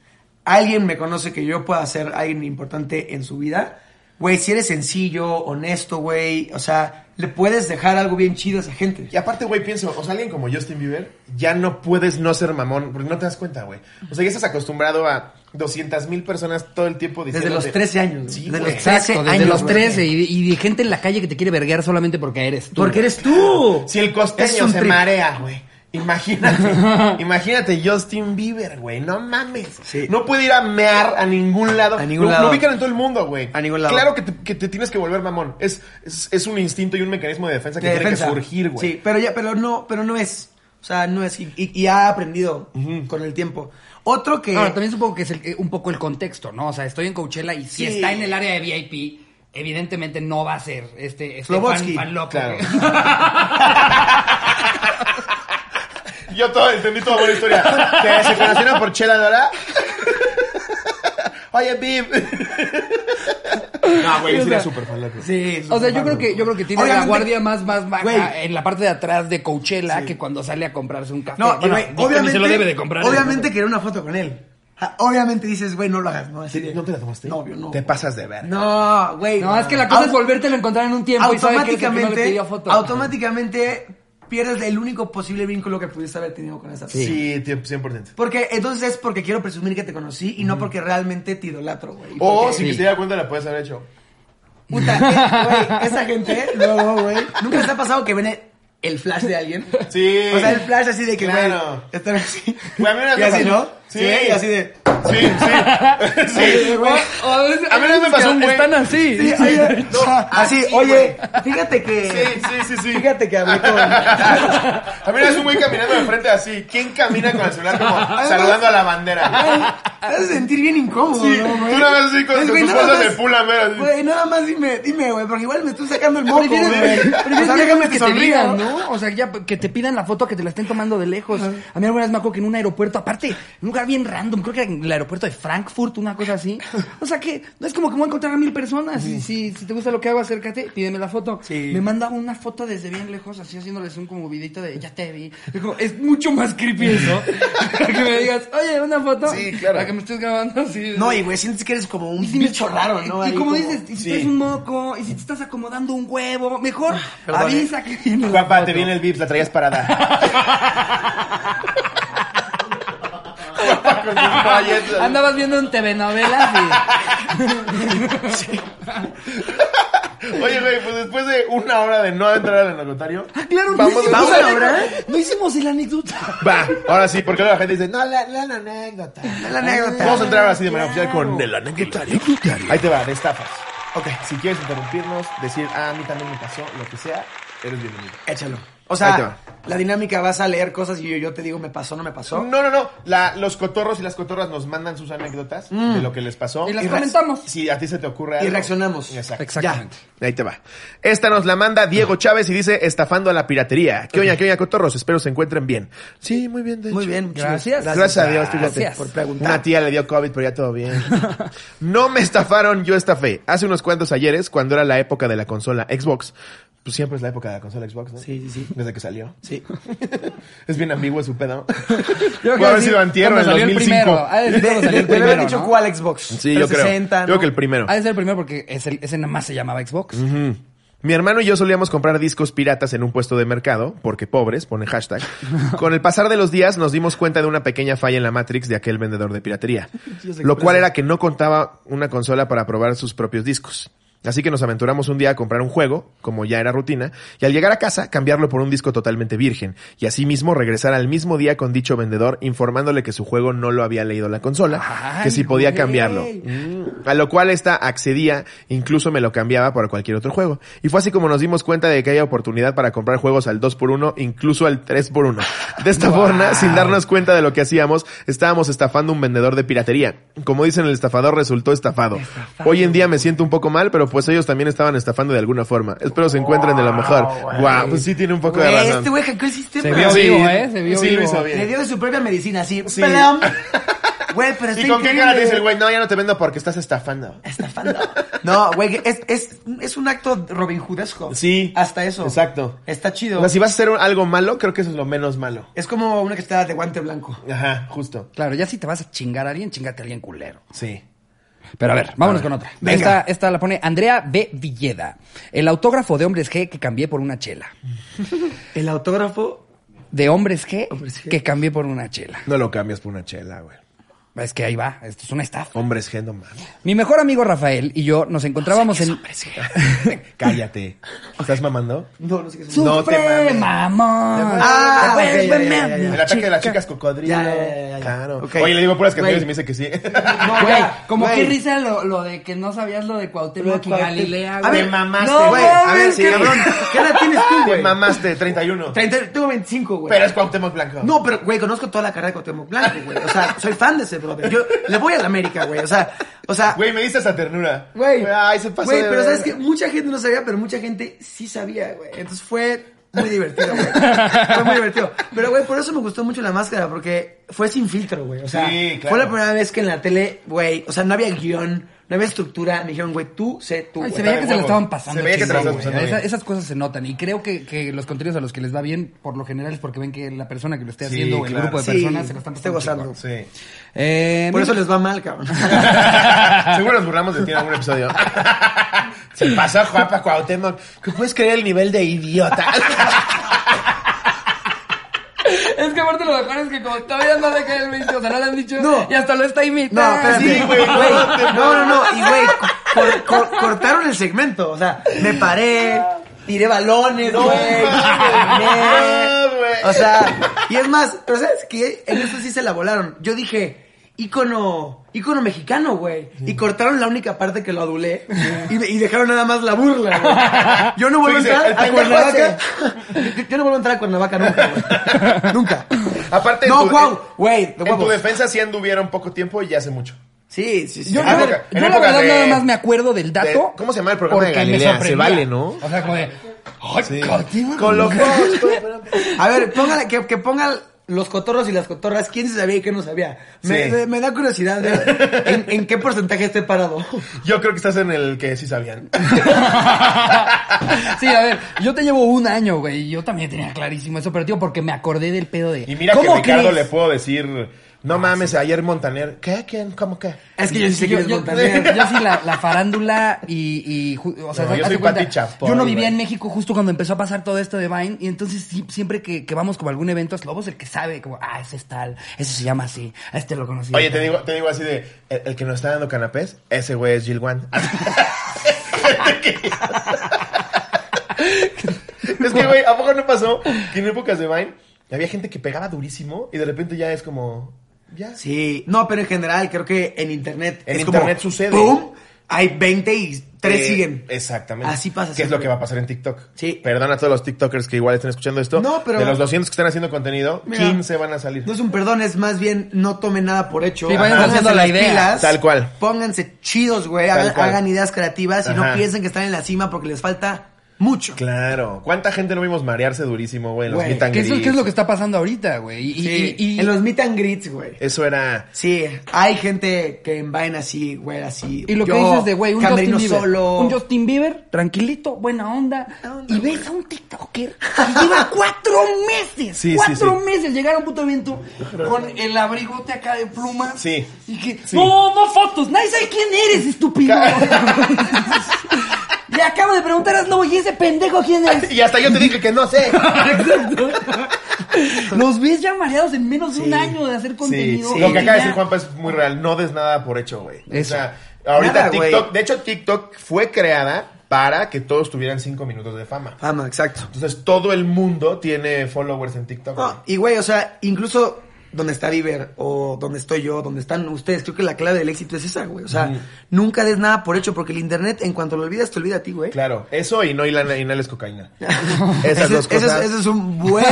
Speaker 3: alguien me conoce que yo pueda ser alguien importante en su vida, güey, si eres sencillo, honesto, güey, o sea, le puedes dejar algo bien chido a esa gente.
Speaker 2: Y aparte, güey, pienso, o sea, alguien como Justin Bieber, ya no puedes no ser mamón, porque no te das cuenta, güey. O sea, ya estás acostumbrado a 200 mil personas todo el tiempo
Speaker 3: Desde
Speaker 2: diciendo.
Speaker 3: los 13 años. güey.
Speaker 2: Sí,
Speaker 3: desde
Speaker 2: güey.
Speaker 3: los 13
Speaker 1: Exacto, desde
Speaker 3: años,
Speaker 1: los
Speaker 3: güey.
Speaker 1: 13 y, y de gente en la calle que te quiere verguear solamente porque eres tú.
Speaker 3: Porque eres tú.
Speaker 2: [laughs] Si el
Speaker 3: Es
Speaker 2: costeño
Speaker 3: un
Speaker 2: se
Speaker 3: pri-
Speaker 2: marea, güey.
Speaker 3: [laughs]
Speaker 2: Imagínate, imagínate Justin Bieber, güey. No mames.
Speaker 3: Sí.
Speaker 2: No puede ir a mear a ningún lado.
Speaker 3: A ningún
Speaker 2: Lo-
Speaker 3: lado.
Speaker 2: Lo ubican en todo el mundo, güey.
Speaker 3: A ningún lado.
Speaker 2: Claro que te, que te tienes que volver mamón. Es, es, es un instinto y un mecanismo de defensa que
Speaker 3: de
Speaker 2: tiene
Speaker 3: defensa.
Speaker 2: que surgir, güey.
Speaker 3: Sí, pero ya, pero no, pero no es. O sea, no es. Y, y- y ha aprendido con el tiempo. Otro que.
Speaker 1: Ahora, también supongo que es el- eh, un poco el contexto, ¿no? O sea, estoy en Coachella y si
Speaker 2: Sí.
Speaker 1: está en el área de VIP, evidentemente no va a ser este, este
Speaker 3: Slobodsky.
Speaker 1: fan, fan loco.
Speaker 2: Claro. Yo todo, entendí toda buena historia. Que se conocieron por Chela
Speaker 3: [laughs]
Speaker 2: Dora. Oye, Bim. No, güey, sí era súper fan loco.
Speaker 3: Sí,
Speaker 1: O sea, yo creo que yo creo que tiene la
Speaker 3: Obviamente-
Speaker 1: guardia más más baja
Speaker 3: Güey.
Speaker 1: en la parte de atrás de Coachella que cuando sale a comprarse un café.
Speaker 3: No, y,
Speaker 1: eh, Bueno,
Speaker 3: güey,
Speaker 1: dice,
Speaker 3: obviamente.
Speaker 1: se lo debe de comprar. ¿eh?
Speaker 3: Obviamente quería una foto con él. Ja, Obviamente dices, güey, no lo hagas, ¿no? Así de-
Speaker 2: ¿No te la tomaste?
Speaker 3: No, obvio, no.
Speaker 2: Te pasas de ver.
Speaker 3: No, güey.
Speaker 1: No, es que la cosa
Speaker 3: Au-
Speaker 1: es volvértelo a encontrar en un tiempo y sabe que es el que no le
Speaker 3: Automáticamente.
Speaker 1: pidió foto.
Speaker 3: Automáticamente pierdes el único posible vínculo que pudiste haber tenido con esa persona.
Speaker 2: Sí, tío, 100%.
Speaker 3: Porque entonces es porque quiero presumir que te conocí y no porque realmente te idolatro, güey.
Speaker 2: O
Speaker 3: Porque-
Speaker 2: si te diera cuenta, la puedes haber hecho.
Speaker 3: Puta, [laughs] eh, güey, esa gente, luego, güey. ¿Nunca les ha pasado que ven el, el flash de alguien?
Speaker 2: Sí.
Speaker 3: O sea, el flash así de que, güey,
Speaker 2: Claro.
Speaker 3: están así.
Speaker 2: Güey, a mí una
Speaker 3: [laughs] y
Speaker 2: vez me
Speaker 3: así,
Speaker 2: pasó.
Speaker 3: ¿no?
Speaker 2: Sí.
Speaker 3: Y así de...
Speaker 2: Sí,
Speaker 3: [laughs]
Speaker 2: sí. sí.
Speaker 3: güey.
Speaker 1: O- o es-
Speaker 2: A mí no me pasó un güey.
Speaker 1: Están así.
Speaker 3: Sí, oye,
Speaker 2: no,
Speaker 3: o sea, así,
Speaker 2: así,
Speaker 3: oye, fíjate que...
Speaker 2: Sí, sí, sí, sí.
Speaker 3: Fíjate
Speaker 2: [laughs]
Speaker 3: que hablé con...
Speaker 2: A mí es un güey caminando de frente así. ¿Quién camina con el celular como
Speaker 3: Ah.
Speaker 2: saludando a la bandera?
Speaker 3: Te hace sentir bien incómodo,
Speaker 2: Sí,
Speaker 3: ¿no, güey?
Speaker 2: tú una vez así con-
Speaker 3: Pues,
Speaker 2: con
Speaker 3: güey,
Speaker 2: tus
Speaker 3: nada
Speaker 2: cosas
Speaker 3: más-
Speaker 2: de pula mera, así. Ah,
Speaker 3: Güey, nada más dime, dime, güey, porque igual me estoy sacando el moco, güey.
Speaker 1: Prefieres, prefieres
Speaker 3: O sea,
Speaker 1: que
Speaker 3: déjame
Speaker 1: te
Speaker 3: que sonría,
Speaker 1: digan, ¿no? O sea, ya que te pidan la foto a que te la estén tomando de lejos. A mí alguna vez me acuerdo que en un aeropuerto, aparte, en un lugar bien random, creo que era en el aeropuerto de Frankfurt, una cosa así. O sea que no es como que me voy a encontrar a mil personas. Y si, si te gusta [laughs] lo que hago, acércate, pídeme la foto.
Speaker 3: Sí.
Speaker 1: Me manda una foto desde bien lejos, así haciéndoles un como videito de ya te vi. Es, como, es mucho más creepy eso. [laughs] que me digas, oye, una foto.
Speaker 2: Sí, claro.
Speaker 1: La que me estés [laughs] grabando así.
Speaker 3: No, y güey, sientes que eres como un
Speaker 1: Y si me-
Speaker 3: bicho raro, ¿no?
Speaker 1: Y,
Speaker 3: Ahí
Speaker 1: como, dices, y si
Speaker 2: Sí.
Speaker 1: traes un moco, y si te estás acomodando un huevo, mejor
Speaker 3: perdón,
Speaker 1: avisa que viene. la
Speaker 2: Papá, te
Speaker 1: foto.
Speaker 2: viene el Vips, la traías parada. Guapa, con sus payetas.
Speaker 1: Andabas viendo un TV novelas y
Speaker 2: Oye, güey, pues después de una hora de no entrar al anotario.
Speaker 3: Ah,
Speaker 1: claro, no
Speaker 2: vamos,
Speaker 1: hicimos
Speaker 2: vamos
Speaker 1: el-
Speaker 3: a lograr.
Speaker 1: No hicimos el anécdota.
Speaker 2: Va, ahora sí, porque luego la gente dice, no, la, la anécdota.
Speaker 3: La anécdota.
Speaker 2: Ah. Vamos a entrar ahora sí de manera oficial
Speaker 1: Claro.
Speaker 2: con el anecdotario. Ahí te va, destafas. Ok, si quieres interrumpirnos, decir, ah, a mí también me pasó, lo que sea, eres bienvenido.
Speaker 3: Échalo. O
Speaker 2: Ahí te va.
Speaker 3: sea, la dinámica vas a leer cosas y yo, yo te digo, me pasó, no me pasó.
Speaker 2: No, no, no. La- los cotorros y las cotorras nos mandan sus anécdotas de lo que les pasó.
Speaker 1: Y las
Speaker 3: Mm. Y reacc-
Speaker 1: comentamos.
Speaker 2: Si a ti se te ocurre
Speaker 3: Y
Speaker 2: algo.
Speaker 3: reaccionamos.
Speaker 2: Exacto.
Speaker 1: Exactamente.
Speaker 2: Ahí te va. Esta nos la manda Diego Chávez y dice estafando a la piratería. ¿Qué oña, qué oña, cotorros? Espero se encuentren bien. Sí, muy bien, de
Speaker 3: Muy
Speaker 2: hecho.
Speaker 3: bien, muchas
Speaker 1: Gracias.
Speaker 2: Gracias a Dios, fíjate.
Speaker 1: Gracias por
Speaker 3: preguntar.
Speaker 2: Una tía le dio COVID, pero ya todo bien. [laughs] No me estafaron, yo estafé. Hace unos cuantos ayeres, cuando era la época de la consola Xbox. Pues siempre es la época de la consola Xbox, ¿no?
Speaker 3: Sí, sí, sí.
Speaker 2: Desde que salió.
Speaker 3: Sí.
Speaker 2: [laughs] es bien ambiguo su [laughs] pedo.
Speaker 1: Yo
Speaker 2: Puede haber sido antier o en
Speaker 1: cuando salió
Speaker 2: 2005.
Speaker 1: El primero. Ha de ser
Speaker 2: [laughs]
Speaker 3: De,
Speaker 1: cuando salió el
Speaker 3: de haber
Speaker 1: primero,
Speaker 3: dicho
Speaker 1: ¿no?
Speaker 3: cuál Xbox.
Speaker 2: Sí, yo creo.
Speaker 3: 360,
Speaker 2: Yo creo
Speaker 3: ¿no?
Speaker 2: que el primero.
Speaker 1: Ha de ser el primero porque es el- ese nada más se llamaba Xbox.
Speaker 2: Mi hermano y yo solíamos comprar discos piratas en un puesto de mercado, porque pobres, pone
Speaker 1: [laughs]
Speaker 2: hashtag. Con el pasar de los días nos dimos cuenta de una pequeña falla en la Matrix de aquel vendedor
Speaker 1: [laughs]
Speaker 2: de piratería, lo cual era que no contaba una consola para probar sus propios discos. Así que nos aventuramos un día a comprar un juego, como ya era rutina, y al llegar a casa cambiarlo por un disco totalmente virgen, y asimismo regresar al mismo día con dicho vendedor informándole que su juego no lo había leído la consola, que si
Speaker 1: Ay,
Speaker 2: podía
Speaker 1: güey. Mm.
Speaker 2: cambiarlo. A lo cual esta accedía, incluso me lo cambiaba por cualquier otro juego. Y fue así como nos dimos cuenta de que hay oportunidad para comprar juegos al 2x1, incluso al 3x1. De
Speaker 3: [laughs]
Speaker 2: esta forma, sin darnos cuenta de lo que hacíamos, estábamos estafando un vendedor de piratería. Como dicen, el estafador resultó estafado. Hoy en día me siento un poco mal, pero pues ellos también estaban estafando de alguna forma. Espero se encuentren de la mejor. Wow, pues sí tiene un poco de
Speaker 3: Güey,
Speaker 2: razón.
Speaker 3: Este güey hackeó el sistema.
Speaker 1: Se vio
Speaker 2: Sí,
Speaker 1: vivo, ¿eh? Se vio
Speaker 2: sí lo
Speaker 1: vivo.
Speaker 2: hizo bien.
Speaker 3: Le dio de su propia medicina, así.
Speaker 2: Sí. [laughs]
Speaker 3: ¡Plam! Güey, pero está
Speaker 2: ¿Y con qué
Speaker 3: increíble.
Speaker 2: cara te dice el güey? No, ya no te vendo porque estás estafando.
Speaker 3: Estafando. No, güey, que es, es, es un acto Robin Hoodesco.
Speaker 2: Sí.
Speaker 3: Hasta eso.
Speaker 2: Exacto.
Speaker 3: Está chido.
Speaker 2: O sea, si vas a hacer un- algo malo, creo que eso es lo menos malo.
Speaker 3: Es como una que está de guante blanco.
Speaker 2: Ajá, justo.
Speaker 1: Claro, ya si te vas a chingar a alguien, chingate a alguien culero.
Speaker 2: Sí.
Speaker 1: Pero a ver, vámonos con otra.
Speaker 3: Venga.
Speaker 1: Esta, esta la pone Andrea B. Villeda. El autógrafo de Hombres G que cambié por una chela.
Speaker 3: El autógrafo.
Speaker 1: De Hombres G,
Speaker 3: Hombres G.
Speaker 1: que cambié por una chela.
Speaker 2: No lo cambias por una chela, güey.
Speaker 1: Es que ahí va, esto es una estafa.
Speaker 2: Hombres G, no mames.
Speaker 1: Mi mejor amigo Rafael y yo nos encontrábamos en...
Speaker 2: [laughs] Cállate. ¿Estás mamando?
Speaker 3: No, no sé qué es.
Speaker 2: No te
Speaker 1: ¡Sufre,
Speaker 2: mames.
Speaker 1: mamón!
Speaker 3: Ah,
Speaker 1: Te vuelve
Speaker 3: ok, ya, ya, ya,
Speaker 1: mami,
Speaker 3: ya, ya.
Speaker 2: El ataque de las
Speaker 1: chica.
Speaker 2: chicas cocodrilo.
Speaker 3: Ya, ya, ya, ya, ya.
Speaker 2: Claro.
Speaker 3: Ok.
Speaker 2: Oye, le digo puras canciones
Speaker 3: Güey.
Speaker 2: y me dice que sí.
Speaker 1: Güey,
Speaker 3: ya,
Speaker 1: como
Speaker 3: güey.
Speaker 1: que risa lo, lo de que no sabías lo de
Speaker 3: Lo de
Speaker 1: Cuauhtémoc y
Speaker 3: Cuauhtémoc.
Speaker 1: Galilea,
Speaker 3: A
Speaker 1: güey.
Speaker 3: ver,
Speaker 2: mamaste,
Speaker 1: No,
Speaker 2: güey. A ver,
Speaker 1: mames,
Speaker 2: sí,
Speaker 1: qué
Speaker 2: cabrón.
Speaker 3: ¿Qué edad tienes tú,
Speaker 2: Te
Speaker 3: güey?
Speaker 2: mamaste, 31.
Speaker 3: Treinta- Tengo 25, güey.
Speaker 2: Pero es Cuauhtémoc Blanco.
Speaker 3: No, pero, güey, conozco toda la carrera de Cuauhtémoc Blanco, güey. O sea, soy fan de ese brother. Yo le voy a la América, güey. O sea, o sea...
Speaker 2: Güey, me diste esa ternura.
Speaker 3: Güey.
Speaker 2: Ay, se pasó.
Speaker 3: Güey,
Speaker 2: de
Speaker 3: pero
Speaker 2: verga.
Speaker 3: sabes que mucha gente no sabía, pero mucha gente sí sabía, güey. Entonces fue muy divertido, güey. [laughs] fue muy divertido. Pero, güey, por eso me gustó mucho la máscara, porque fue sin filtro, güey. O sea,
Speaker 2: Sí, claro.
Speaker 3: fue la primera vez que en la tele, güey, o sea, no había guión, no había estructura. Me dijeron, güey, tú sé tú,
Speaker 1: Ay,
Speaker 3: güey.
Speaker 1: se veía que se
Speaker 2: huevo.
Speaker 1: lo estaban pasando.
Speaker 2: Se veía que
Speaker 1: chido,
Speaker 2: se lo estaban
Speaker 1: güey.
Speaker 2: pasando
Speaker 1: Esa-
Speaker 2: bien.
Speaker 1: esas cosas se notan. Y creo que, que los contenidos a los que les va bien, por lo general, es porque ven que la persona que lo esté
Speaker 2: Sí,
Speaker 1: haciendo o el
Speaker 2: claro.
Speaker 1: grupo de
Speaker 3: Sí,
Speaker 1: personas se lo están
Speaker 3: esté
Speaker 1: pasando.
Speaker 3: gozando.
Speaker 1: chingón.
Speaker 2: Sí.
Speaker 1: Eh,
Speaker 3: Por
Speaker 1: mira,
Speaker 3: eso les va mal, cabrón.
Speaker 2: [laughs] Seguro nos burlamos de ti en algún episodio. [laughs] Se pasó Juanpa Cuauhtémoc. ¿Qué puedes creer el nivel de [laughs] idiota?
Speaker 1: Es que aparte lo mejor es que como todavía no le cae el 20, o sea, no le han dicho
Speaker 3: No.
Speaker 1: y hasta lo está
Speaker 3: No,
Speaker 1: imitando.
Speaker 3: espérate.
Speaker 2: Sí, güey, no,
Speaker 3: Güey,
Speaker 2: no te
Speaker 3: no, no, no. Y, güey, cor- cor- cortaron el segmento. O sea, me paré, tiré balones,
Speaker 2: No,
Speaker 3: güey.
Speaker 2: mames,
Speaker 3: caminé.
Speaker 2: no, güey.
Speaker 3: O sea, y es más, pero ¿sabes qué? En eso sí se la volaron. Yo dije, ícono, ícono mexicano, güey. Y cortaron la única parte que lo adulé. Y, de- y dejaron nada más la burla, güey. Yo no vuelvo a
Speaker 2: Sí,
Speaker 3: entrar
Speaker 2: el
Speaker 3: a
Speaker 2: pendejo
Speaker 3: Cuernavaca. Yo, yo no vuelvo a entrar a Cuernavaca nunca,
Speaker 2: [laughs]
Speaker 3: güey. Nunca.
Speaker 2: Aparte, en
Speaker 3: No,
Speaker 2: tu-
Speaker 3: wow, güey. de
Speaker 2: En tu
Speaker 3: huevos.
Speaker 2: defensa sí anduvieron poco tiempo y ya hace mucho.
Speaker 3: Sí, sí, sí.
Speaker 1: Yo,
Speaker 2: En
Speaker 1: la
Speaker 2: época-
Speaker 1: verdad-
Speaker 2: en
Speaker 1: yo la
Speaker 2: época
Speaker 1: verdad
Speaker 2: de-
Speaker 1: nada más me acuerdo del dato.
Speaker 2: de- ¿cómo se llama el programa de
Speaker 1: porque me
Speaker 2: Galilea? Se
Speaker 1: sorprendía.
Speaker 2: vale, ¿no?
Speaker 1: O sea, como de... ¡Ay,
Speaker 2: Sí.
Speaker 1: Cuauhtémoc!
Speaker 2: Con
Speaker 1: [laughs]
Speaker 2: lo pues,
Speaker 3: A ver, póngale, que, que pongan los cotorros y las cotorras, quién se sabía y quién no sabía. Me,
Speaker 2: Sí.
Speaker 3: me- me da curiosidad ver en, en qué porcentaje esté parado.
Speaker 2: Yo creo que estás en el que sí
Speaker 1: [laughs]
Speaker 2: sabían.
Speaker 1: sí, a ver, yo te llevo un año, güey. y Yo también tenía clarísimo eso, pero tío, porque me acordé del pedo de.
Speaker 2: Y mira que Ricardo
Speaker 1: crees? Ah,
Speaker 2: le puedo decir, no mames, ayer Montaner. ¿Qué? ¿Quién? ¿Cómo qué?
Speaker 3: Es que yo sí sé
Speaker 1: yo,
Speaker 3: quién es
Speaker 1: yo-
Speaker 3: [laughs] Montaner.
Speaker 1: yo sí, la, la farándula y, y ju- o sea,
Speaker 2: No, yo
Speaker 1: hazte
Speaker 2: soy
Speaker 1: cuenta,
Speaker 2: Pati Chapoy,
Speaker 1: yo no vivía
Speaker 2: güey.
Speaker 1: en México justo cuando empezó a pasar todo esto de Vine y entonces sí- siempre que, que vamos como a algún evento es Lobos el que sabe como ah ese es tal ese se llama así a este lo conocí
Speaker 2: Oye, te digo, te digo así de, el, el que nos está dando canapés, ese güey es Gil [laughs] Wan. [laughs] es que, güey, ¿a poco no pasó que en épocas de Vine había gente que pegaba durísimo y de repente ya es como, ya.
Speaker 3: Sí, no, pero en general creo que en internet
Speaker 2: En
Speaker 3: es
Speaker 2: internet
Speaker 3: como,
Speaker 2: sucede.
Speaker 3: ¡Pum! Hay 20 y 3
Speaker 2: Eh,
Speaker 3: siguen.
Speaker 2: Exactamente.
Speaker 3: Así pasa
Speaker 2: ¿Qué es lo
Speaker 3: siempre.
Speaker 2: que va a pasar en TikTok?
Speaker 3: Sí.
Speaker 2: Perdón a todos los TikTokers que igual estén escuchando esto.
Speaker 3: No, pero-
Speaker 2: De los 200 que están haciendo contenido,
Speaker 3: Mira.
Speaker 2: 15 van a salir.
Speaker 3: No es un perdón, es más bien no tomen nada por hecho.
Speaker 1: Sí, vayan
Speaker 3: Pónganse
Speaker 1: haciendo la
Speaker 3: las
Speaker 1: idea.
Speaker 2: Tal cual.
Speaker 3: Pónganse chidos, güey.
Speaker 2: Tal
Speaker 3: Hagan,
Speaker 2: cual.
Speaker 3: hagan ideas creativas y
Speaker 2: Ajá.
Speaker 3: no piensen que están en la cima porque les falta mucho.
Speaker 2: Claro. ¿Cuánta gente no vimos marearse durísimo, güey, en los
Speaker 3: Güey,
Speaker 2: meet and
Speaker 1: ¿Qué es,
Speaker 2: greets?
Speaker 1: qué es lo que está pasando ahorita güey y,
Speaker 3: Sí,
Speaker 1: y- y-
Speaker 3: en los meet and greets, güey.
Speaker 2: Eso era...
Speaker 3: Sí, hay gente que en vaina así, güey, así.
Speaker 1: Y lo que
Speaker 3: Yo,
Speaker 1: dices de, güey, un Justin
Speaker 3: camerino
Speaker 1: Bieber.
Speaker 3: solo.
Speaker 1: Un Justin Bieber, tranquilito, buena onda.
Speaker 3: Buena onda,
Speaker 1: Y ves a un TikToker que
Speaker 2: [laughs]
Speaker 1: lleva cuatro meses.
Speaker 2: Sí, sí,
Speaker 1: cuatro
Speaker 2: sí.
Speaker 1: meses. Llegar a un puto evento con el abrigote acá de pluma.
Speaker 2: Sí,
Speaker 1: Y que,
Speaker 2: sí.
Speaker 1: no, no fotos. Nadie sabe quién eres, estúpido. [laughs] Le acabo de preguntar a Snow, ¿y ese pendejo quién es?
Speaker 2: [laughs] Y hasta yo te dije que no
Speaker 3: [laughs]
Speaker 2: sé.
Speaker 1: Los ves ya mareados en menos de un año de hacer contenido.
Speaker 2: Lo que acaba de
Speaker 1: Ya-
Speaker 2: decir Juanpa es muy real. No des nada por hecho, güey. O
Speaker 1: Eso.
Speaker 2: sea, ahorita
Speaker 3: Nada, güey.
Speaker 2: TikTok... De hecho, TikTok fue creada para que todos tuvieran 5 minutos de fama.
Speaker 3: Fama, exacto.
Speaker 2: Entonces, todo el mundo tiene followers en TikTok. güey.
Speaker 3: No, y güey, o sea, incluso donde está Bieber o donde estoy yo, donde están ustedes, creo que la clave del éxito es esa, güey. O sea, nunca des nada por hecho porque el internet, en cuanto lo olvidas, te olvida a ti, güey.
Speaker 2: Claro, eso y no hilana- inhales cocaína. Esas
Speaker 3: Ese-
Speaker 2: dos
Speaker 3: ese es-
Speaker 2: cosas.
Speaker 3: ese es
Speaker 1: [laughs]
Speaker 3: un buen,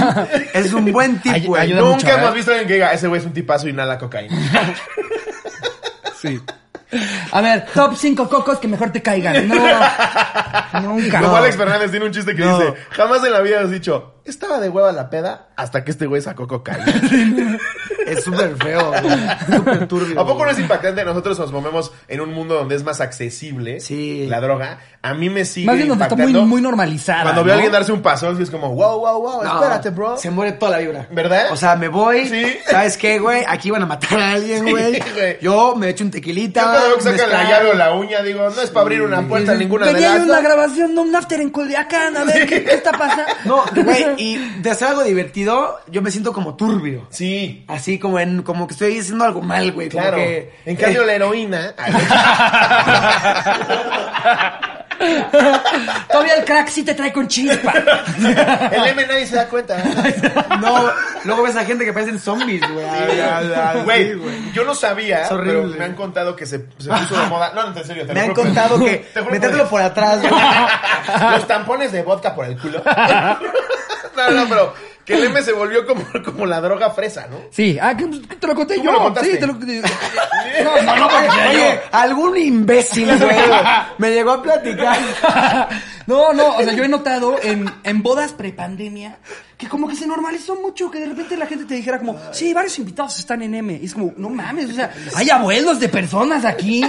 Speaker 3: ese es un buen tip,
Speaker 1: Ay-
Speaker 3: güey.
Speaker 1: ayuda
Speaker 2: Nunca
Speaker 1: mucho, ¿eh?
Speaker 2: hemos visto a alguien que diga, ese güey es un tipazo y inhala cocaína.
Speaker 1: Sí. [laughs] A ver, top 5 cocos que mejor te caigan. [laughs] No. Nunca.
Speaker 2: Como Alex Fernández tiene un chiste que
Speaker 3: No.
Speaker 2: dice, jamás en la vida has dicho, estaba de hueva la peda hasta que este güey sacó cocaína.
Speaker 3: Es súper feo, güey. Súper turbio.
Speaker 2: ¿A poco
Speaker 3: güey.
Speaker 2: no es impactante? Nosotros nos movemos en un mundo donde es más accesible
Speaker 3: Sí.
Speaker 2: la droga. A mí me sigue
Speaker 1: Más bien donde está muy,
Speaker 2: impactando.
Speaker 1: muy normalizada.
Speaker 2: Cuando veo a
Speaker 1: ¿no?
Speaker 2: alguien darse un pasón, sí es como, wow, wow, wow,
Speaker 3: No,
Speaker 2: espérate, bro.
Speaker 3: Se muere toda la vibra.
Speaker 2: ¿Verdad?
Speaker 3: O sea, me voy.
Speaker 2: Sí.
Speaker 3: ¿Sabes qué, güey? Aquí van a matar a alguien,
Speaker 2: Sí,
Speaker 3: güey.
Speaker 2: güey.
Speaker 3: Yo me echo un
Speaker 2: Yo
Speaker 3: tequilita.
Speaker 2: cuando veo que
Speaker 3: un
Speaker 2: sacan la
Speaker 3: mezcal.
Speaker 2: llave o la uña, digo, no es para abrir una puerta ninguna de
Speaker 1: Pues, Venía
Speaker 2: las
Speaker 1: ahí una
Speaker 2: dos.
Speaker 1: grabación de un after en Culiacán, a ver ¿qué, qué está
Speaker 2: [laughs]
Speaker 1: pasando. [laughs]
Speaker 3: No, güey, y de hacer algo divertido, yo me siento como turbio.
Speaker 2: Sí,
Speaker 3: Así como en, como que estoy haciendo algo mal, güey. como
Speaker 2: claro.
Speaker 3: que- eh,
Speaker 2: En cambio, la
Speaker 3: [laughs]
Speaker 2: heroína...
Speaker 1: Todavía el crack sí te trae con
Speaker 2: [laughs]
Speaker 1: chispa.
Speaker 2: El M nadie se da
Speaker 3: [laughs]
Speaker 2: cuenta.
Speaker 3: No, luego ves a gente que parecen zombies, güey. Ah, ah, ah, sí,
Speaker 2: Güey, yo no sabía,
Speaker 3: Es horrible.
Speaker 2: pero me han contado que se, se puso de moda. No, no, en serio, te
Speaker 3: Me
Speaker 2: lo
Speaker 3: han
Speaker 2: juro
Speaker 3: contado que
Speaker 2: te juro
Speaker 3: metértelo por
Speaker 2: [laughs]
Speaker 3: atrás, güey.
Speaker 2: Los tampones de vodka por el culo. No, no, pero que el M se volvió como, como la droga fresa, ¿no?
Speaker 1: Sí, ah, que- que te lo conté
Speaker 2: ¿Tú
Speaker 1: yo.
Speaker 2: me lo contaste?
Speaker 1: sí, te lo eh,
Speaker 2: [laughs]
Speaker 1: No, no, no,
Speaker 3: Oye,
Speaker 1: porque-
Speaker 3: oye, algún imbécil, güey, me llegó a platicar.
Speaker 1: [laughs] No, no, o sea, yo he notado en, en bodas prepandemia que como que se normalizó mucho, que de repente la gente te dijera como, sí, varios invitados están en M. Y es como, no mames, o sea, hay abuelos de personas aquí.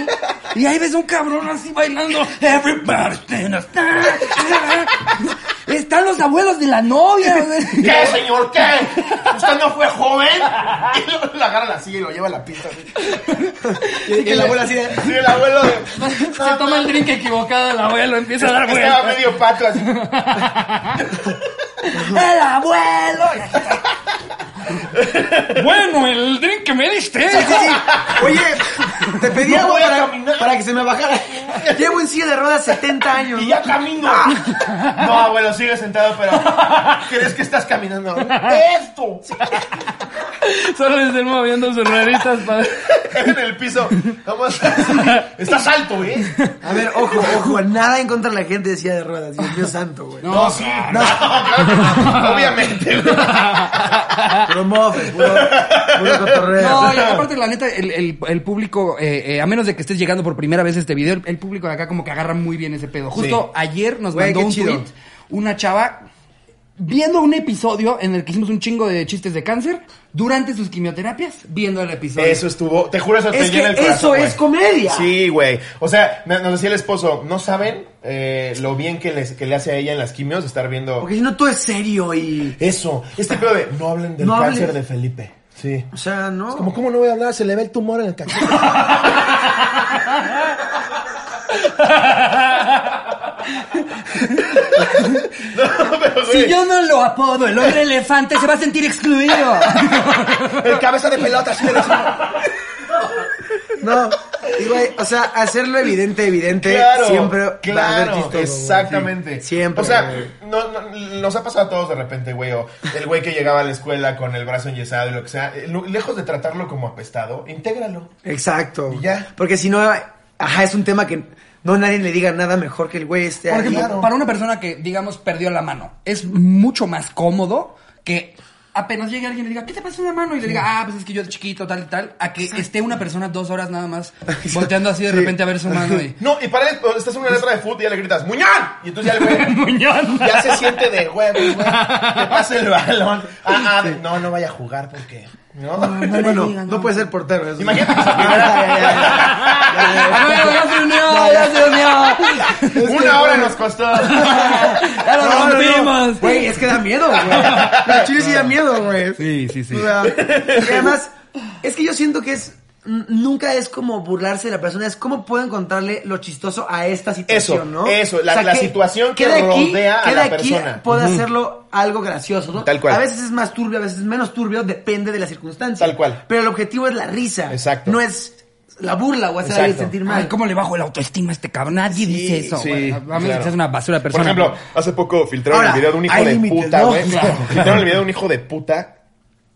Speaker 1: Y ahí ves a un cabrón así bailando, everybody's gonna start". Están los abuelos de la novia. o sea.
Speaker 2: ¿Qué, señor? ¿Qué? ¿Usted no fue joven? Y luego lo agarra la silla y lo lleva a la pista.
Speaker 3: Y, y la abuela así de...
Speaker 2: Sí, el abuelo de...
Speaker 1: [laughs] Se toma el drink equivocado el abuelo, empieza a dar
Speaker 2: Estaba
Speaker 1: vueltas.
Speaker 2: medio pato así.
Speaker 1: [laughs] ¡El abuelo! bueno, el drink que me diste.
Speaker 3: Sí, sí. Oye, te pedí
Speaker 2: No
Speaker 3: algo
Speaker 2: voy a
Speaker 3: para,
Speaker 2: caminar.
Speaker 3: para que se me bajara. Llevo en silla de ruedas 70 años.
Speaker 2: Y ya camino.
Speaker 3: Ah.
Speaker 2: No, abuelo, sigue sentado, pero ¿crees que estás
Speaker 3: [laughs]
Speaker 2: caminando? ¡Esto!
Speaker 1: Solo les estén moviendo sus rueditas para...
Speaker 2: En el piso. Vamos. Estás alto, ¿eh?
Speaker 3: A ver, ojo, ojo, nada en contra de la gente de silla de ruedas. Dios mío santo, güey.
Speaker 2: No, sí. No, claro que no. [laughs] Obviamente. güey.
Speaker 3: Puro mofe, puro, puro cotorreo.
Speaker 1: No, y aparte, la neta, el, el- el público, eh, eh, a menos de que estés llegando por primera vez a este video, el, el público de acá como que agarra muy bien ese pedo. Justo
Speaker 2: Sí.
Speaker 1: ayer nos
Speaker 3: Güey,
Speaker 1: mandó
Speaker 3: qué
Speaker 1: un
Speaker 3: chido.
Speaker 1: tweet una chava viendo un episodio en el que hicimos un chingo de chistes de cáncer durante sus quimioterapias, viendo el episodio.
Speaker 2: Eso estuvo, te juro, eso te
Speaker 3: Es que
Speaker 2: llena el corazón.
Speaker 3: eso
Speaker 2: güey.
Speaker 3: es comedia.
Speaker 2: Sí, güey. O sea, me- nos decía el esposo, no saben eh, lo bien que, les, que le hace a ella en las quimios estar viendo
Speaker 3: Porque si no, todo es serio y...
Speaker 2: eso. Este pedo de no hablen del
Speaker 3: No hablen.
Speaker 2: cáncer de Felipe. Sí.
Speaker 3: O sea, no.
Speaker 2: Como, ¿cómo no voy a hablar? Se le ve el tumor en el cáncer.
Speaker 3: [laughs]
Speaker 2: [laughs] no, pero, güey,
Speaker 1: Si yo no lo apodo, el hombre elefante se va a sentir excluido.
Speaker 2: el cabeza de pelota así le decimos.
Speaker 3: No, y güey, o sea, hacerlo evidente, evidente,
Speaker 2: Claro,
Speaker 3: siempre va a haber
Speaker 2: claro,
Speaker 3: chistoso, güey.
Speaker 2: exactamente.
Speaker 3: Sí, siempre.
Speaker 2: O sea,
Speaker 3: güey.
Speaker 2: no, no- nos ha pasado a todos de repente, güey, o el güey que llegaba a la escuela con el brazo enyesado y lo que sea. eh, lo- Lejos de tratarlo como apestado, intégralo.
Speaker 3: exacto.
Speaker 2: Y ya.
Speaker 3: Porque si no, ajá, es un tema que no nadie le diga nada mejor que el güey este
Speaker 1: Por
Speaker 3: ahí.
Speaker 1: ejemplo,
Speaker 2: claro.
Speaker 1: para una persona que, digamos, perdió la mano, es mucho más cómodo que apenas llegue alguien y le diga, ¿qué te pasó en la mano? Y le diga, ah, pues es que yo de chiquito, tal y tal, a que esté una persona dos horas nada
Speaker 3: [laughs]
Speaker 1: más volteando así de repente a ver su mano y...
Speaker 2: No, y para él, pues, estás en una letra de fútbol y ya le gritas, ¡Muñón! Y entonces ya el güey
Speaker 3: [laughs]
Speaker 1: ¡Muñón!
Speaker 2: ya se siente de huevo, güey. Te pasa el balón. Ah, ah, no, no vaya a jugar porque. ¿No? [laughs]
Speaker 1: le
Speaker 3: bueno,
Speaker 1: digan,
Speaker 3: no
Speaker 1: no.
Speaker 3: puede ser portero. Eso.
Speaker 2: Imagínate que se
Speaker 3: Ya,
Speaker 2: [laughs]
Speaker 3: ya, ya, ya,
Speaker 1: [laughs] ¡Ah,
Speaker 3: ya.
Speaker 1: bueno, ya se unió! ¡Ya se unió!
Speaker 2: Una hora nos
Speaker 1: [laughs]
Speaker 2: costó.
Speaker 3: [laughs]
Speaker 1: ¡Ya lo
Speaker 3: No, no, no.
Speaker 1: rompimos!
Speaker 3: Güey, es que da miedo, güey. La chile sí da miedo, güey.
Speaker 1: Sí, sí, sí.
Speaker 3: O sea, y además, es que yo siento que es. n- Nunca es como burlarse de la persona, es cómo puedo encontrarle lo chistoso a esta situación,
Speaker 2: Eso,
Speaker 3: ¿no?
Speaker 2: eso, la- la situación que
Speaker 3: queda aquí-
Speaker 2: rodea a
Speaker 3: queda
Speaker 2: la
Speaker 3: aquí,
Speaker 2: persona.
Speaker 3: Puede hacerlo algo gracioso, ¿no?
Speaker 2: Tal cual.
Speaker 3: A veces es más turbio, a veces es menos turbio, depende de la circunstancia.
Speaker 2: Tal cual.
Speaker 3: Pero el objetivo es la risa.
Speaker 2: Exacto.
Speaker 3: No es la burla o hacer a alguien
Speaker 2: Exacto.
Speaker 3: sentir mal.
Speaker 1: Ay, ¿cómo le bajo la autoestima a este cabrón? Nadie dice eso, güey. A menos que
Speaker 2: claro.
Speaker 1: seas una basura de persona.
Speaker 2: Por ejemplo, hace poco filtraron
Speaker 3: Ahora,
Speaker 2: el video de un hijo
Speaker 3: hay
Speaker 2: de
Speaker 3: límites,
Speaker 2: puta,
Speaker 3: ¿no?
Speaker 2: güey.
Speaker 3: Claro.
Speaker 2: [laughs] Filtraron el video de un hijo de puta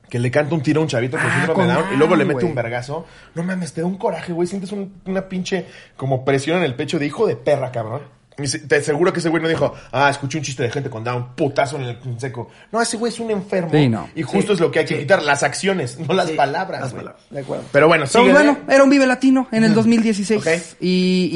Speaker 2: que le canta un tiro a un chavito con
Speaker 1: Ah,
Speaker 2: síndrome de
Speaker 1: con
Speaker 2: Down y luego le
Speaker 1: Down,
Speaker 2: mete
Speaker 1: güey.
Speaker 2: un vergazo. No mames, te da un coraje, güey. Sientes un- una pinche como presión en el pecho de hijo de perra, cabrón. Y se- Te aseguro que ese güey no dijo, ah, escuché un chiste de gente con un putazo en el seco. No, ese güey es un enfermo.
Speaker 5: Sí, no.
Speaker 2: Y justo es lo que hay que quitar, las acciones, no las
Speaker 3: Sí,
Speaker 2: palabras.
Speaker 3: las
Speaker 2: güey.
Speaker 3: palabras, de acuerdo.
Speaker 2: Pero bueno,
Speaker 5: Pero
Speaker 2: síguele.
Speaker 5: bueno, era un Vive Latino en el 2016.
Speaker 2: Ok.
Speaker 5: Y,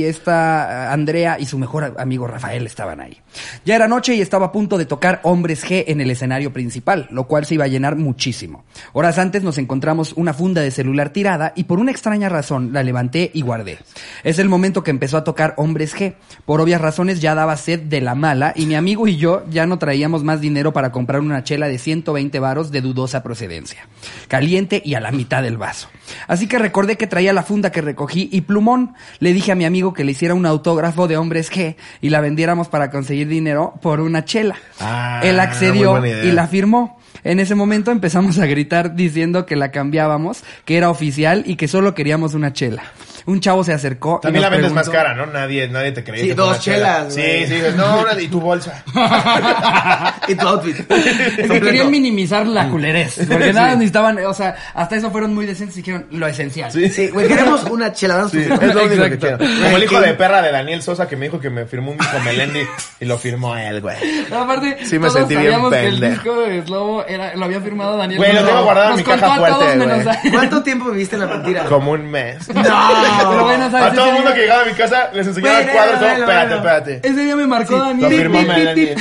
Speaker 5: y esta eh, Andrea y su mejor a- amigo Rafael estaban ahí. Ya era noche y estaba a punto de tocar Hombres G en el escenario principal, lo cual se iba a llenar muchísimo. Horas antes nos encontramos una funda de celular tirada y por una extraña razón la levanté y guardé. Es el momento que empezó a tocar Hombres G. Por obvias razones ya daba sed de la mala y mi amigo y yo ya no traíamos más dinero para comprar una chela de 120 varos de dudosa procedencia, caliente y a la mitad del vaso. Así que recordé que traía la funda que recogí y plumón. Le dije a mi amigo que le hiciera un autógrafo de hombres G y la vendiéramos para conseguir dinero por una chela.
Speaker 2: Ah,
Speaker 5: Él
Speaker 2: muy
Speaker 5: accedió
Speaker 2: buena idea.
Speaker 5: y la firmó. En ese momento empezamos a gritar diciendo que la cambiábamos, que era oficial y que solo queríamos una chela. Un chavo se acercó. y
Speaker 2: También
Speaker 5: nos
Speaker 2: la vendes más
Speaker 5: preguntó-
Speaker 2: cara, ¿no? Nadie, nadie te creyó.
Speaker 3: Sí,
Speaker 2: que fue
Speaker 3: dos
Speaker 2: una chela.
Speaker 3: chelas,
Speaker 2: Sí,
Speaker 3: güey.
Speaker 2: sí, dices, no, órale, y tu bolsa.
Speaker 3: [laughs] y tu
Speaker 2: [laughs]
Speaker 3: outfit.
Speaker 5: Es que
Speaker 3: completo.
Speaker 5: querían minimizar
Speaker 2: Mm.
Speaker 5: la culerez. Porque nada más necesitaban, o sea, hasta eso fueron muy decentes y dijeron lo esencial.
Speaker 3: Sí, güey, queremos una chela. danos
Speaker 2: Sí,
Speaker 3: un
Speaker 2: es
Speaker 3: poquito.
Speaker 2: lo único que
Speaker 5: Exacto.
Speaker 2: quiero. Como el hijo de perra de Daniel Sosa que me dijo que me firmó un disco Melendi y lo firmó él, güey.
Speaker 5: No, aparte,
Speaker 2: Sí me
Speaker 5: todos
Speaker 2: sentí bien
Speaker 5: sabíamos que el
Speaker 2: pendejo.
Speaker 5: disco de Slobo era, lo había firmado Daniel.
Speaker 2: Güey, lo
Speaker 5: Romo.
Speaker 2: tengo guardado en
Speaker 5: Nos
Speaker 2: mi
Speaker 5: contó
Speaker 2: caja
Speaker 5: a todos
Speaker 2: fuerte,
Speaker 5: menos
Speaker 2: güey.
Speaker 5: a-
Speaker 3: ¿Cuánto tiempo viviste la mentira?
Speaker 2: Como un mes.
Speaker 5: [laughs] Pero
Speaker 3: No.
Speaker 5: bueno, ¿sabes?
Speaker 2: A todo
Speaker 5: Ese
Speaker 2: el mundo
Speaker 5: día-
Speaker 2: que llegaba a mi casa les enseñaba
Speaker 3: Bueno,
Speaker 2: el cuadro. todo,
Speaker 3: bueno,
Speaker 2: Espérate,
Speaker 3: bueno.
Speaker 2: espérate.
Speaker 5: Ese día me marcó
Speaker 2: Lo
Speaker 5: Daniel. Pip, [laughs]
Speaker 2: firmó
Speaker 5: pip, pip,
Speaker 2: Melendi.
Speaker 5: pip.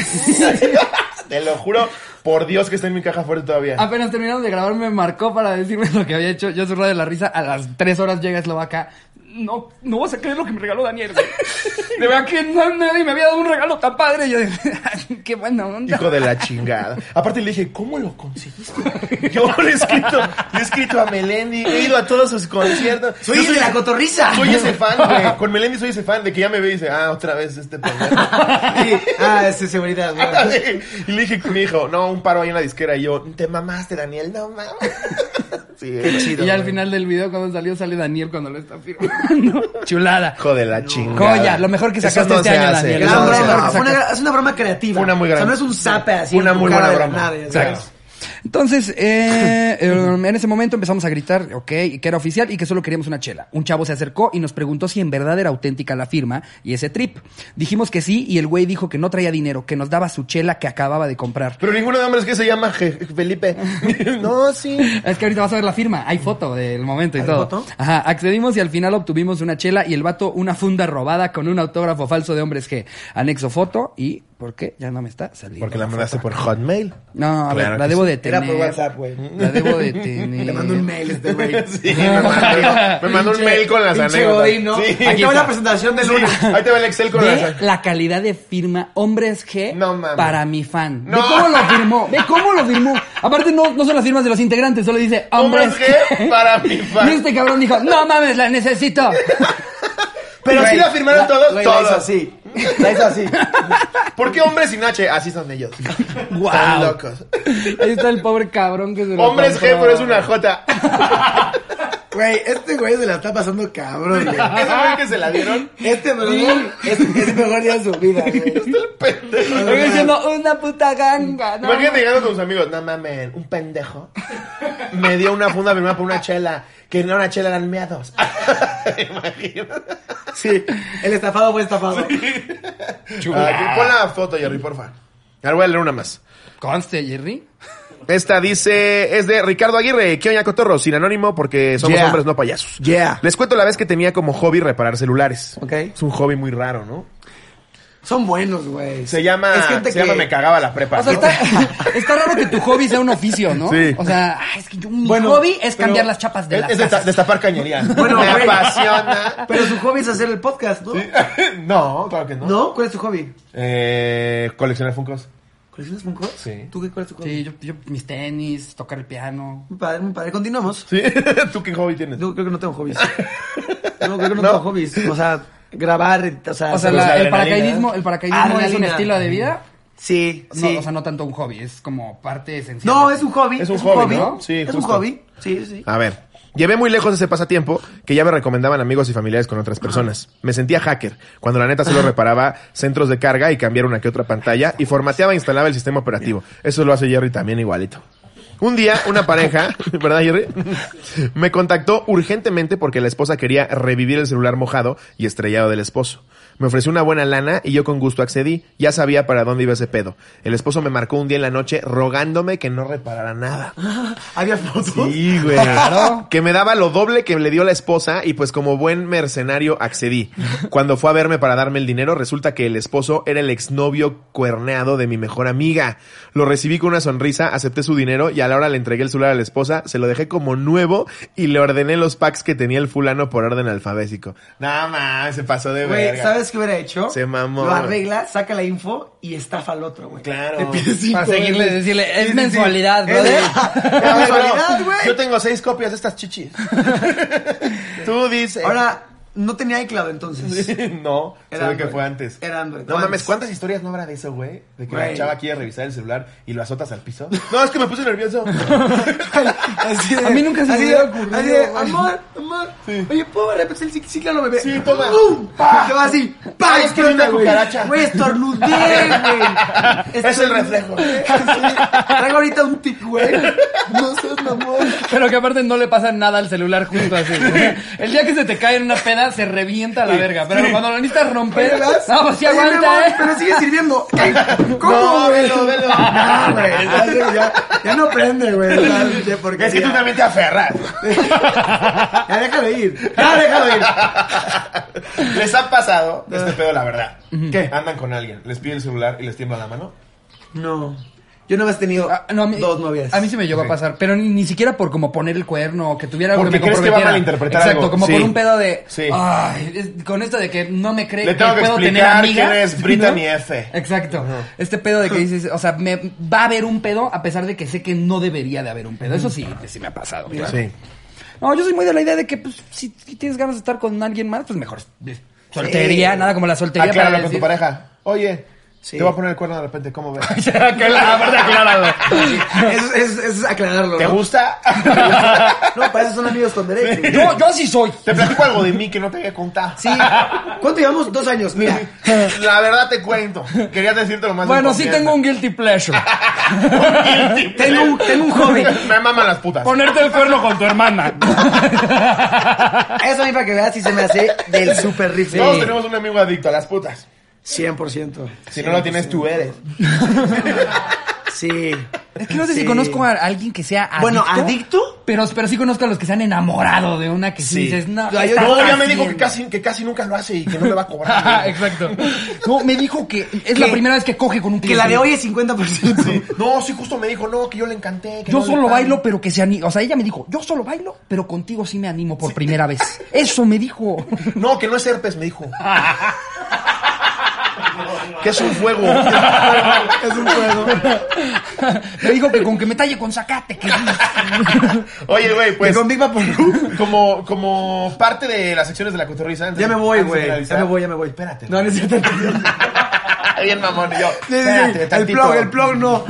Speaker 2: Te lo juro, por Dios que está en mi caja fuerte todavía.
Speaker 5: Apenas terminamos de grabar, me marcó para decirme lo que había hecho. Yo zurrado de la risa. A las tres horas llega Eslovaca. No, no vas a creer lo que me regaló Daniel. güey. De verdad que no- nadie me había dado un regalo tan padre. Yo dije, [laughs] "Ay, qué buena onda.
Speaker 2: Hijo de la chingada. Aparte le dije, ¿cómo lo conseguiste? Yo le he escrito, le he escrito a Melendi, he ido a todos sus conciertos.
Speaker 3: Soy
Speaker 2: Yo
Speaker 3: el de la cotorriza.
Speaker 2: Soy ese fan, güey. Con Melendi soy ese fan de que ya me ve y dice, ah, otra vez este pendejo.
Speaker 3: [laughs] Sí. Ah, es de seguridad, güey.
Speaker 2: Y le dije, mi hijo, no, un paro ahí en la disquera. Y yo, te mamaste, Daniel, no mames. [laughs] Sí, güey.
Speaker 5: Y al final del video, cuando salió, sale Daniel cuando lo está [laughs] firmando. Chulada.
Speaker 2: Hijo de la chingada.
Speaker 5: Joya, lo mejor que
Speaker 2: Eso
Speaker 5: sacaste
Speaker 2: no
Speaker 5: este
Speaker 2: se
Speaker 5: año,
Speaker 2: hace,
Speaker 5: Daniel.
Speaker 2: eso no
Speaker 3: Gran
Speaker 2: se
Speaker 3: broma,
Speaker 2: hace.
Speaker 5: exacto.
Speaker 3: fue una- es una broma creativa.
Speaker 2: Fue una muy
Speaker 3: O sea,
Speaker 2: gran-
Speaker 3: no es un zape así.
Speaker 2: Una
Speaker 3: con
Speaker 2: muy
Speaker 3: cara
Speaker 2: buena
Speaker 3: de la
Speaker 2: broma.
Speaker 3: nada, ya
Speaker 2: Exacto.
Speaker 3: sabes.
Speaker 5: Entonces, [laughs] eh, eh, en ese momento empezamos a gritar, ok, y que era oficial y que solo queríamos una chela. Un chavo se acercó y nos preguntó si en verdad era auténtica la firma y ese trip. Dijimos que sí y el güey dijo que no traía dinero, que nos daba su chela que acababa de comprar.
Speaker 2: Pero ninguno de hombres que se llama Je-
Speaker 3: [laughs]
Speaker 2: Felipe. [laughs] no, sí.
Speaker 5: Es que ahorita vas a ver la firma, hay foto del momento y
Speaker 3: ¿Hay
Speaker 5: todo.
Speaker 3: foto?
Speaker 5: Ajá, accedimos y al final obtuvimos una chela y el vato una funda robada con un autógrafo falso de hombres G. Anexo foto y ¿por qué? Ya no me está saliendo.
Speaker 2: Porque la
Speaker 5: la
Speaker 2: mandaste por Hotmail.
Speaker 5: No, a
Speaker 2: Claro
Speaker 5: ver,
Speaker 2: que
Speaker 5: la debo
Speaker 2: sí.
Speaker 5: de tener.
Speaker 3: Era por WhatsApp, güey.
Speaker 5: La
Speaker 2: [laughs]
Speaker 5: debo de tener.
Speaker 3: Le mando un mail a este güey.
Speaker 2: Sí, me mandó,
Speaker 3: [laughs]
Speaker 2: me mandó un
Speaker 3: Pinche-
Speaker 2: mail con las
Speaker 3: pinche
Speaker 2: anécdotas.
Speaker 3: Godín, ¿no?
Speaker 2: Sí.
Speaker 3: Aquí te va
Speaker 5: está.
Speaker 3: la presentación de
Speaker 2: Sí,
Speaker 3: lunes.
Speaker 2: Ahí te va el Excel con las
Speaker 5: Ve la calidad de firma Hombres G
Speaker 2: No mames.
Speaker 5: para mi fan. Ve
Speaker 2: No.
Speaker 5: cómo lo
Speaker 2: [laughs]
Speaker 5: firmó. Ve cómo lo firmó. Aparte, no, no son las firmas de los integrantes, solo dice Hombres,
Speaker 2: Hombres G para
Speaker 3: [laughs]
Speaker 2: mi fan.
Speaker 5: Y este cabrón dijo: No mames,
Speaker 2: [laughs]
Speaker 5: la necesito.
Speaker 2: Pero sí
Speaker 3: Güey,
Speaker 2: la firmaron todos,
Speaker 3: güey, La hizo
Speaker 2: todos.
Speaker 3: así. La hizo así.
Speaker 2: ¿Por qué hombres sin H? Así son
Speaker 3: [laughs]
Speaker 2: ellos.
Speaker 5: Wow.
Speaker 2: Están locos.
Speaker 5: Ahí está el pobre cabrón que se lo
Speaker 2: Hombres G,
Speaker 5: compró.
Speaker 2: pero es una
Speaker 3: [laughs]
Speaker 2: J.
Speaker 3: Güey, este güey se la está pasando
Speaker 2: [laughs]
Speaker 3: cabrón,
Speaker 2: Ese
Speaker 3: güey.
Speaker 2: güey que se la dieron.
Speaker 3: Este brother es, es el mejor día de su vida, güey.
Speaker 2: Está el pendejo.
Speaker 5: Estoy diciendo una puta ganga. no
Speaker 2: Imagínate llegando con tus amigos. No mames, un [laughs] pendejo. Me dio una funda firmada por una chela. Que no era una chela, eran meados. [laughs] Ah, Imagínate.
Speaker 3: Sí, el estafado fue estafado.
Speaker 2: Aquí, pon la foto, Jerry, porfa. Ahora voy a leer una más.
Speaker 5: Conste, Jerry.
Speaker 2: Esta dice, es de Ricardo Aguirre, ¿qué oña cotorro? Sin anónimo porque somos
Speaker 3: Yeah.
Speaker 2: hombres no payasos.
Speaker 3: Yeah.
Speaker 2: Les cuento la vez que tenía como hobby reparar celulares.
Speaker 3: Ok.
Speaker 2: Es un hobby muy raro, ¿no?
Speaker 3: Son buenos, güey.
Speaker 2: Se llama,
Speaker 3: Es gente
Speaker 2: se
Speaker 3: que-
Speaker 2: llama Me cagaba la prepa.
Speaker 5: O sea,
Speaker 2: ¿no?
Speaker 5: está,
Speaker 2: [laughs]
Speaker 3: [laughs]
Speaker 5: está [laughs] raro que tu hobby sea un oficio, ¿no?
Speaker 2: Sí.
Speaker 5: O sea, ay, es que yo, mi
Speaker 3: Bueno,
Speaker 5: hobby es
Speaker 3: pero-
Speaker 5: cambiar las chapas de
Speaker 2: Es,
Speaker 5: las
Speaker 2: es desta-
Speaker 5: casas.
Speaker 2: destapar cañerías.
Speaker 3: [laughs] Bueno,
Speaker 2: Me
Speaker 3: güey. [laughs]
Speaker 2: apasiona. [laughs]
Speaker 3: Pero su hobby es hacer el podcast, ¿no?
Speaker 2: no, claro que no.
Speaker 3: ¿No? ¿Cuál es tu hobby?
Speaker 2: Eh, coleccionar Funkos. [laughs]
Speaker 3: ¿Coleccionas Funko?
Speaker 2: Sí.
Speaker 3: ¿Tú qué cuál es tu hobby?
Speaker 5: Sí, yo, yo- mis tenis, tocar el piano.
Speaker 3: Muy padre, muy padre. Continuamos.
Speaker 2: ¿Sí? ¿Tú qué hobby tienes?
Speaker 3: Yo creo que no
Speaker 2: [laughs]
Speaker 3: tengo hobbies. No, creo que
Speaker 2: No.
Speaker 3: no, tengo hobbies. O sea, grabar, o sea...
Speaker 5: O sea,
Speaker 3: hacer-
Speaker 5: la-
Speaker 2: la
Speaker 5: el
Speaker 2: adrenalina.
Speaker 5: paracaidismo, el paracaidismo es un
Speaker 3: Adrenalina.
Speaker 5: estilo de vida.
Speaker 3: Sí,
Speaker 5: No,
Speaker 3: sí.
Speaker 5: o sea, no tanto un hobby, es como parte esencial.
Speaker 3: No, es un hobby.
Speaker 2: Es un hobby, ¿no? Sí,
Speaker 3: Sí, es un
Speaker 2: justo.
Speaker 3: hobby. Sí, sí.
Speaker 2: A ver. Llevé muy lejos ese pasatiempo que ya me recomendaban amigos y familiares con otras personas. Me sentía hacker, cuando la neta solo reparaba centros de carga y cambiar una que otra pantalla y formateaba e instalaba el sistema operativo. Eso lo hace Jerry también igualito. Un día, una pareja, ¿verdad Jerry? me contactó urgentemente porque la esposa quería revivir el celular mojado y estrellado del esposo. Me ofreció una buena lana y yo con gusto accedí. Ya sabía para dónde iba ese pedo. El esposo me marcó un día en la noche rogándome que no reparara nada.
Speaker 3: Había fotos.
Speaker 2: Sí, güey.
Speaker 5: Claro.
Speaker 2: Que me daba lo doble que le dio la esposa y pues como buen mercenario accedí. Cuando fue a verme para darme el dinero, resulta que el esposo era el exnovio cuerneado de mi mejor amiga. Lo recibí con una sonrisa, acepté su dinero y a la hora le entregué el celular a la esposa, se lo dejé como nuevo y le ordené los packs que tenía el fulano por orden alfabético. Nada más, se pasó de
Speaker 3: Güey,
Speaker 2: verga.
Speaker 3: ¿sabes qué hubiera hecho?
Speaker 2: Se mamó.
Speaker 3: Lo arregla, saca la info y estafa al otro, güey.
Speaker 2: Claro.
Speaker 3: Le pide cinco
Speaker 5: Para seguirle,
Speaker 3: [laughs] dólares.
Speaker 5: decirle, es
Speaker 3: Sí, sí, sí.
Speaker 5: mensualidad,
Speaker 3: Es-
Speaker 5: brother.
Speaker 3: [laughs] Es
Speaker 2: Ya, bro,
Speaker 3: mensualidad, ¿Eh? güey.
Speaker 2: Yo tengo seis copias de estas
Speaker 3: [laughs]
Speaker 2: chichis. Tú dices.
Speaker 3: Ahora, no tenía iCloud entonces.
Speaker 2: [laughs] no,
Speaker 3: Era
Speaker 2: sabe que
Speaker 3: Android.
Speaker 2: fue antes.
Speaker 3: Era Android.
Speaker 2: No mames,
Speaker 3: Antes.
Speaker 2: ¿cuántas historias no habrá de eso, güey? De que la
Speaker 3: Güey.
Speaker 2: chava quiere revisar el celular y lo azotas al piso. [laughs] No, es que me puse nervioso.
Speaker 3: Así de-
Speaker 5: A mí nunca se me
Speaker 3: así
Speaker 5: hubiera
Speaker 3: de-
Speaker 5: ocurrido,
Speaker 3: Así de,
Speaker 5: güey.
Speaker 3: amor, amor. Oye, ¿puedo ver el sí, sí, claro, bebé?
Speaker 2: Sí, toma.
Speaker 3: ¡Pum! ¡Pa! Te va así. ¡Pa!
Speaker 2: Ay, es que vi una
Speaker 3: Explota, güey.
Speaker 2: cucaracha.
Speaker 3: Güey, estornudé, güey.
Speaker 2: [laughs] Es el reflejo.
Speaker 3: [laughs] Sí. Traigo ahorita un tic, güey. No seas mamón.
Speaker 5: Pero que aparte no le pasa nada al celular junto así. [laughs] güey. El día que se te cae en una peda, se revienta a la verga. Pero cuando lo necesitas romper,
Speaker 3: ¿Pegas?
Speaker 5: no, pues sí
Speaker 3: Oye, mi amor,
Speaker 5: aguanta, ¿eh?
Speaker 3: Pero sigue sirviendo. Ey,
Speaker 5: [laughs]
Speaker 3: ¿Cómo,
Speaker 2: No,
Speaker 3: güey?
Speaker 2: velo,
Speaker 3: [laughs]
Speaker 2: velo.
Speaker 3: No, güey. Ya, se- ya- ya no prende, güey.
Speaker 5: [laughs]
Speaker 3: Ya, ya, porque
Speaker 2: es que
Speaker 3: ya-
Speaker 2: tú también te aferras.
Speaker 3: Ya déjalo ir. Ya déjalo ir.
Speaker 2: Les ha pasado este pedo, la verdad. ¿Qué? Andan con alguien, les piden el celular y les tiembla la mano.
Speaker 3: No. Yo no habías tenido
Speaker 5: Ah, no, a mí-
Speaker 3: dos novias.
Speaker 5: A mí se me llegó
Speaker 2: Ok.
Speaker 5: a pasar, pero ni, ni siquiera por como poner el cuerno o que tuviera algo
Speaker 2: Porque
Speaker 5: que me
Speaker 2: crees que va a
Speaker 5: comprometiera.
Speaker 2: malinterpretar
Speaker 5: Exacto,
Speaker 2: algo.
Speaker 5: como
Speaker 2: Sí.
Speaker 5: por un pedo de
Speaker 2: Sí.
Speaker 5: ay, es- con esto de que no me cree
Speaker 2: Le tengo que
Speaker 5: Eh, puedo tener
Speaker 2: explicar
Speaker 5: amigas.
Speaker 2: quién es
Speaker 5: [laughs] ¿no? Eh,
Speaker 2: Brittany F.
Speaker 5: Exacto. Este pedo de que dices, o sea, me va a haber un pedo a pesar de que sé que no debería de haber un pedo. Eso sí, sí me ha pasado. claro. No, yo soy muy de la idea de que pues si tienes ganas de estar con alguien más, pues mejor soltería,
Speaker 3: Sí. Ah,
Speaker 5: nada como la soltería
Speaker 2: Acláralo con
Speaker 5: decir-
Speaker 2: tu pareja. Oye,
Speaker 3: Sí.
Speaker 2: te voy a poner el cuerno de repente, ¿cómo ves?
Speaker 5: Que la verdad, acláralo.
Speaker 3: [laughs] Es, es, es aclararlo,
Speaker 2: ¿Te
Speaker 3: ¿no?
Speaker 2: gusta?
Speaker 3: No, para eso son amigos con derecho. güey.
Speaker 5: Yo, yo sí soy.
Speaker 2: [laughs] Te platico algo de mí que no te había contado.
Speaker 3: Sí. ¿Cuánto llevamos? Dos años, mira.
Speaker 2: La verdad te cuento. Quería decirte lo más
Speaker 5: Bueno, sí tengo un guilty
Speaker 3: [laughs]
Speaker 5: pleasure.
Speaker 2: [laughs]
Speaker 3: Tengo un- tengo un hobby.
Speaker 2: Me maman las putas.
Speaker 5: Ponerte el cuerno con
Speaker 3: [laughs]
Speaker 5: tu hermana.
Speaker 3: Eso a mí para que veas si se me hace del super rifle.
Speaker 2: Todos tenemos un amigo adicto a las putas.
Speaker 3: 100%.
Speaker 2: Si no lo tienes, tú eres.
Speaker 3: Sí.
Speaker 5: Es que no sé si
Speaker 3: Sí.
Speaker 5: conozco a alguien que sea adicto.
Speaker 3: Bueno, ¿adicto?
Speaker 5: Pero, pero sí conozco a los que se han enamorado de una que sí,
Speaker 2: Sí.
Speaker 5: dices, no.
Speaker 3: Yo-
Speaker 5: ¿qué
Speaker 3: yo-
Speaker 5: estás
Speaker 2: No, ya
Speaker 5: haciendo? Ah,
Speaker 2: me dijo que casi, que casi nunca lo hace y que no me va a
Speaker 5: [laughs] Ajá,
Speaker 2: cobrar.
Speaker 3: [laughs]
Speaker 5: Exacto. No, me dijo que es la
Speaker 3: Que-
Speaker 5: primera vez que coge con un
Speaker 3: Que
Speaker 5: cliente.
Speaker 3: la de hoy es 50%.
Speaker 2: Sí. No, sí, justo me dijo, no, que yo le encanté. que
Speaker 5: Yo
Speaker 2: no le
Speaker 5: solo
Speaker 2: tal.
Speaker 5: bailo, pero que se anima. O sea, ella me dijo, yo solo bailo, pero contigo sí me animo por primera [laughs] vez. Eso me dijo.
Speaker 2: No, que no es herpes, me
Speaker 5: [laughs]
Speaker 2: dijo. que es un fuego.
Speaker 3: Es un juego.
Speaker 5: me dijo que con que me talle con zacate. [laughs] Que...
Speaker 2: Oye, güey,
Speaker 3: [laughs] Pues,
Speaker 2: pues.
Speaker 3: con Big Vaporub.
Speaker 2: [laughs] Como, como parte de las secciones de la cotorriza. antes-
Speaker 3: [laughs] Ya me voy,
Speaker 2: antes de
Speaker 3: güey.
Speaker 2: finalizar-
Speaker 3: Ya me voy, ya me voy.
Speaker 2: Espérate.
Speaker 3: No, no es [laughs] cierto.
Speaker 2: [laughs]
Speaker 3: Sí,
Speaker 2: Bien mamón, y yo.
Speaker 3: sí, sí.
Speaker 2: espérate,
Speaker 3: El
Speaker 2: tantito.
Speaker 3: plug, el plug no.
Speaker 2: [laughs]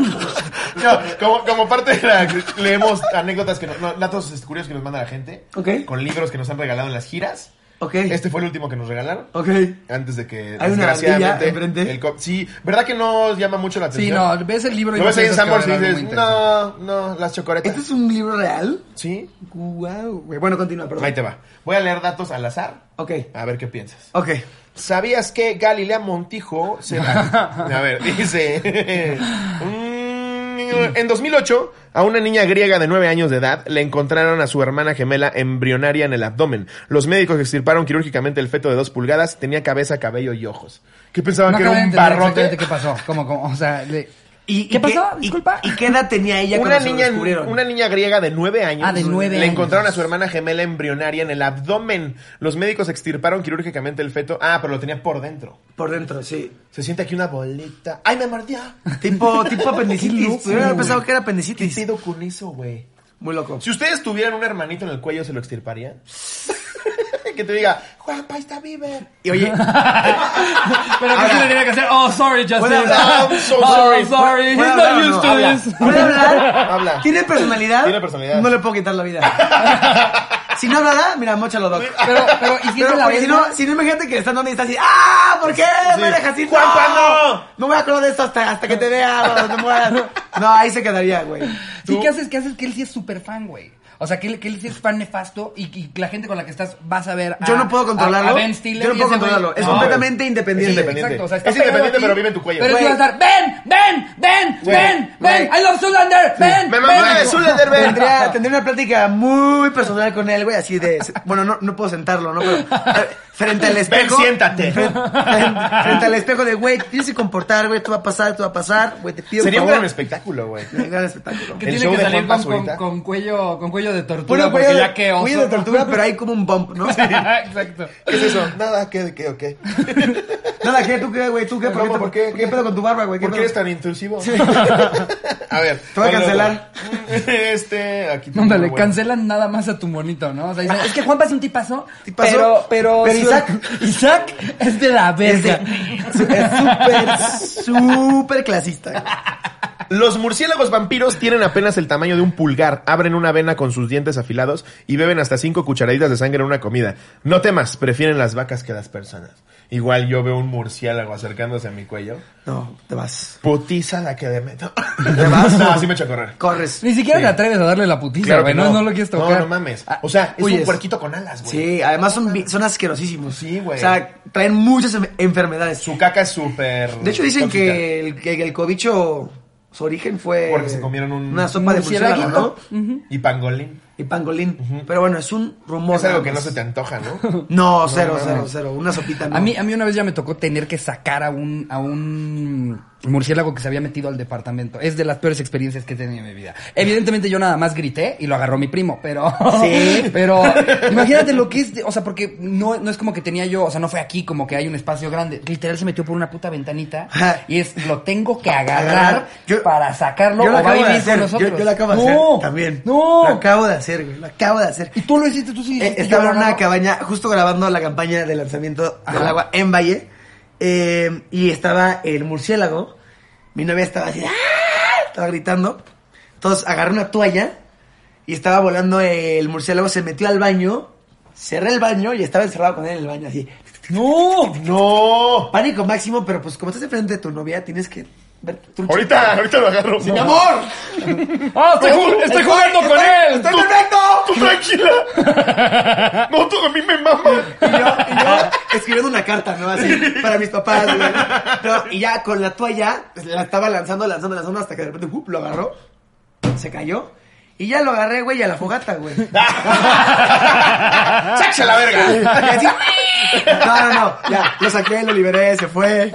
Speaker 2: No, como, como parte de la, leemos anécdotas que nos, no, datos este, curiosos que nos manda la gente.
Speaker 3: Ok.
Speaker 2: Con libros que nos han regalado en las giras.
Speaker 3: Ok.
Speaker 2: Este fue el último que nos regalaron.
Speaker 3: Ok.
Speaker 2: Antes de que
Speaker 3: Hay una ardilla enfrente.
Speaker 2: el co- sí, ¿verdad que no llama mucho la
Speaker 5: Sí,
Speaker 2: atención?
Speaker 5: no, ves el libro
Speaker 2: Lo ves ahí en
Speaker 5: piensas que va a
Speaker 2: Sanborns y
Speaker 5: haber algo
Speaker 2: dices,
Speaker 5: muy interesante.
Speaker 2: no, no, las chocoretas.
Speaker 3: ¿Este es un libro real?
Speaker 2: Sí,
Speaker 3: Wow, güey. Bueno, continúa, perdón.
Speaker 2: ahí te va. Voy a leer datos al azar.
Speaker 3: Ok.
Speaker 2: A ver qué piensas.
Speaker 3: Ok.
Speaker 2: ¿Sabías que Galilea Montijo se la- A ver, dice... [laughs] Mm, en 2008, a una niña griega de 9 años de edad le encontraron a su hermana gemela embrionaria en el abdomen. Los médicos extirparon quirúrgicamente el feto de 2 pulgadas, tenía cabeza, cabello y ojos. ¿Qué pensaban
Speaker 5: No
Speaker 2: que era
Speaker 5: acabo de
Speaker 2: un
Speaker 5: entender
Speaker 2: barrote?
Speaker 5: exactamente qué pasó. ¿Cómo, cómo? O sea, le-
Speaker 3: ¿Y,
Speaker 5: ¿Qué
Speaker 3: y qué-
Speaker 5: pasó?
Speaker 3: y-
Speaker 5: Disculpa.
Speaker 3: ¿Y qué edad tenía ella
Speaker 2: Una
Speaker 3: cuando se lo
Speaker 2: niña,
Speaker 3: descubrieron?
Speaker 2: una niña griega de nueve años,
Speaker 5: Ah, de
Speaker 2: le
Speaker 5: nueve años.
Speaker 2: encontraron a su hermana gemela embrionaria en el abdomen. Los médicos extirparon quirúrgicamente el feto. Ah, pero lo tenía por dentro.
Speaker 3: Por dentro, sí.
Speaker 2: Se siente aquí una bolita. ¡Ay, me mordió!
Speaker 3: [laughs] Tipo, tipo
Speaker 2: Qué
Speaker 3: apendicitis.
Speaker 2: loco,
Speaker 3: Yo hubiera
Speaker 2: güey.
Speaker 3: pensado que era
Speaker 2: ¿Qué
Speaker 3: apendicitis.
Speaker 2: pedo con eso, güey?
Speaker 3: Muy loco.
Speaker 2: Si ustedes tuvieran un hermanito en el cuello, ¿se lo extirparían? [laughs] que te diga, Juanpa, ahí está vive.
Speaker 3: Y oye,
Speaker 5: Pero que sí le tenía que hacer, oh, sorry, Justin.
Speaker 3: Puede hablar.
Speaker 2: I'm so
Speaker 5: oh,
Speaker 2: sorry.
Speaker 5: sorry, he's
Speaker 3: Puede
Speaker 5: not
Speaker 3: hablar o
Speaker 5: used
Speaker 3: no,
Speaker 5: to
Speaker 2: habla.
Speaker 5: this.
Speaker 3: ¿puede hablar?
Speaker 2: Habla.
Speaker 3: ¿Tiene personalidad?
Speaker 2: Tiene personalidad.
Speaker 3: No le puedo quitar la vida.
Speaker 5: [laughs]
Speaker 3: Si no hablara, mira, mochalo, doc.
Speaker 5: Pero, pero, ¿y si es
Speaker 3: Pero,
Speaker 5: de la
Speaker 3: pues, si
Speaker 5: verga?
Speaker 3: no, si no, imagínate que están donde está así, ¡ah! ¿Por qué me
Speaker 2: Sí.
Speaker 3: dejas así?
Speaker 2: ¡Juanpa, no!
Speaker 3: No me acuerdo de esto hasta, hasta que te
Speaker 5: [laughs]
Speaker 3: vea, cuando te mueras. No, ahí se quedaría, güey.
Speaker 5: ¿Y qué haces? ¿Qué haces? Que él sí es súper fan, güey. O O sea, Kill, Kill Steel es fan nefasto y, y la gente con la que estás vas a ver a,
Speaker 3: Yo no puedo controlarlo.
Speaker 5: Ah. a- a Ben Stiller
Speaker 3: Yo no
Speaker 5: y
Speaker 3: puedo
Speaker 5: ese güey-
Speaker 3: controlarlo. Es
Speaker 2: No,
Speaker 3: completamente
Speaker 2: güey.
Speaker 3: independiente.
Speaker 2: Es independiente.
Speaker 5: Exacto, o sea, está
Speaker 2: Es independiente,
Speaker 5: pegado a ti,
Speaker 2: pero vive en tu cuello.
Speaker 5: Pero tú
Speaker 3: Güey.
Speaker 5: vas a estar, ven, ven, ven,
Speaker 2: Güey,
Speaker 5: ven, ven,
Speaker 3: güey.
Speaker 5: I love Zoolander, ven,
Speaker 2: Me
Speaker 5: ven.
Speaker 2: mamó de Zoolander, ven. [laughs]
Speaker 3: Tendría, tendría una plática muy personal con él, güey, así de... Bueno, no, no puedo sentarlo, ¿no? Pero eh, frente al espejo...
Speaker 2: siéntate.
Speaker 3: Frente, frente al espejo de, güey, tienes que comportar, güey, esto va a pasar, esto va a pasar, güey, te pido
Speaker 2: Sería un
Speaker 3: un
Speaker 2: gran
Speaker 3: favor.
Speaker 2: espectáculo, güey.
Speaker 3: Un gran espectáculo.
Speaker 5: Que
Speaker 2: El
Speaker 5: tiene
Speaker 2: show
Speaker 5: que
Speaker 2: de
Speaker 5: salir
Speaker 2: Juanpa
Speaker 5: con, con,
Speaker 2: Zurita.
Speaker 5: con cuello, con cuello de tortuga,
Speaker 3: Bueno,
Speaker 5: porque
Speaker 3: cuello
Speaker 5: ya que
Speaker 3: de,
Speaker 5: oso.
Speaker 3: cuello de tortuga, pero hay como un bump, ¿no?
Speaker 5: Exacto.
Speaker 2: ¿Qué es eso? Nada, ¿qué, qué, o qué?
Speaker 3: Nada, ¿qué? ¿Tú qué, güey? ¿Tú qué? ¿Por,
Speaker 2: ¿Cómo?
Speaker 3: qué,
Speaker 2: ¿Por qué?
Speaker 3: ¿Qué pedo con tu barba, güey? ¿Qué
Speaker 2: ¿Por qué
Speaker 3: pedo?
Speaker 2: eres tan intrusivo? [laughs] a ver.
Speaker 3: Te voy
Speaker 2: bueno,
Speaker 3: a cancelar.
Speaker 2: [laughs] Este, aquí
Speaker 5: No, hombre, le
Speaker 2: bueno.
Speaker 5: cancelan nada más a tu monito, ¿no? O sea, dicen, es que Juanpa es un tipazo,
Speaker 3: Tipazo,
Speaker 5: pero, pero,
Speaker 3: pero
Speaker 5: su-
Speaker 3: Isaac-
Speaker 5: Isaac es de la
Speaker 3: Es
Speaker 5: verga.
Speaker 3: es súper, súper clasista. güey.
Speaker 2: Los murciélagos vampiros tienen apenas el tamaño de un pulgar, abren una vena con sus dientes afilados y beben hasta cinco cucharaditas de sangre en una comida. No temas, prefieren las vacas que las personas. Igual yo veo un murciélago acercándose a mi cuello.
Speaker 3: No, te vas.
Speaker 2: Putiza la que le meto.
Speaker 3: ¿Te vas?
Speaker 2: No, sí me echa a correr.
Speaker 3: Corres.
Speaker 5: Ni siquiera
Speaker 2: Sí.
Speaker 5: te atreves a darle la putiza,
Speaker 2: Claro
Speaker 5: güey,
Speaker 2: que
Speaker 5: no.
Speaker 2: no.
Speaker 5: no lo quieres tocar. Ah,
Speaker 2: No, no mames. O sea, es
Speaker 3: Huyes.
Speaker 2: un puerquito con alas, güey.
Speaker 3: Sí, además son, vi- son asquerosísimos.
Speaker 2: Sí, güey.
Speaker 3: O sea, traen muchas en- enfermedades.
Speaker 2: Su caca es súper.
Speaker 3: De hecho, dicen
Speaker 2: tóxica.
Speaker 3: que el, que el cobicho, su origen fue.
Speaker 2: Porque se comieron un-
Speaker 3: Una sopa de murciélago, ¿no?
Speaker 5: Murciélaguito. Ujú.
Speaker 2: Y pangolín.
Speaker 3: Y pangolín. Pero bueno, es un rumor.
Speaker 2: Es algo
Speaker 3: nada
Speaker 2: que no
Speaker 3: más.
Speaker 2: se te antoja, ¿no? [laughs]
Speaker 3: No, cero,
Speaker 2: no, no.
Speaker 3: cero, cero. Una sopita, no.
Speaker 5: A mí, a mí una vez ya me tocó tener que sacar a un, a un murciélago que se había metido al departamento. Es de las peores experiencias que he tenido en mi vida. Evidentemente yo nada más grité y lo agarró mi primo, pero...
Speaker 3: Sí.
Speaker 5: [laughs] Pero imagínate lo que es... de- o sea, porque no, no es como que tenía yo... O sea, no fue aquí como que hay un espacio grande. Literal se metió por una puta ventanita
Speaker 3: Ajá.
Speaker 5: y es... Lo tengo que
Speaker 3: Agarrar.
Speaker 5: agarrar
Speaker 3: Yo-
Speaker 5: para sacarlo
Speaker 3: Yo lo
Speaker 5: o va a
Speaker 3: acabo de
Speaker 5: vivir con
Speaker 3: hacer.
Speaker 5: nosotros.
Speaker 3: Yo, yo lo acabo de
Speaker 5: No,
Speaker 3: hacer también.
Speaker 5: No.
Speaker 3: Lo acabo de hacer, güey. Lo acabo de hacer.
Speaker 5: Y tú lo hiciste, tú sí.
Speaker 3: Eh,
Speaker 5: hiciste,
Speaker 3: estaba
Speaker 5: yo
Speaker 3: en
Speaker 5: no,
Speaker 3: una
Speaker 5: no.
Speaker 3: cabaña, justo grabando la campaña de lanzamiento del
Speaker 5: Ajá.
Speaker 3: agua en Valle. eh, y estaba el murciélago. Mi novia estaba así, ¡ah! estaba gritando. Entonces agarré una toalla y estaba volando el murciélago. Se metió al baño, cerré el baño y estaba encerrado con él en el baño así.
Speaker 5: No.
Speaker 2: ¡No!
Speaker 3: Pánico máximo, pero pues como estás enfrente de tu novia, tienes que ver tu
Speaker 2: Ahorita, ahorita lo agarro.
Speaker 3: ¡Mi amor!
Speaker 5: ¡Ah, estoy, ju- estoy jugando con él!
Speaker 3: ¡Estoy perfecto!
Speaker 2: ¡Tú tranquila! ¡No, tú a mí me mama!
Speaker 3: Y yo, y
Speaker 2: Ah.
Speaker 3: yo escribiendo una carta, ¿no? Así, para mis papás, güey. No, y ya con la toalla, pues, la estaba lanzando, lanzando, lanzando, hasta que de repente, ¡up! lo agarró, se cayó. Y ya lo agarré, güey, a la fogata, güey.
Speaker 2: ¡Sáquese la
Speaker 3: Y
Speaker 2: verga!
Speaker 3: así, No, no, no, ya, lo saqué, lo liberé, se fue,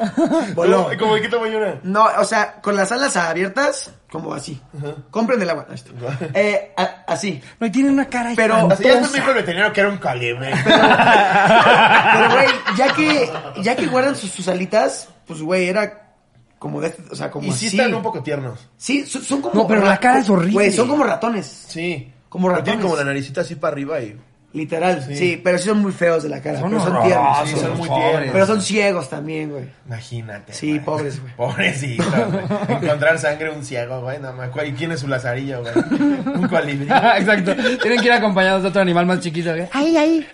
Speaker 3: voló.
Speaker 2: ¿Cómo de qué tamaño era?
Speaker 3: No, o sea, con las alas abiertas, como así. Compren el agua.
Speaker 2: [laughs]
Speaker 3: ahí está. Eh, a- así.
Speaker 5: No, y tiene una cara
Speaker 3: Pero-
Speaker 2: Así ya después
Speaker 5: espantosa.
Speaker 2: me dijo el veterinario que era un calibre.
Speaker 3: Pero, güey, ya que, ya que guardan sus, sus alitas, pues, güey, era como de... este- O sea, como
Speaker 2: Y sí
Speaker 3: así.
Speaker 2: están un poco tiernos.
Speaker 3: Sí, son, son como...
Speaker 5: No, pero la cara es horrible.
Speaker 3: Güey, son como ratones,
Speaker 2: Sí.
Speaker 3: Como
Speaker 2: Pero Tienen
Speaker 3: ratones.
Speaker 2: como la naricita así para arriba y...
Speaker 3: literal. Sí. pero sí son muy feos de la cara.
Speaker 5: Son
Speaker 3: pero son
Speaker 5: horrorosos,
Speaker 3: tiernos.
Speaker 2: sí, son muy
Speaker 5: pobres.
Speaker 2: tiernos.
Speaker 3: Pero son ciegos también, güey.
Speaker 2: Imagínate.
Speaker 3: Sí, pobres, güey.
Speaker 2: Pobrecitos, güey. Encontrar sangre un ciego, güey. No me acuerdo. ¿Y quién es su lazarillo, güey? Un
Speaker 3: [laughs]
Speaker 2: colibrí.
Speaker 5: [laughs] Exacto. Tienen que ir acompañados de otro animal más chiquito. ¿eh? Ahí, ahí.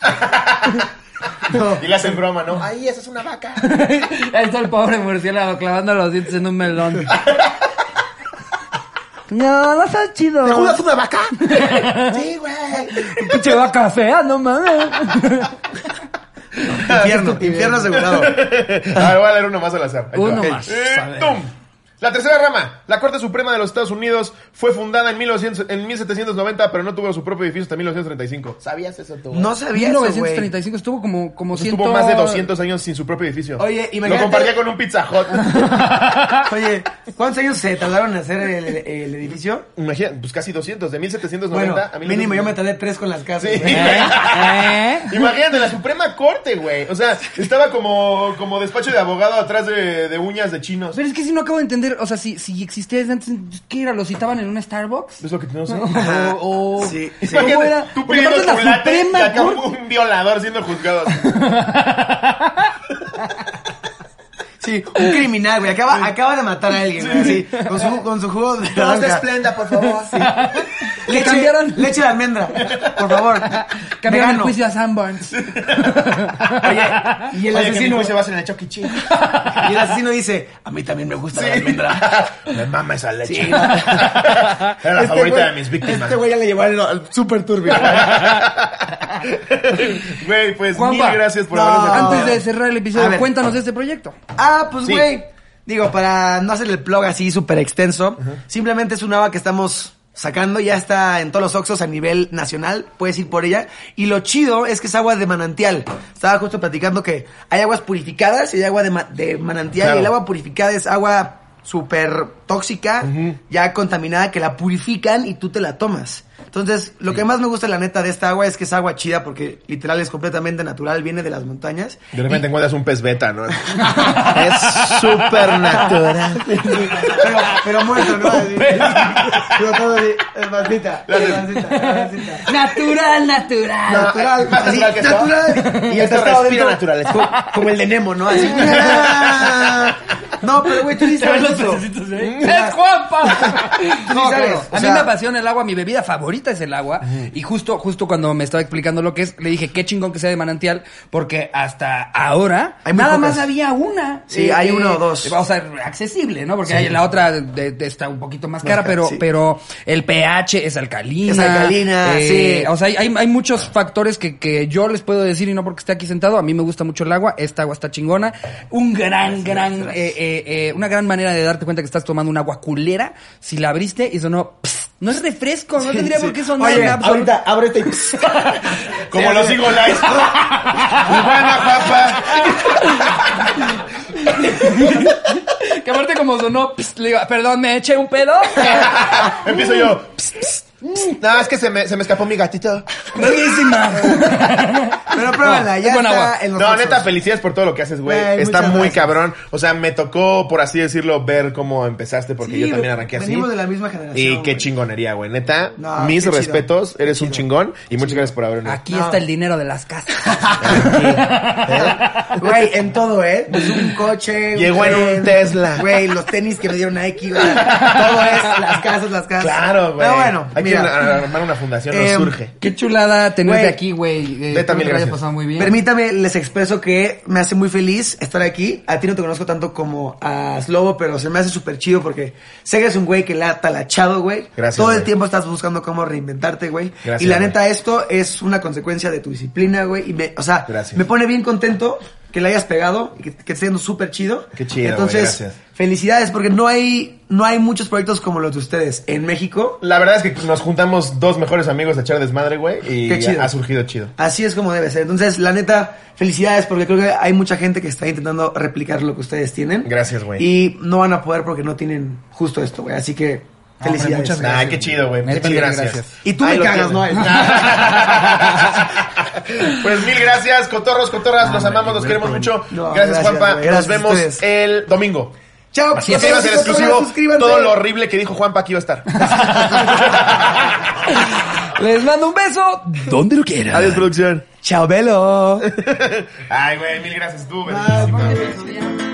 Speaker 3: No.
Speaker 2: Y le hacen broma, ¿no? ¡Ay, esa es una
Speaker 3: [laughs]
Speaker 2: vaca!
Speaker 5: Ahí está el pobre murciélago clavando los dientes en un melón. No, no está chido.
Speaker 2: es una
Speaker 3: [laughs]
Speaker 2: vaca?
Speaker 3: Sí, güey.
Speaker 5: Pinche vaca fea, no mames.
Speaker 3: Infierno, infierno
Speaker 2: [laughs]
Speaker 3: asegurado.
Speaker 2: A ver, Ah, voy a leer uno más al azar. Ahí te
Speaker 5: Uno
Speaker 2: va.
Speaker 5: más,
Speaker 2: Eh,
Speaker 5: a ver.
Speaker 2: tum. La tercera rama, la Corte Suprema de los Estados Unidos, fue fundada en, 1900 en 1790, pero no tuvo su propio edificio hasta 1935. ¿Sabías eso tú?
Speaker 3: No sabía eso, güey.
Speaker 5: 1935 estuvo como, como
Speaker 2: Estuvo más de 200 años sin su propio edificio.
Speaker 3: Oye, imagínate-
Speaker 2: Lo compartía con un Pizza Hut. [laughs]
Speaker 3: [laughs] Oye, ¿cuántos años se tardaron en hacer el, el edificio?
Speaker 2: Imagínate, pues casi 200, de 1790
Speaker 3: Bueno,
Speaker 2: a 1900.
Speaker 3: mínimo yo me tardé tres con las casas.
Speaker 2: Sí.
Speaker 5: [laughs]
Speaker 3: güey.
Speaker 5: ¿Eh?
Speaker 2: Imagínate, la Suprema Corte, güey. O sea, estaba como, como despacho de abogado atrás de, de uñas de chinos.
Speaker 5: Pero es que si no acabo de entender, o sea, si, si existía desde antes, ¿qué era? ¿Lo citaban en un Starbucks?
Speaker 2: Es lo que tenemos.
Speaker 5: No,
Speaker 2: ahí.
Speaker 5: o, o-
Speaker 3: Sí, sí.
Speaker 5: ¿Cómo
Speaker 2: Imagínate,
Speaker 5: era?
Speaker 2: tú
Speaker 5: Porque
Speaker 2: pidiendo
Speaker 5: aparte es la
Speaker 2: chulate y
Speaker 5: Suprema
Speaker 2: acá
Speaker 5: Corte.
Speaker 2: un violador siendo juzgado.
Speaker 3: Sí, un criminal, güey. Acaba, acaba de matar a alguien, güey. Así, con su, con su jugo de
Speaker 2: Dos de
Speaker 3: naranja.
Speaker 2: esplenda, por favor.
Speaker 5: Le cambiaron-
Speaker 3: Leche de almendra, por favor.
Speaker 5: Cambiaron el
Speaker 3: Vegano.
Speaker 5: juicio a Sanborns.
Speaker 3: Oye, [laughs] y el
Speaker 2: Oye, que mi
Speaker 3: asesino...
Speaker 2: juicio va a ser en el Chucky E. Cheese.
Speaker 3: Y el asesino dice, a mí también me gusta la almendra.
Speaker 2: Me mama esa leche.
Speaker 3: Sí.
Speaker 2: [laughs] Era la
Speaker 3: Este
Speaker 2: favorita
Speaker 3: güey-
Speaker 2: de mis víctimas.
Speaker 3: Este güey ya le llevó al, al super turbio.
Speaker 2: [laughs] Güey, pues
Speaker 5: Juanpa,
Speaker 2: mil gracias por
Speaker 3: no.
Speaker 2: habernos
Speaker 5: Antes
Speaker 2: acompañado.
Speaker 5: de cerrar
Speaker 3: Ah.
Speaker 5: el
Speaker 3: A
Speaker 5: episodio,
Speaker 3: ver.
Speaker 5: cuéntanos de este proyecto.
Speaker 3: Ah, pues
Speaker 2: Sí.
Speaker 3: güey. Digo, para no hacer el plug así súper extenso, simplemente es una haba que estamos sacando, ya está en todos los Oxxos a nivel nacional, puedes ir por ella. Y lo chido es que es agua de manantial. Estaba justo platicando que hay aguas purificadas y hay agua de, ma- de manantial.
Speaker 2: Claro.
Speaker 3: Y el agua purificada es agua súper tóxica, ya contaminada, que la purifican y tú te la tomas. Entonces, lo que más me gusta, la neta, de esta agua es que es agua chida porque literal es completamente natural, viene de las montañas.
Speaker 2: De repente encuentras un pez beta, ¿no?
Speaker 3: Es súper natural. Pero, pero muerto, ¿no? Así. Pero todo así. Hermancita. Hermancita. hermancita.
Speaker 2: [laughs]
Speaker 5: Natural, natural.
Speaker 3: Natural,
Speaker 2: más natural que todo.
Speaker 3: Y el
Speaker 2: Esto
Speaker 3: pescado
Speaker 2: respira
Speaker 3: dentro,
Speaker 2: naturaleza.
Speaker 3: co- Como, el de Nemo,
Speaker 2: [laughs]
Speaker 3: ¿no? Así. No, pero güey, tú sí
Speaker 5: ¿Te ves
Speaker 3: sabes
Speaker 5: los
Speaker 3: eso.
Speaker 5: pececitos
Speaker 2: ¿eh?
Speaker 5: ahí?
Speaker 3: Mm.
Speaker 5: [laughs] ¡Es Juanpa!
Speaker 3: [laughs] No, claro.
Speaker 5: A
Speaker 3: O
Speaker 5: mí
Speaker 3: sea-
Speaker 5: me apasiona el agua, mi bebida favorita es el agua. Y justo, justo cuando me estaba explicando lo que es, le dije qué chingón que sea de manantial, porque hasta ahora
Speaker 3: Hay muy
Speaker 5: nada
Speaker 3: pocas.
Speaker 5: más había una.
Speaker 3: Sí, hay una o dos.
Speaker 5: O sea, accesible, ¿no? Porque hay la otra de- de- está un poquito más cara,
Speaker 3: Ajá,
Speaker 5: pero,
Speaker 3: sí.
Speaker 5: pero el pH es alcalina. Eh,
Speaker 3: Es alcalina, sí.
Speaker 5: O sea, hay, hay- hay muchos factores que, que yo les puedo decir y no porque esté aquí sentado. A mí me gusta mucho el agua. Esta agua está chingona. Un gran, gran, eh, eh, eh, una gran manera de darte cuenta que estás tomando un agua culera. Si la abriste y sonó, "Pss", no es refresco, no
Speaker 3: [laughs]
Speaker 5: tendría por qué sonar en
Speaker 3: Oye,
Speaker 5: absoluto.
Speaker 3: [laughs] ahorita, este- ábrete
Speaker 2: [laughs]
Speaker 3: y...
Speaker 2: Como los Eagle Eyes.
Speaker 3: [laughs]
Speaker 2: Cubana, papa.
Speaker 5: Que aparte como sonó, "Pss", le digo, perdón, me eché un
Speaker 3: [laughs]
Speaker 5: pedo.
Speaker 2: Empiezo yo. Psst, psst, psst. No, es que se me, se me escapó mi gatito.
Speaker 3: [laughs]
Speaker 5: Buenísima.
Speaker 3: Pero pruébala,
Speaker 5: No,
Speaker 3: ya
Speaker 5: es con
Speaker 3: está
Speaker 5: agua.
Speaker 3: en los
Speaker 2: No,
Speaker 3: Oxxos.
Speaker 2: neta, felicidades por todo lo que haces, güey.
Speaker 3: Güey,
Speaker 2: Está
Speaker 3: muchas
Speaker 2: muy
Speaker 3: gracias.
Speaker 2: cabrón. O sea, me tocó, por así decirlo, ver cómo empezaste, porque
Speaker 3: Sí,
Speaker 2: yo también arranqué así.
Speaker 3: venimos de la misma generación,
Speaker 2: Y qué
Speaker 3: güey.
Speaker 2: chingonería, güey. Neta,
Speaker 3: No,
Speaker 2: mis
Speaker 3: qué chido.
Speaker 2: respetos. Eres un chingón. Y muchas gracias por haber venido.
Speaker 5: Aquí
Speaker 3: No.
Speaker 5: está el dinero de las casas.
Speaker 3: ¿Eh? Güey, en todo, ¿eh? Pues un coche.
Speaker 2: Llegó en
Speaker 3: tren,
Speaker 2: un Tesla.
Speaker 3: Güey, los tenis que me dieron Nike,
Speaker 2: [laughs]
Speaker 3: güey. Todo es las casas, las casas.
Speaker 2: Claro, güey.
Speaker 3: Pero bueno,
Speaker 2: Hay que
Speaker 3: mira.
Speaker 2: ar- armar una fundación, nos
Speaker 3: Em,
Speaker 2: surge.
Speaker 5: Qué chulada tenerte
Speaker 3: Güey.
Speaker 5: aquí, güey. Eh,
Speaker 2: Neta,
Speaker 5: espero
Speaker 2: mil
Speaker 5: que la hayas
Speaker 2: gracias.
Speaker 5: pasado muy bien.
Speaker 3: Permítame, les expreso que me hace muy feliz estar aquí. A ti no te conozco tanto como a Slobo, pero se me hace súper chido porque sé que es un güey que la ha talachado, güey.
Speaker 2: Gracias,
Speaker 3: Todo el
Speaker 2: güey.
Speaker 3: tiempo estás buscando cómo reinventarte, güey.
Speaker 2: Gracias,
Speaker 3: y la
Speaker 2: güey.
Speaker 3: neta, esto es una consecuencia de tu disciplina, güey. Y me, o sea,
Speaker 2: Gracias.
Speaker 3: me pone bien contento que la hayas pegado y que, que esté siendo súper chido.
Speaker 2: Qué chido, güey,
Speaker 3: Entonces,
Speaker 2: gracias.
Speaker 3: felicidades porque no hay, no hay muchos proyectos como los de ustedes en México.
Speaker 2: La verdad es que nos juntamos dos mejores amigos a echar desmadre, güey. Y
Speaker 3: Qué chido.
Speaker 2: ha surgido chido.
Speaker 3: Así es como debe ser. Entonces, la neta, felicidades porque creo que hay mucha gente que está intentando replicar lo que ustedes tienen.
Speaker 2: Gracias, güey.
Speaker 3: Y no van a poder porque no tienen justo esto, güey. Así que felicidades.
Speaker 5: muchas gracias.
Speaker 2: Ay, qué chido, güey.
Speaker 5: Neta,
Speaker 2: Muchas
Speaker 5: mil
Speaker 2: gracias.
Speaker 5: gracias.
Speaker 3: Y tú me
Speaker 2: lo
Speaker 3: cagas,
Speaker 2: tienes.
Speaker 3: ¿no?
Speaker 2: [laughs] pues mil gracias, cotorros, cotorras. Los amamos, los queremos mucho.
Speaker 3: No,
Speaker 2: gracias,
Speaker 3: gracias,
Speaker 2: Juanpa. Nos
Speaker 3: güey. Gracias a
Speaker 2: vemos
Speaker 3: ustedes.
Speaker 2: el domingo.
Speaker 3: Chao.
Speaker 2: Y ese iba a ser
Speaker 3: cotorras,
Speaker 2: exclusivo
Speaker 3: suscríbanse.
Speaker 2: todo lo horrible que dijo Juanpa que iba a
Speaker 3: [laughs]
Speaker 2: estar.
Speaker 5: Les mando un beso donde lo quieran.
Speaker 2: Adiós, producción.
Speaker 3: Chao, velo.
Speaker 2: [laughs] Ay, güey, mil gracias. Tú,
Speaker 3: Bye,
Speaker 2: buenísima,
Speaker 3: bye.
Speaker 2: güey.
Speaker 5: Adiós.